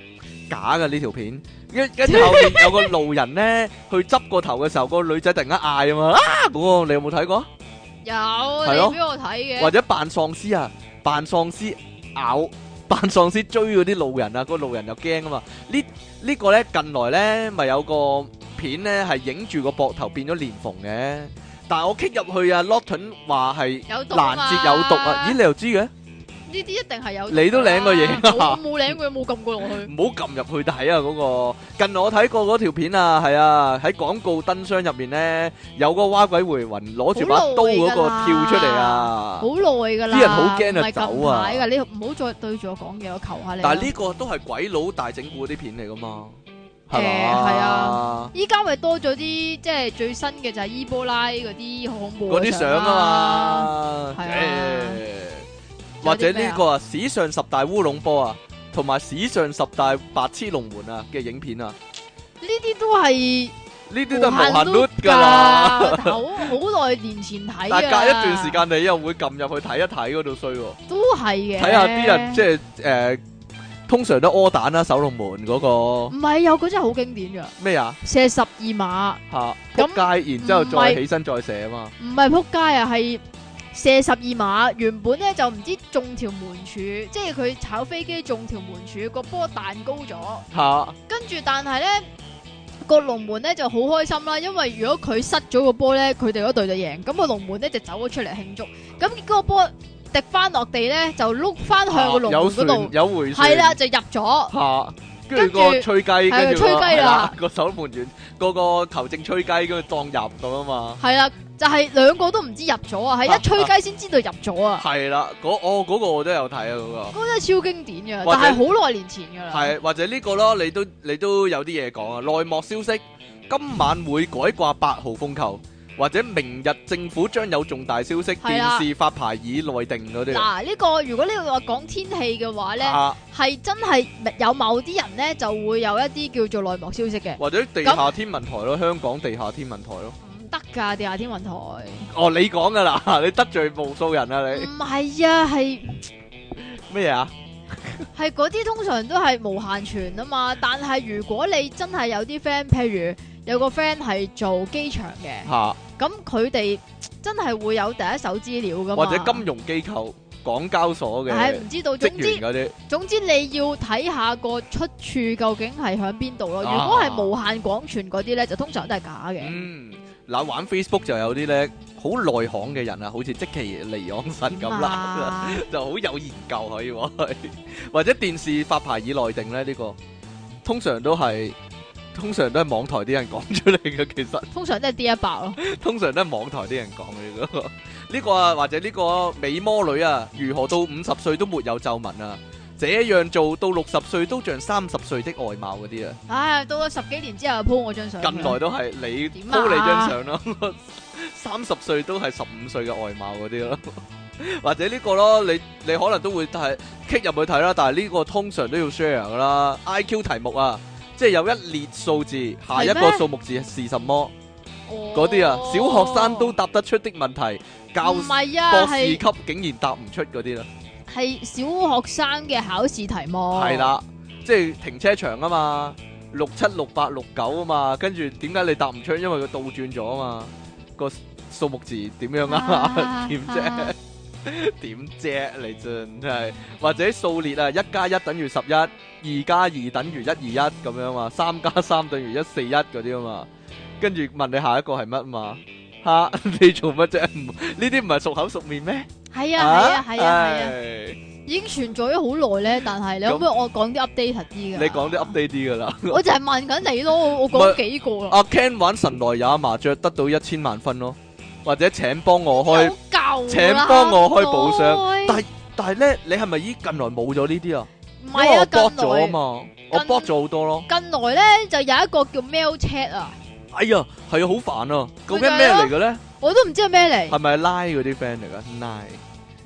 Speaker 2: 假嘅呢條片，跟跟住後面有個路人咧去執個頭嘅時候，個女仔突然間嗌啊嘛，啊嗰個你有冇睇過啊？
Speaker 1: 有
Speaker 2: 係咯
Speaker 1: 你俾我睇嘅，
Speaker 2: 或者扮喪屍啊，扮喪屍咬， 扮喪屍追嗰啲路人啊，嗰個路人又驚啊嘛。呢呢個咧近來咧咪有個片咧係影住個膊頭變咗連縫嘅，但係我 kick 入去啊，Lawton 話係
Speaker 1: 有毒啊
Speaker 2: 攔
Speaker 1: 嘛
Speaker 2: 截有毒啊，咦你又知嘅？
Speaker 1: 呢啲一定係有，
Speaker 2: 你都領過嘢啊嗯
Speaker 1: 我冇領過，冇撳過落去。
Speaker 2: 唔好撳入去睇啊！嗰、個近來我睇過嗰條片啊，係啊，喺廣告燈箱入面咧有個蛙鬼回魂攞住把
Speaker 1: 好耐㗎
Speaker 2: 刀嗰個
Speaker 1: 啦
Speaker 2: 跳出嚟啊！
Speaker 1: 好耐噶啦，
Speaker 2: 啲人好驚啊
Speaker 1: 唔係
Speaker 2: 走
Speaker 1: 近
Speaker 2: 啊
Speaker 1: 排噶，你唔好再對住我講嘢，我求下你啦。
Speaker 2: 但係呢個都係鬼佬大整蠱啲片嚟噶嘛，係
Speaker 1: 誒
Speaker 2: 嘛？
Speaker 1: 係啊，依家咪多咗啲，即係最新嘅就係伊波拉嗰啲好恐怖
Speaker 2: 嗰
Speaker 1: 嘅
Speaker 2: 啲相啊
Speaker 1: 啦
Speaker 2: 啊嘛，
Speaker 1: 係啊
Speaker 2: 誒或者呢個啊史上十大烏龍波啊，同埋史上十大白痴龍門啊嘅影片啊，
Speaker 1: 呢啲都係
Speaker 2: 呢啲都係無限
Speaker 1: loop
Speaker 2: loop 㗎啦。
Speaker 1: 㗎，哎頭好耐年前睇啊
Speaker 2: 但
Speaker 1: 㗎
Speaker 2: 係隔一段時間你又會撳入去睇一睇嗰度衰喎，
Speaker 1: 都係嘅。
Speaker 2: 睇下啲人即係誒，通常都屙蛋啦，啊守龍門嗰個
Speaker 1: 唔係有個真係好經典㗎，
Speaker 2: 咩啊
Speaker 1: 射十二碼
Speaker 2: 嚇
Speaker 1: 咁
Speaker 2: 撲街，然之後
Speaker 1: 唔
Speaker 2: 再
Speaker 1: 係
Speaker 2: 起身再射啊嘛，
Speaker 1: 唔係撲街啊，係射十二碼。原本咧就唔知中條門柱，即係佢炒飛機中條門柱，個波彈高咗。
Speaker 2: 嚇
Speaker 1: 跟住但係咧個龍門咧就好開心啦，因為如果佢失咗個波咧，佢哋嗰隊就贏。咁、個龍門咧就走咗出嚟慶祝。咁結果個波滴翻落地咧，就碌翻向個龍門
Speaker 2: 有
Speaker 1: 嗰
Speaker 2: 旋
Speaker 1: 度，
Speaker 2: 有回旋
Speaker 1: 係啦就入咗。
Speaker 2: 吓，跟住個
Speaker 1: 跟住
Speaker 2: 吹雞，跟住
Speaker 1: 係吹雞啦
Speaker 2: 係啦個守門員個個球證吹雞，跟住當入咁啊嘛，
Speaker 1: 係啦，就係、兩個都唔知入咗啊，係一吹雞先知道入咗啊！
Speaker 2: 係啦，嗰哦嗰個我都有睇啊嗰個。
Speaker 1: 嗰個真係超經典嘅，
Speaker 2: 或
Speaker 1: 但
Speaker 2: 者
Speaker 1: 係好啊耐年前㗎啦。
Speaker 2: 係或者呢個咯，你都你都有啲嘢講啊！內幕消息，今晚會改掛八號風球。或者明日政府將有重大消息，
Speaker 1: 係啊
Speaker 2: 電視發牌以內定嗰啲啊。
Speaker 1: 嗱，呢個如果呢個話講天氣嘅話咧，
Speaker 2: 啊
Speaker 1: 係真係有某啲人咧就會有一啲叫做內幕消息嘅，
Speaker 2: 或者地下天文台咯，香港地下天文台咯。
Speaker 1: 唔得㗎，地下天文台唔
Speaker 2: 哦，你講噶啦， 你得罪無數人啊！你
Speaker 1: 係啊，係
Speaker 2: 咩啊？
Speaker 1: 係嗰啲通常都係無限傳啊嘛。但係如果你真係有啲 friend，譬如有個 friend 係做機場嘅，
Speaker 2: 吓，
Speaker 1: 咁佢哋真係會有第一手資料㗎嘛。
Speaker 2: 或者金融機構、港交所
Speaker 1: 唉
Speaker 2: 嘅
Speaker 1: 唔知道，
Speaker 2: 職
Speaker 1: 總之
Speaker 2: 員。嗰啲，
Speaker 1: 總之你要睇下個出處究竟係喺邊度咯。
Speaker 2: 啊
Speaker 1: 如果係無限廣傳嗰啲咧，就通常都係假嘅。
Speaker 2: 嗯，嗱玩 Facebook 就有啲咧好內行嘅人啊，好似即其離岸神咁
Speaker 1: 點
Speaker 2: 啦，
Speaker 1: 啊
Speaker 2: 就好有研究可以話係，或者電視發牌以內定咧呢個，通常都係。通常都係網台啲人講出嚟嘅， 其實
Speaker 1: 通常都係 D 一百咯。
Speaker 2: 通常都係網台啲人講嘅呢個呢個啊，或者呢個美魔女啊，如何到五十歲都沒有皺紋啊？這樣做到六十歲都像三十歲的外貌嗰啲啊！
Speaker 1: 唉，到咗十幾年之後 po 我張相。
Speaker 2: 近來都係你
Speaker 1: 點啊
Speaker 2: po 你張相咯， 三十歲都係十五歲嘅外貌嗰啲咯， 或者呢個咯，你你可能都會睇 click 入去睇啦，但係呢個通常都要 share 噶啦。IQ 題目啊，即係有一列數字，下一
Speaker 1: 係
Speaker 2: 個
Speaker 1: 咩
Speaker 2: 數目字是什麼
Speaker 1: 哦
Speaker 2: 嗰啲啊，小學生都答得出的問題，教
Speaker 1: 唔係啊，
Speaker 2: 博士
Speaker 1: 係
Speaker 2: 級竟然答唔出嗰啲啦，
Speaker 1: 係小學生嘅考試題目。
Speaker 2: 係，啦，即係停車場啊嘛，六七六八六九啊嘛，跟住點解你答唔出？因為佢倒轉咗啊嘛，個數目字點樣啊？ 點啫？點啫？你真係或者數列啊，一加一等於十一，二加二等於一二一咁樣嘛，三加三等於一四一嗰啲啊嘛，跟住問你下一個係乜嘛？ 吓，你做乜啫？唔呢啲唔係熟口熟面咩？
Speaker 1: 係啊係啊係啊係啊，
Speaker 2: 唉
Speaker 1: 已經存在咗好耐咧。但係你可唔可以我講啲 update 啲㗎？
Speaker 2: 你講啲 update 啲噶啦。
Speaker 1: 我就係問緊你咯，我我講幾個啦。
Speaker 2: 阿 Ken 玩神來也麻雀得到一千萬分咯，或者請幫我開，
Speaker 1: 好舊
Speaker 2: 請
Speaker 1: 啦
Speaker 2: 幫我開寶箱
Speaker 1: 開
Speaker 2: 但係咧你係咪依近來冇咗呢啲啊？
Speaker 1: 唔
Speaker 2: 因為
Speaker 1: 係
Speaker 2: 我
Speaker 1: 啊，
Speaker 2: block
Speaker 1: 近
Speaker 2: 咗啊
Speaker 1: 來
Speaker 2: 嘛，我 block 咗好多咯。
Speaker 1: 近來咧就有一個叫 Mail Chat 啊，
Speaker 2: 哎呀，係啊，好煩啊！究
Speaker 1: 咪就係咯
Speaker 2: 竟咩嚟嘅咧？
Speaker 1: 我都唔知係咩嚟。
Speaker 2: 係咪拉嗰啲 friend 嚟噶？拉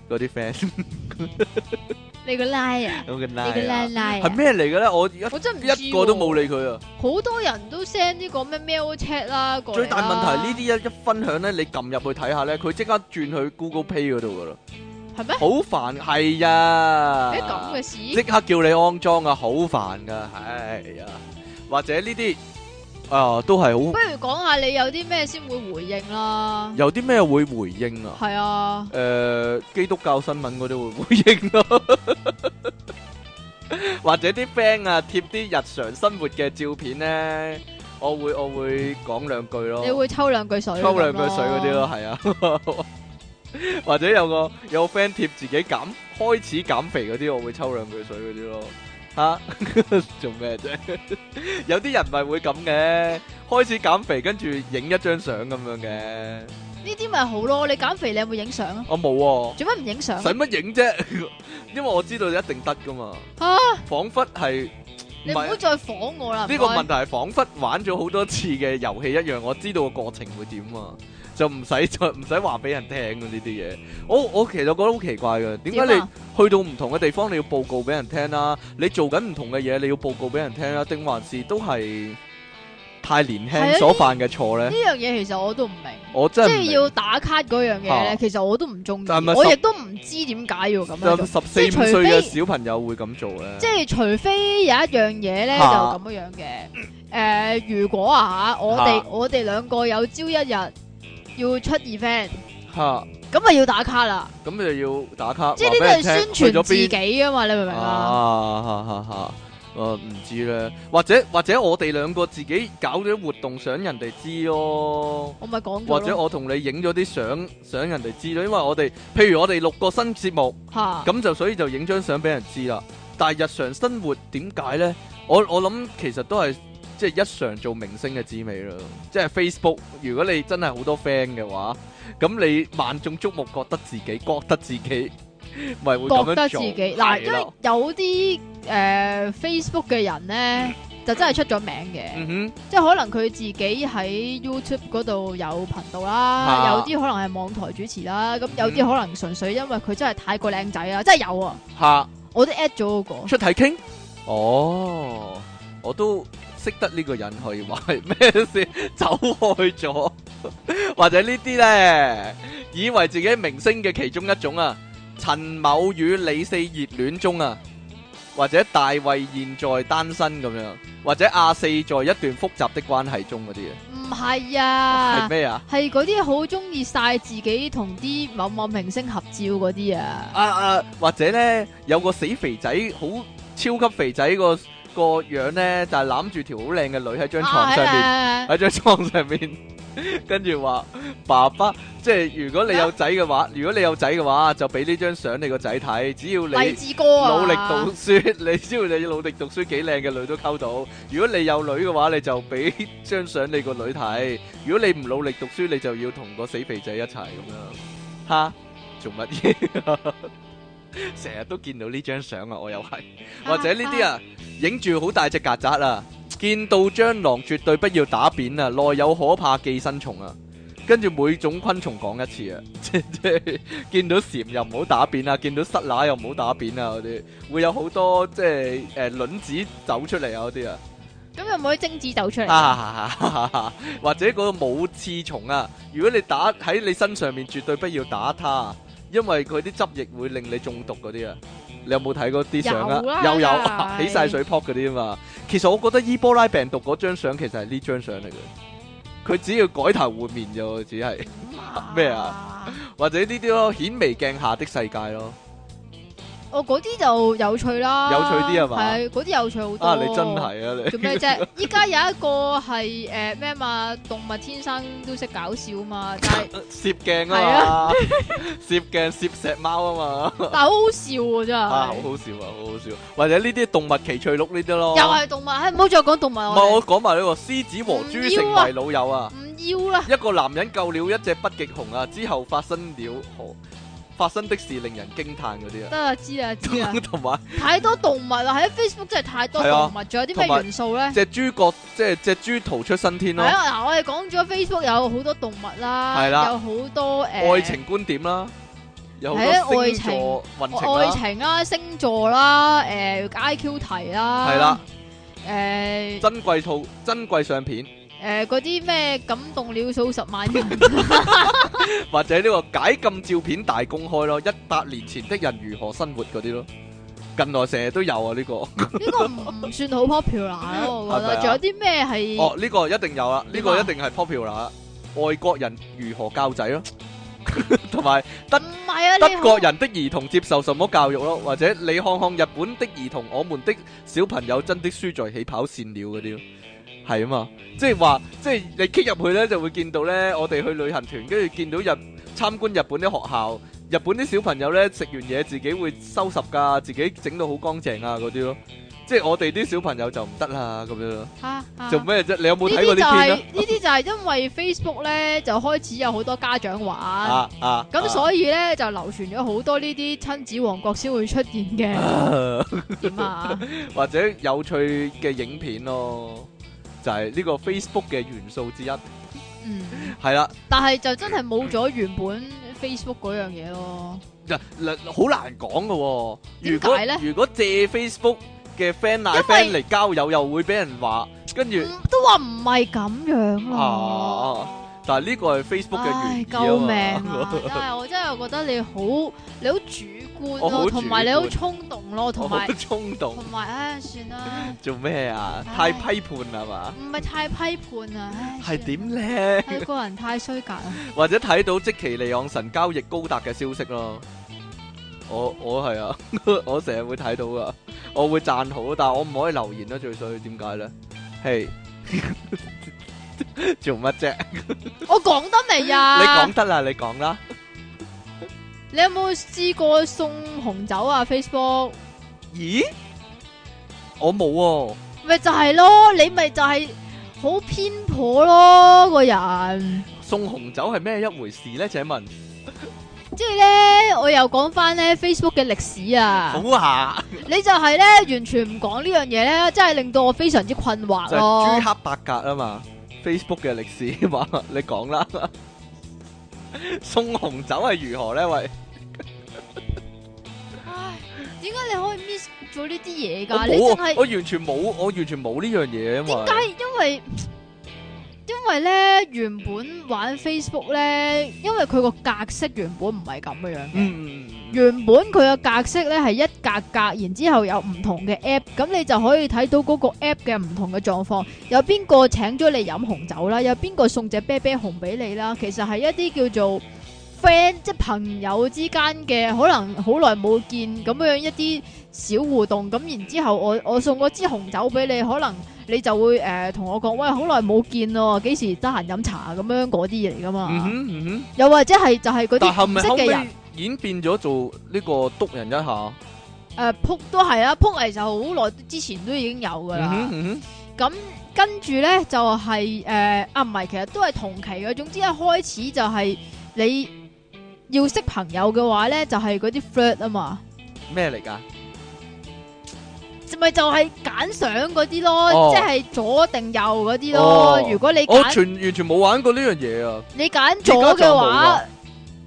Speaker 2: 嗰啲 friend
Speaker 1: 你個拉啊，
Speaker 2: 咁嘅
Speaker 1: 你個
Speaker 2: 拉
Speaker 1: 拉
Speaker 2: 啊，
Speaker 1: 拉啊，
Speaker 2: 係咩嚟嘅咧？我
Speaker 1: 我真唔知
Speaker 2: 一一個都冇
Speaker 1: 理。
Speaker 2: 理佢啊！
Speaker 1: 好多人都 send 呢個咩 Mail Chat 啦，過嚟
Speaker 2: 最
Speaker 1: 啦
Speaker 2: 大問題呢啲一一分享咧，你撳入去睇下咧，佢即刻轉去 Google Pay 嗰度噶啦，
Speaker 1: 係咩？
Speaker 2: 好煩係啊！
Speaker 1: 誒咁嘅
Speaker 2: 即
Speaker 1: 事，
Speaker 2: 刻叫你安裝啊，好煩噶，唉呀！或者呢啲啊，都係
Speaker 1: 不
Speaker 2: 好
Speaker 1: 如講下你有啲咩先會回應啦。
Speaker 2: 有啲咩會回應啊？
Speaker 1: 係啊，
Speaker 2: 誒、基督教新聞嗰啲會回應咯、 或者啲 friend 啊貼啲日常生活嘅照片咧，我會我會講兩句咯。
Speaker 1: 你會抽兩句水，
Speaker 2: 哦抽兩句水嗰啲咯，。係啊， 或者有個有個 friend 貼自己減開始減肥嗰啲，我會抽兩句水嗰啲咯。吓、 做咩啫？有啲人咪會咁嘅，開始減肥跟住影一張相咁樣嘅。
Speaker 1: 呢啲咪好咯，你減肥你有冇影相啊？
Speaker 2: 我
Speaker 1: 做
Speaker 2: 冇
Speaker 1: 乜唔影相
Speaker 2: 喎，使乜影啫？ 因為我知道你一定得噶嘛。
Speaker 1: 啊？
Speaker 2: 彷彿係唔
Speaker 1: 你唔啊好
Speaker 2: 係
Speaker 1: 再仿我啦。
Speaker 2: 啊呢個
Speaker 1: 個
Speaker 2: 問題係彷彿玩咗好多次嘅遊戲一樣，我知道個過程會點啊，就唔使再唔使話俾人聽啊呢啲嘢。我我其實覺得好奇怪嘅，點解你
Speaker 1: 啊
Speaker 2: 去到唔同嘅地方你要報告俾人聽啦、你做緊唔同嘅嘢你要報告俾人聽啦、啊定還是都係太年
Speaker 1: 係
Speaker 2: 輕
Speaker 1: 啊
Speaker 2: 所犯嘅錯
Speaker 1: 呢
Speaker 2: 呢？
Speaker 1: 樣嘢其實我都唔明。
Speaker 2: 我
Speaker 1: 即
Speaker 2: 真係唔
Speaker 1: 係要打卡嗰樣嘢
Speaker 2: 啊
Speaker 1: 咧，其實我都唔中意，
Speaker 2: 但係咪
Speaker 1: 我
Speaker 2: 十
Speaker 1: 亦都唔知點解要咁樣
Speaker 2: 明
Speaker 1: 做
Speaker 2: 就。十四
Speaker 1: 即係除
Speaker 2: 五歲嘅
Speaker 1: 非
Speaker 2: 小朋友會咁做咧
Speaker 1: 即。係除非有一樣嘢咧就
Speaker 2: 啊
Speaker 1: 咁樣樣嘅。誒，如果啊我
Speaker 2: 啊
Speaker 1: 哋我哋兩個有朝一日要出 event，
Speaker 2: 嚇，
Speaker 1: 咁咪要打卡啦。
Speaker 2: 咁就要打卡，
Speaker 1: 即係呢
Speaker 2: 話
Speaker 1: 啲
Speaker 2: 俾人
Speaker 1: 係宣
Speaker 2: 聽去
Speaker 1: 傳
Speaker 2: 咗
Speaker 1: 自
Speaker 2: 邊
Speaker 1: 己啊嘛，你明唔明啊？
Speaker 2: 啊，吓吓吓，我唔知咧，或者或者我哋兩個自己搞咗活動，想人哋知咯。
Speaker 1: 我咪講
Speaker 2: 或
Speaker 1: 咗
Speaker 2: 者
Speaker 1: 咯。
Speaker 2: 我同你影咗啲相，想人哋知咯，因為我哋，譬如我哋錄個新節目，
Speaker 1: 嚇
Speaker 2: 咁就所以就影張相俾人知啦。但係日常生活點解呢？我我諗其實都係即係一常做明星嘅滋味咯。即係 Facebook，如果你真係好多 friend 嘅話，咁你萬眾矚目，覺得自己覺得自己咪會咁樣
Speaker 1: 覺得自
Speaker 2: 做
Speaker 1: 己嗱，
Speaker 2: 係
Speaker 1: 因為
Speaker 2: 啦
Speaker 1: 有啲誒 Facebook 嘅人咧，就真係出咗名嘅。
Speaker 2: 嗯
Speaker 1: 即係可能佢自己喺 YouTube 嗰度有頻道啦，
Speaker 2: 啊
Speaker 1: 有啲可能係網台主持啦，咁有
Speaker 2: 嗯
Speaker 1: 啲可能純粹因為佢真係太過靚仔啦，真係有啊！
Speaker 2: 哼，吓
Speaker 1: 我都 at 咗嗰個，
Speaker 2: 出體傾，哦，我都識得呢個人去話係咩事， 走開咗， 或者呢啲咧，以為自己係明星嘅其中一種啊，陳某與李四熱戀中啊，或者大衛現在單身咁樣，或者阿四在一段複雜的關係中嗰啲
Speaker 1: 唔係
Speaker 2: 啊，係
Speaker 1: 啊，
Speaker 2: 咩啊？
Speaker 1: 係嗰啲好中意晒自己同啲某某明星合照嗰啲啊，
Speaker 2: 啊啊，或者咧有個死肥仔，好超級肥仔個個樣咧，就係攬住條好靚嘅女喺張床上面，哎
Speaker 1: 啊係
Speaker 2: 喺張床上面， 跟住話爸爸，即係如果
Speaker 1: 啊
Speaker 2: 你有仔嘅話，如果你有仔嘅話，就俾呢張相你個仔睇，只要
Speaker 1: 係係勵
Speaker 2: 你。
Speaker 1: 志哥啊，
Speaker 2: 努力讀書， 你只要你努力讀書，幾靚嘅女都溝到。如果你有女嘅話，你就俾張相你個女睇。如果你唔努力讀書，你就要同個死肥仔一齊咁樣。吓，做乜嘢 啊？成日都見到呢張相啊！我又係，或者呢啲啊，影住好大隻曱甴啊，見到蟑螂絕對不要打扁啊，內有可怕寄生蟲啊。跟住每種昆蟲講一次啊， 即即見到蟬又唔好打扁啊，見到虱乸又唔好打扁啊嗰啲，會有好多即係誒卵子走出嚟啊嗰啲啊。
Speaker 1: 咁有冇啲精子走出嚟？
Speaker 2: 啊， 或者嗰個冇刺蟲啊，如果你打喺你身上面，絕對不要打它，因為佢啲汁液會令你中毒嗰啲啊。你有冇睇過啲相
Speaker 1: 有啦
Speaker 2: 啊？又有
Speaker 1: 梗係
Speaker 2: 啊起晒水泡嗰啲啊嘛。其實我覺得伊波拉病毒嗰張相其實係呢張相嚟嘅，佢只要改頭換面就只係。 咩啊？或者呢啲咯，顯微鏡下的世界咯。
Speaker 1: 哦，嗰啲就有趣啦，
Speaker 2: 有趣啲係嘛
Speaker 1: 係嗰啲有趣好多。
Speaker 2: 啊，你真係啊
Speaker 1: 做咩啫？依家有一個係誒咩啊嘛，動物天生都識搞笑嘛，但 係
Speaker 2: 你，攝鏡啊嘛， 攝鏡攝石貓啊嘛，
Speaker 1: 但係好好笑
Speaker 2: 啊，
Speaker 1: 啊
Speaker 2: 好好笑啊，好好笑。或者呢啲動物奇趣錄呢啲咯
Speaker 1: 真係，，又係動物，哎唉唔好再講動物
Speaker 2: 唔
Speaker 1: 我
Speaker 2: 係
Speaker 1: 哋
Speaker 2: 我講埋呢個獅子和豬成為老友啊！
Speaker 1: 唔要啦，
Speaker 2: 一個男人救了一隻北極熊啊，之後發生了何發生的事令人驚嘆嗰啲啊
Speaker 1: 得啦，知啦，知啦，
Speaker 2: 同埋。
Speaker 1: 太多動物啦，喺 Facebook 真係太多
Speaker 2: 係啊
Speaker 1: 動物，仲有啲
Speaker 2: 同埋
Speaker 1: 咩元素咧？
Speaker 2: 隻豬角，即係隻豬逃出生天
Speaker 1: 係
Speaker 2: 咯，
Speaker 1: 啊，嗱，我哋講咗 Facebook 有好多動物啦，
Speaker 2: 係啦
Speaker 1: 有好多誒
Speaker 2: 愛情觀點啦，有好
Speaker 1: 係啊
Speaker 2: 多
Speaker 1: 愛
Speaker 2: 星
Speaker 1: 情
Speaker 2: 座運程
Speaker 1: 愛
Speaker 2: 啦，
Speaker 1: 情啦、星座啦、誒 IQ 題啦，
Speaker 2: 係啦，
Speaker 1: 誒
Speaker 2: 珍貴套珍貴相片。
Speaker 1: 誒嗰啲咩感動了數十萬 人。
Speaker 2: 或者呢個解禁照片大公開咯，一百年前的人如何生活嗰啲咯，近來成日都有啊呢、個，
Speaker 1: 呢個唔算好 popular 咯，我覺
Speaker 2: 係咪啊
Speaker 1: 得。仲有啲咩係
Speaker 2: 哦呢、個一定有啊，呢、
Speaker 1: 點
Speaker 2: 個
Speaker 1: 啊
Speaker 2: 一定係 popular 啊，外國人如何教仔咯， 同埋德
Speaker 1: 唔係啊？你
Speaker 2: 德國人的兒童接受什麼教育咯，或者你看看日本的兒童，我們的小朋友真的輸在起跑線了嗰啲咯。係啊嘛，即係話，即係你 k 入去咧，就會見到咧，我哋去旅行團，跟住見到日參觀日本啲學校，日本啲小朋友咧食完嘢自己會收拾㗎，自己整到好乾淨啊嗰啲咯。即係我哋啲小朋友就唔得啦咁樣咯。
Speaker 1: 嚇嚇
Speaker 2: 做咩啫？你有冇睇過
Speaker 1: 呢啲就
Speaker 2: 呢
Speaker 1: 係
Speaker 2: 篇啊？
Speaker 1: 呢啲就係因為 Facebook 咧就開始有好多家長玩，
Speaker 2: 啊啊！
Speaker 1: 咁所以咧就流傳咗好多呢啲親子王國先會出現 嘅
Speaker 2: 以。
Speaker 1: 點啊？
Speaker 2: 或者有趣嘅影片咯，就係、呢個 Facebook 嘅元素之一。
Speaker 1: 嗯，
Speaker 2: 係啦，
Speaker 1: 但係就真係冇咗原本 Facebook 嗰樣嘢咯。
Speaker 2: 嗱嗱好難講嘅喎。如
Speaker 1: 點
Speaker 2: 果
Speaker 1: 解呢
Speaker 2: 如果借 Facebook 嘅 friend 嗌 friend 嚟交友，又會俾人話，跟住、
Speaker 1: 唔都話唔係咁樣咯。
Speaker 2: 啊，但係呢個係 Facebook 嘅原
Speaker 1: 唉
Speaker 2: 意啊嘛
Speaker 1: 救命啊！真係我真係覺得你好，你好主觀
Speaker 2: 我好主
Speaker 1: 咯，
Speaker 2: 觀
Speaker 1: 同埋你好衝動咯，
Speaker 2: 我
Speaker 1: 同
Speaker 2: 好
Speaker 1: 埋
Speaker 2: 衝動
Speaker 1: 同，埋唉，算 啦，
Speaker 2: 做咩啊？太
Speaker 1: 唉
Speaker 2: 批判啦嘛？
Speaker 1: 唔係太批判啊，唉，
Speaker 2: 係
Speaker 1: 算啦？
Speaker 2: 點咧？
Speaker 1: 係個人太衰格啊啦，
Speaker 2: 或者睇到即其利昂神交易高達嘅消息咯。我我係啊， 我成日會睇到噶，我會讚好，但係我唔可以留言啦，最衰點解咧？係 做乜啫？
Speaker 1: 我講得未
Speaker 2: 你
Speaker 1: 啊？
Speaker 2: 講得啦，你講啦。
Speaker 1: 你有冇試過送紅酒啊？Facebook
Speaker 2: 咦？我冇喎、
Speaker 1: 咪就係咯，你咪就係好偏頗咯，個人
Speaker 2: 送紅酒係咩一回事咧？請問
Speaker 1: 即系咧，我又講翻咧 Facebook 嘅歷史啊，
Speaker 2: 好下
Speaker 1: 你就係咧完全唔講呢樣嘢咧，真係令到我非常之困惑
Speaker 2: 就
Speaker 1: 咯
Speaker 2: 係。朱黑白格啊嘛，Facebook 嘅歷史啊嘛， 你講啦。送紅酒係如何咧？喂，
Speaker 1: 唉，點解你可以 miss 咗呢啲嘢
Speaker 2: 我
Speaker 1: 㗎？你淨
Speaker 2: 冇啊，
Speaker 1: 係
Speaker 2: 我完全冇，我完全冇呢樣嘢啊嘛
Speaker 1: 點。解？因為因為咧原本玩 Facebook 咧，因為佢個格式原本唔係咁樣嘅。
Speaker 2: 嗯，
Speaker 1: 原本佢嘅格式咧係一格格，然之後有唔同嘅 app，咁你就可以睇到嗰個 app 嘅唔同嘅狀況，有邊個請咗你飲紅酒啦，有邊個送隻啤啤熊俾你啦，其實係一啲叫做 friend 即係朋友之間嘅，可能好耐冇見咁樣一啲小互動，咁然之後我我送嗰支紅酒俾你，可能你就會誒同、我講，喂，好耐冇見咯，幾時得閒飲茶咁樣嗰啲嘢嚟噶嘛，
Speaker 2: 嗯哼嗯哼，
Speaker 1: 又或者係就係嗰
Speaker 2: 但係
Speaker 1: 啊啲唔
Speaker 2: 咪
Speaker 1: 識
Speaker 2: 後
Speaker 1: 嘅人
Speaker 2: 尾。演變咗做呢個督人一下？
Speaker 1: 诶，扑呃都係啊啦，扑嚟就好耐之前都已經有噶
Speaker 2: 嗯
Speaker 1: 啦
Speaker 2: 哼。嗯
Speaker 1: 咁、跟住咧就係呃啊，唔係，其實都係同期嘅。總之一開始就係你要識朋友嘅話咧，就係嗰啲 flirt 啊嘛，
Speaker 2: 哼，咩嚟㗎？
Speaker 1: 咪就係揀相嗰啲咯，
Speaker 2: 哦
Speaker 1: 即係左定右嗰啲咯。
Speaker 2: 哦
Speaker 1: 如果你
Speaker 2: 我
Speaker 1: 揀
Speaker 2: 全完全冇玩過呢樣嘢啊！
Speaker 1: 你揀左
Speaker 2: 依家
Speaker 1: 嘅
Speaker 2: 就冇啦
Speaker 1: 話，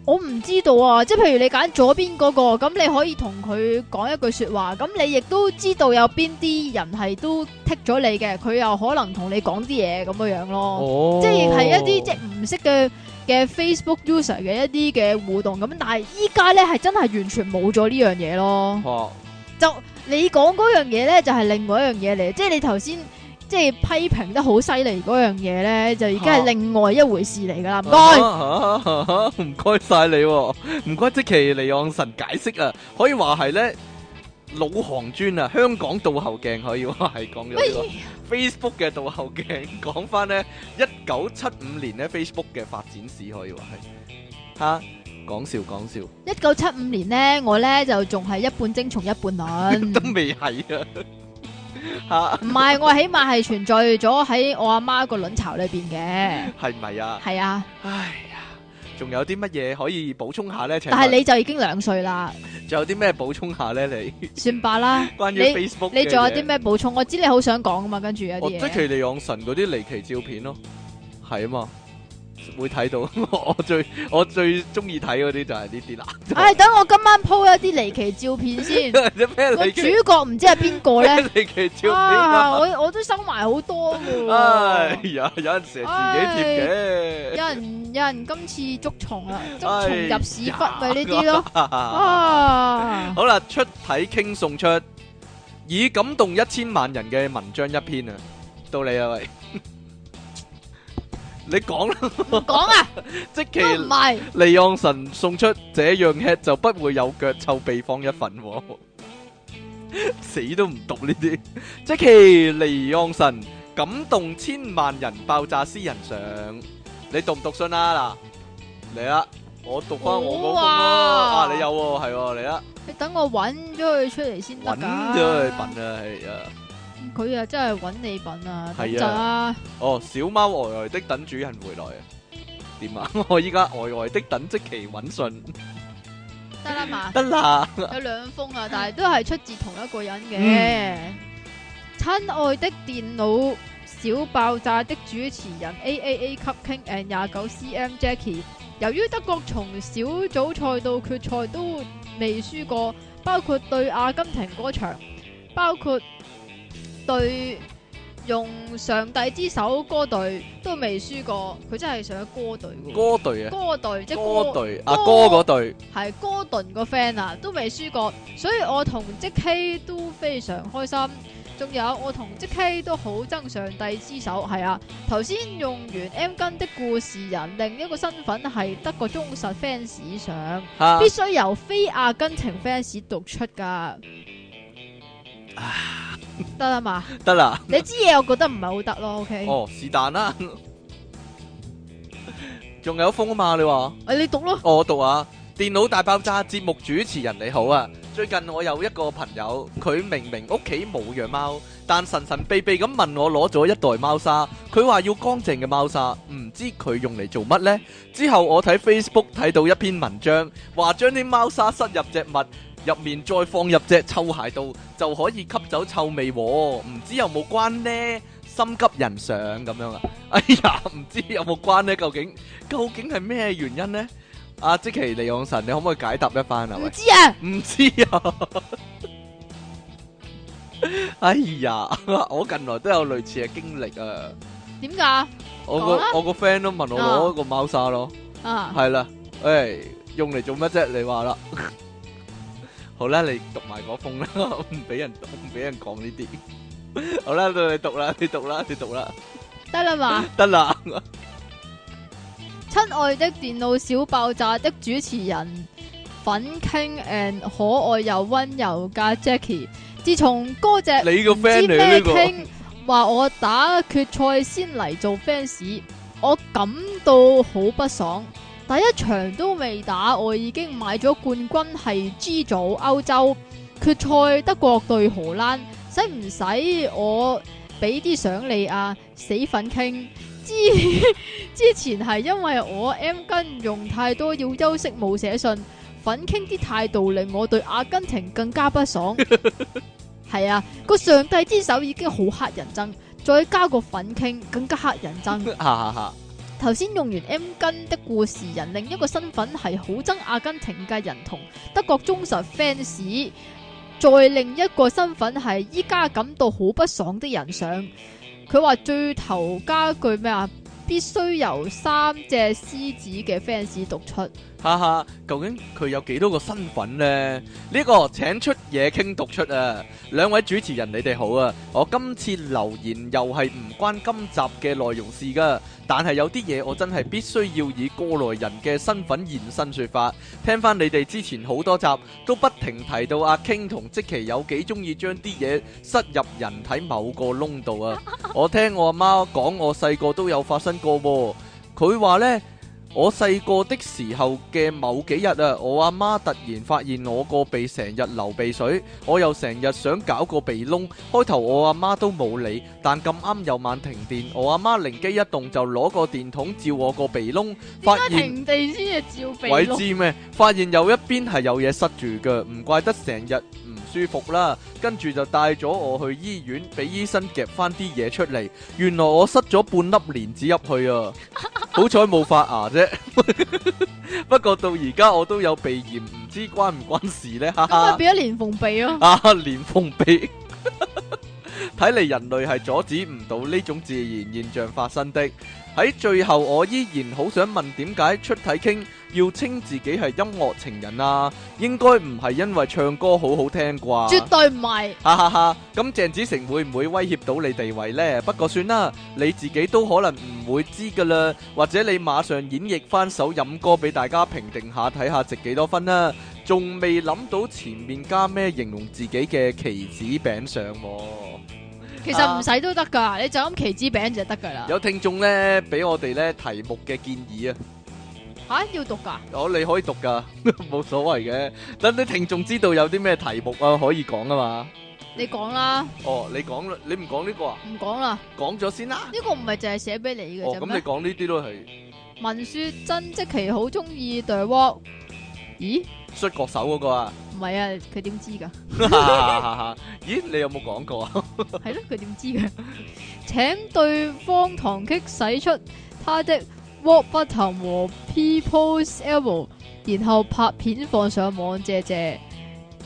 Speaker 1: 我唔知道啊，即係譬如你揀左邊嗰、個，咁你可以同佢講一句说話，咁你亦都知道有邊啲人係都剔咗你嘅，佢又可能同你講啲嘢咁樣样咯，
Speaker 2: 哦，
Speaker 1: 即係係一啲即係唔識嘅嘅 Facebook user 嘅一啲嘅互動咁，但係依家咧係真係完全冇咗呢樣嘢咯。
Speaker 2: 哦
Speaker 1: 就你講嗰樣嘢咧，就係另外一樣嘢嚟，即係你頭先即係批評得好犀利嗰樣嘢咧，就已經係
Speaker 2: 嚇
Speaker 1: 另外一回事嚟噶啦，唔該。
Speaker 2: 啊哈啊哈唔該晒你喎， 唔該即其尼昂神解釋啊，可以話係咧老行專啊，香港倒後鏡可以話係講咗呢個 Facebook 嘅倒後鏡， 講翻咧一九七五年咧 Facebook 嘅發展史可以話係嚇講笑講笑。
Speaker 1: 一九七五年呢，我呢就仲係一半精蟲一半
Speaker 2: 都
Speaker 1: 卵，
Speaker 2: 未係啊，
Speaker 1: 唔係我起碼係存在咗喺我阿媽個卵巢裏邊嘅，
Speaker 2: 吓係咪啊？
Speaker 1: 係啊，
Speaker 2: 唉呀，仲有啲乜嘢可以補充下咧？
Speaker 1: 但係你就已經兩歲啦，
Speaker 2: 你仲有啲咩補充下咧？你
Speaker 1: 算罷啦。
Speaker 2: 關於
Speaker 1: 你
Speaker 2: Facebook
Speaker 1: 你
Speaker 2: 嘅
Speaker 1: 仲有啲
Speaker 2: 嘢？
Speaker 1: 咩補充？我知你好想講噶嘛，跟住有
Speaker 2: 我
Speaker 1: 啲
Speaker 2: 即
Speaker 1: 嘢
Speaker 2: 其利昂神嗰啲離奇照片咯，係啊嘛，會睇到 我最我最中意睇嗰啲就係呢 啲啦。
Speaker 1: 唉，等我今晚 po 一啲離奇照片 先，
Speaker 2: 有咩
Speaker 1: 個
Speaker 2: 離
Speaker 1: 主
Speaker 2: 奇
Speaker 1: 角唔知係邊個
Speaker 2: 咩
Speaker 1: 呢？
Speaker 2: 離奇照片
Speaker 1: 啊，
Speaker 2: 啊？
Speaker 1: 我我都收埋好多
Speaker 2: 唉
Speaker 1: 噶。
Speaker 2: 呀，有陣時係自己貼嘅
Speaker 1: 有人有人今次捉蟲啦，捉蟲
Speaker 2: 唉
Speaker 1: 入屎忽咪呢啲咯。
Speaker 2: 咯
Speaker 1: 啊！
Speaker 2: 好啦，出體傾送出以感動一千萬人嘅文章一篇啊，到你啊喂， 你講啦，
Speaker 1: 唔講啊，
Speaker 2: 即其
Speaker 1: 都唔係。
Speaker 2: 利昂神送出這樣吃就不會有腳臭秘方一份、喎。 死都唔讀呢啲， 即其利昂神感動千萬人爆炸私人相，你讀唔讀信啊嗱？嚟啦，我讀翻我嗰封
Speaker 1: 好啊
Speaker 2: 啦，啊你有喎、係喎嚟啦。
Speaker 1: 你等我揾咗佢出嚟先得
Speaker 2: 揾
Speaker 1: 㗎
Speaker 2: 咗佢笨啊，係啊！
Speaker 1: 佢啊真係揾你笨啊！等
Speaker 2: 係
Speaker 1: 陣啊，
Speaker 2: 哦，小貓呆呆的等主人回來啊！點啊？ 我依家呆呆的等即期揾信，
Speaker 1: 得啦嘛，
Speaker 2: 得啦。
Speaker 1: 有兩封啊，但係都係出自同一個人嘅。
Speaker 2: 嗯
Speaker 1: 親愛的電腦小爆炸的主持人 A A A 級 King and 廿九 C M Jackie，由於德國從小組賽到決賽都未輸過，包括對阿根廷嗰場，包括對用上帝之手歌隊都未輸過，佢真係上咗歌隊嘅喎。
Speaker 2: 歌隊啊，
Speaker 1: 歌隊即係
Speaker 2: 歌
Speaker 1: 歌
Speaker 2: 隊啊，
Speaker 1: 歌
Speaker 2: 歌嗰隊
Speaker 1: 係哥頓個 friend 啊，都未輸過，所以我同即希都非常開心。仲有我同即希都好憎上帝之手，係啊！頭先用完 M 根的故事人另一個身份係德國忠實 fans 上，
Speaker 2: 嚇
Speaker 1: 必，須由非阿根廷 fans 讀出㗎。得啦嘛，
Speaker 2: 得啦。
Speaker 1: 你知嘢我覺得唔係好得咯，OK？
Speaker 2: 哦，是但啦。 仲有風啊嘛？你話？
Speaker 1: 哎誒你讀咯，
Speaker 2: 我讀啊！電腦大爆炸節目主持人你好啊， 最近我有一個朋友，佢明明屋企冇養貓，但神神秘秘咁問我攞咗一袋貓砂，佢話要乾淨嘅貓砂，唔知佢用嚟做乜呢？之後我睇 Facebook 睇到一篇文章，話將啲貓砂塞入隻襪入面，再放入隻臭鞋度就可以吸走臭味喎，唔知有冇關呢？心急人上咁樣啊！哎呀，唔知有冇關呢？究竟究竟係咩原因呢？阿、即其利昂神，你可唔可以解答一番啊？喂
Speaker 1: 唔知啊，
Speaker 2: 唔知啊！哎呀，我近來都有類似嘅經歷啊！
Speaker 1: 點㗎
Speaker 2: 我
Speaker 1: 講啊
Speaker 2: 個我個 friend 都問我攞一個貓砂咯，
Speaker 1: 啊？
Speaker 2: 係啦，诶，用嚟做乜啫？你話啦， 好啦，你讀埋嗰封啦， 唔俾人讀唔俾人講呢啲。 好啦，到你讀啦，你讀啦，你讀啦，
Speaker 1: 得啦嘛，
Speaker 2: 得啦，
Speaker 1: 親愛的電腦小爆炸的主持人粉傾 and 可愛又温柔嘅 Jackie，自從嗰隻
Speaker 2: 你個
Speaker 1: 唔知
Speaker 2: friend 嚟
Speaker 1: 咩
Speaker 2: 呢個。
Speaker 1: 傾話我打決賽先嚟做 fans，我感到好不爽。第一場都未打，我已經買咗冠軍係 G 組歐洲決賽德國對荷蘭，使唔使我俾啲相你啊？死粉傾之 之前係因為我 M 巾用太多要休息冇寫信，粉傾啲態度令我對阿根廷更加不爽。係啊，個上帝之手已經好乞人憎，再加個粉傾更加乞人憎。
Speaker 2: 哈哈哈！
Speaker 1: 頭先用完 M 巾的故事人，另一個身份係好憎阿根廷嘅人同德國忠實 fans，再另一個身份係依家感到好不爽的人上。佢話最頭加句咩啊？必須由三隻獅子嘅 fans 讀出。
Speaker 2: 哈哈，究竟佢有幾多個身份呢？呢、個請出嘢傾讀出啊！兩位主持人，你哋好啊！我今次留言又係唔關今集嘅內容事噶，但係有啲嘢我真係必須要以過來人嘅身份現身說法。聽翻你哋之前好多集都不停提到阿 King 同即奇有幾中意將啲嘢塞入人體某個窿度 啊！我聽我阿媽講，我細個都有發生過喎、佢話呢。我細個的時候嘅某幾日啊，我阿媽突然發現我個鼻成日流鼻水，我又成日想搞個鼻窿。開頭我阿媽都冇理，但咁啱有晚停電，我阿媽靈機一動就攞個電筒照我個鼻窿，發
Speaker 1: 點解
Speaker 2: 現。
Speaker 1: 平地先至照鼻
Speaker 2: 鬼
Speaker 1: 窿？
Speaker 2: 知咩？發現有一邊係有嘢塞住嘅，唔怪得成日唔舒服啦。跟住就帶咗我去醫院，俾醫生夾翻啲嘢出嚟。原來我塞咗半粒蓮子入去啊！好彩冇發牙啫。 不過到而家我都有鼻炎，唔知關唔關事呢？哈
Speaker 1: 咁咪
Speaker 2: 哈。
Speaker 1: 變咗連縫鼻 咯。
Speaker 2: 啊，連縫鼻。 睇嚟人類係阻止唔到呢種自然現象發生的。喺最後，我依然好想問點解出體傾要稱自己係音樂情人啊？應該唔係因為唱歌好好聽啩？
Speaker 1: 絕對唔係，
Speaker 2: 哈哈哈！咁鄭子誠會唔會威脅到你地位呢？不過算啦，你自己都可能唔會知噶啦，或者你馬上演繹翻首飲歌俾大家評定下，睇下值幾多分啦。仲未諗到前面加咩形容自己嘅棋子餅上、喎。
Speaker 1: 其實唔使都得㗎，你就咁棋子餅就得㗎啦。
Speaker 2: 啊有聽眾呢，俾我哋呢題目嘅建議啊，
Speaker 1: 吓要讀㗎？
Speaker 2: 我你可以讀噶， 冇所謂嘅。等啲聽眾知道有啲咩題目啊可以講啊嘛。
Speaker 1: 你講啦，
Speaker 2: 哦，你講啦，你唔講呢個啊？
Speaker 1: 唔講啦。
Speaker 2: 講咗先啦。
Speaker 1: 呢個唔係淨係寫俾你嘅
Speaker 2: 哦，
Speaker 1: 啫
Speaker 2: 咁你
Speaker 1: 咩？
Speaker 2: 講呢啲都係。
Speaker 1: 文雪真即其好中意 The Walk，咦？
Speaker 2: 摔角手嗰 個啊？
Speaker 1: 唔係啊，佢點知㗎？
Speaker 2: 咦，你有冇講過啊？
Speaker 1: 係咯，佢點知嘅？請對方唐棘使出他的 Walk 不藤和 People's Elbow，然後拍片放上網，謝謝。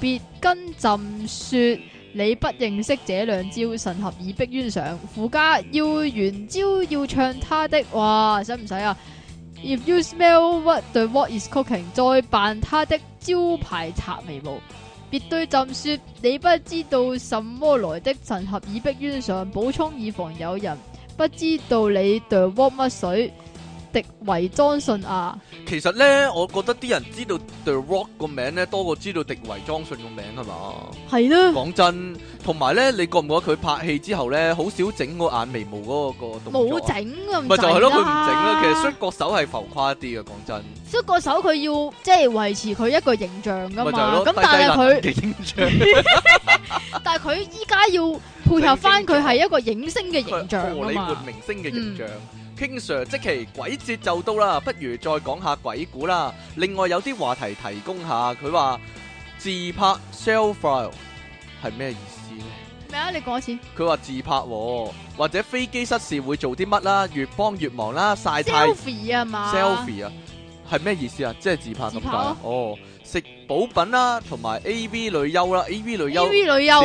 Speaker 1: 別跟朕說你不認識這兩招，神合以逼冤上。附加要完招要唱他的，哇，使唔使啊？If you smell what the what is cooking，再扮他的招牌擦眉毛。別對朕說你不知道什麼來的，神合以逼冤上。補充以防有人不知道你 the what 乜水。迪維莊信啊亞，
Speaker 2: 其實咧，我覺得啲人知道 The Rock 個名咧，多過知道迪維莊信個名係 嘛？
Speaker 1: 係啦，
Speaker 2: 講真，同埋咧，你覺唔覺得佢拍戲之後咧，好少整個眼眉毛嗰個個動
Speaker 1: 冇
Speaker 2: 作啊？
Speaker 1: 整咁
Speaker 2: 咪就係
Speaker 1: 係
Speaker 2: 咯，佢唔整咯。其實摔角手係浮誇啲嘅，講真，
Speaker 1: 摔角手佢要即係維持佢一個形象噶
Speaker 2: 咪就
Speaker 1: 嘛，
Speaker 2: 係咯。
Speaker 1: 咁但係佢
Speaker 2: 低低能嘅形象
Speaker 1: 但係佢依家要配合翻佢係一個影星嘅形象
Speaker 2: 荷
Speaker 1: 啊
Speaker 2: 里活
Speaker 1: 嘛，
Speaker 2: 明星嘅形象。King Sir 即期鬼節就到啦，不如再講下鬼故啦。另外有啲話題提供下，佢話自拍 self file 係咩意思呢？
Speaker 1: 咩啊？你講一次，
Speaker 2: 佢話自拍、喎，或者飛機失事會做啲乜啦？越幫越忙啦，晒太
Speaker 1: selfie 啊嘛
Speaker 2: selfie 啊，係咩意思啊？即係自拍咁
Speaker 1: 自
Speaker 2: 解
Speaker 1: 拍咯
Speaker 2: 啊？哦，食補品啦，同埋 A V 女優啦，A V 女優。
Speaker 1: AV 女
Speaker 2: 點
Speaker 1: 優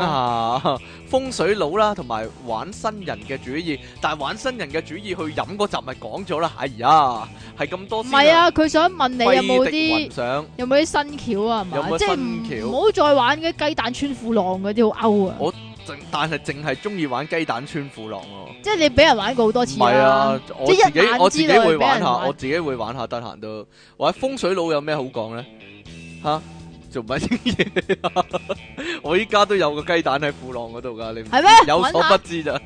Speaker 1: 喎，
Speaker 2: 啊？ 風水佬啦，同埋玩新人嘅主意，但係玩新人嘅主意去飲嗰集咪講咗啦。哎呀，係咁多
Speaker 1: 唔
Speaker 2: 先
Speaker 1: 係啊？佢想問你有冇
Speaker 2: 揮敵雲啊
Speaker 1: 啲
Speaker 2: 上，
Speaker 1: 有冇啲新橋啊？係
Speaker 2: 有冇
Speaker 1: 嘛，
Speaker 2: 啲
Speaker 1: 即係
Speaker 2: 新
Speaker 1: 唔
Speaker 2: 橋
Speaker 1: 唔好再玩嗰啲雞蛋穿褲浪嗰啲好 out 啊！
Speaker 2: 我淨但係淨係中意玩雞蛋穿褲浪喎。
Speaker 1: 即係你俾人玩過好多
Speaker 2: 唔
Speaker 1: 次
Speaker 2: 係
Speaker 1: 啦
Speaker 2: 啊，，我自
Speaker 1: 即係一
Speaker 2: 己
Speaker 1: 眼
Speaker 2: 我自己
Speaker 1: 之內
Speaker 2: 會玩
Speaker 1: 俾人
Speaker 2: 下，
Speaker 1: 玩
Speaker 2: 我自己會玩下，得閒都。或者風水佬有咩好講咧？吓，做乜嘢啊？ 我依家都有個雞蛋喺褲浪嗰度㗎，你唔知
Speaker 1: 係咩？
Speaker 2: 有
Speaker 1: 搵
Speaker 2: 所不
Speaker 1: 下
Speaker 2: 知咋。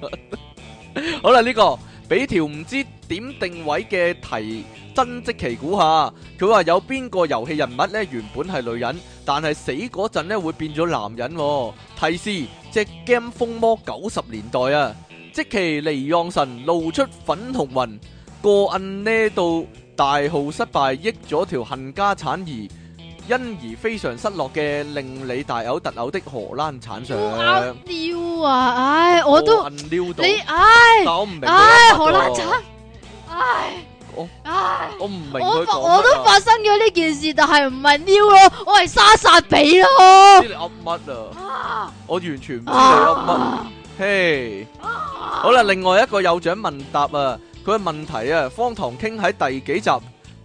Speaker 2: 好啦，呢、個俾條唔知點定位嘅題真即奇估下，佢話有邊個遊戲人物呢？原本係女人，但係死嗰陣呢會變咗男人、喎。提示隻 game 風魔九十年代啊，即奇離讓神露出粉紅雲，個摁呢度大號失敗，益咗條恨家產兒。因而非常失落嘅令你大嘔特嘔的荷蘭產上。
Speaker 1: 烏鴉尿啊！唉，我都
Speaker 2: 人撩到，
Speaker 1: 你唉
Speaker 2: 但我唔明佢
Speaker 1: 唉，
Speaker 2: 講乜
Speaker 1: 荷蘭
Speaker 2: 喎
Speaker 1: 產，唉
Speaker 2: 我
Speaker 1: 唉。
Speaker 2: 我唔哦明
Speaker 1: 我
Speaker 2: 佢
Speaker 1: 發
Speaker 2: 講啊
Speaker 1: 我都
Speaker 2: 發
Speaker 1: 發生咗呢件事，但係唔係 new 咯，我係莎莎比咯
Speaker 2: 知。你噏乜啊！
Speaker 1: 啊
Speaker 2: 我完全唔知你噏乜。
Speaker 1: 啊！
Speaker 2: 嘿，好啦，另外一個有獎問答啊，佢嘅問題啊，方唐傾喺第幾集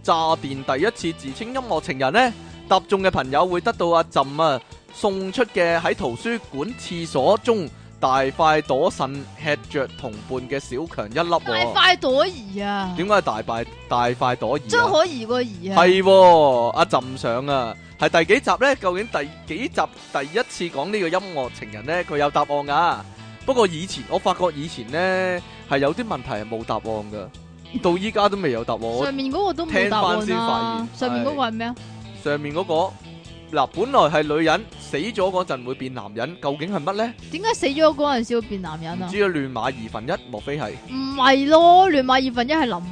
Speaker 2: 炸電第一次自稱音樂情人呢？答中嘅朋友會得到阿朕啊送出嘅喺圖書館廁所中大快朵腎吃着同伴嘅小強一粒、
Speaker 1: 大
Speaker 2: 喎。
Speaker 1: 快朵頤啊！
Speaker 2: 點解係大快大快朵頤啊
Speaker 1: 張？可頤個頤啊！
Speaker 2: 係喎，阿朕上啊，係第幾集呢？究竟第幾集第一次講呢個音樂情人呢？佢有答案噶。不過以前我發覺以前呢係有啲問題係冇答案噶，到依家都未有答案。我
Speaker 1: 上面嗰個都冇答
Speaker 2: 聽返
Speaker 1: 案
Speaker 2: 先
Speaker 1: 啦
Speaker 2: 發。現
Speaker 1: 上面嗰個係咩啊？
Speaker 2: 上面嗰、個嗱，本來係女人死咗嗰陣會變男人，究竟係乜呢？
Speaker 1: 點解死咗嗰陣時會變男人
Speaker 2: 唔
Speaker 1: 啊？
Speaker 2: 知啊，亂馬二分一，莫非係
Speaker 1: 唔係咯，亂馬二分一係淋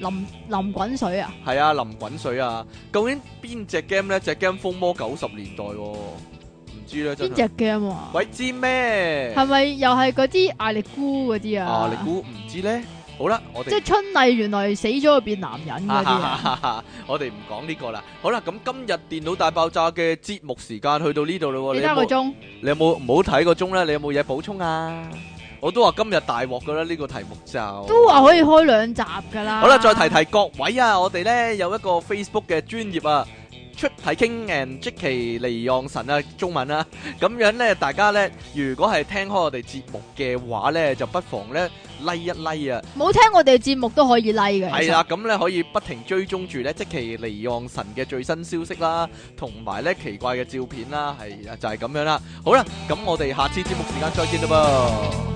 Speaker 1: 淋淋滾水啊！
Speaker 2: 係啊林滾水啊？究竟邊只 game 呢？只 game 風魔九十年代、喎，唔知呢，真
Speaker 1: 邊
Speaker 2: 係
Speaker 1: 只 game 啊？
Speaker 2: 鬼知咩？
Speaker 1: 係咪又係嗰啲壓力菇嗰啲
Speaker 2: 啊，
Speaker 1: 啊？
Speaker 2: 你估唔知咧？好啦，我哋
Speaker 1: 即係春麗原來死咗會變男人嗰啲啊？
Speaker 2: 我哋唔講呢個啦。好啦，咁今日電腦大爆炸嘅節目時間去到呢度啦喎。
Speaker 1: 你
Speaker 2: 你
Speaker 1: 睇個
Speaker 2: 有冇
Speaker 1: 鐘，
Speaker 2: 你有冇唔好睇個鐘咧？你有冇嘢補充啊？我都話今日大鑊噶啦，呢個題目就
Speaker 1: 都話可以開兩集㗎啦。
Speaker 2: 好啦，再提提各位啊，我哋咧有一個 Facebook 嘅專頁啊。出體傾 and 即其離讓神啊，中文啊，咁樣咧，大家咧，如果係聽開我哋節目嘅話咧，就不妨咧 like 一 like 啊，
Speaker 1: 冇聽我哋節目都可以 like 嘅。
Speaker 2: 係啦，咁咧可以不停追蹤住咧，即其離岸神嘅最新消息啦，同埋咧奇怪嘅照片啦，係啊，就係、咁樣啦。好啦，咁我哋下次節目時間再見啦噃。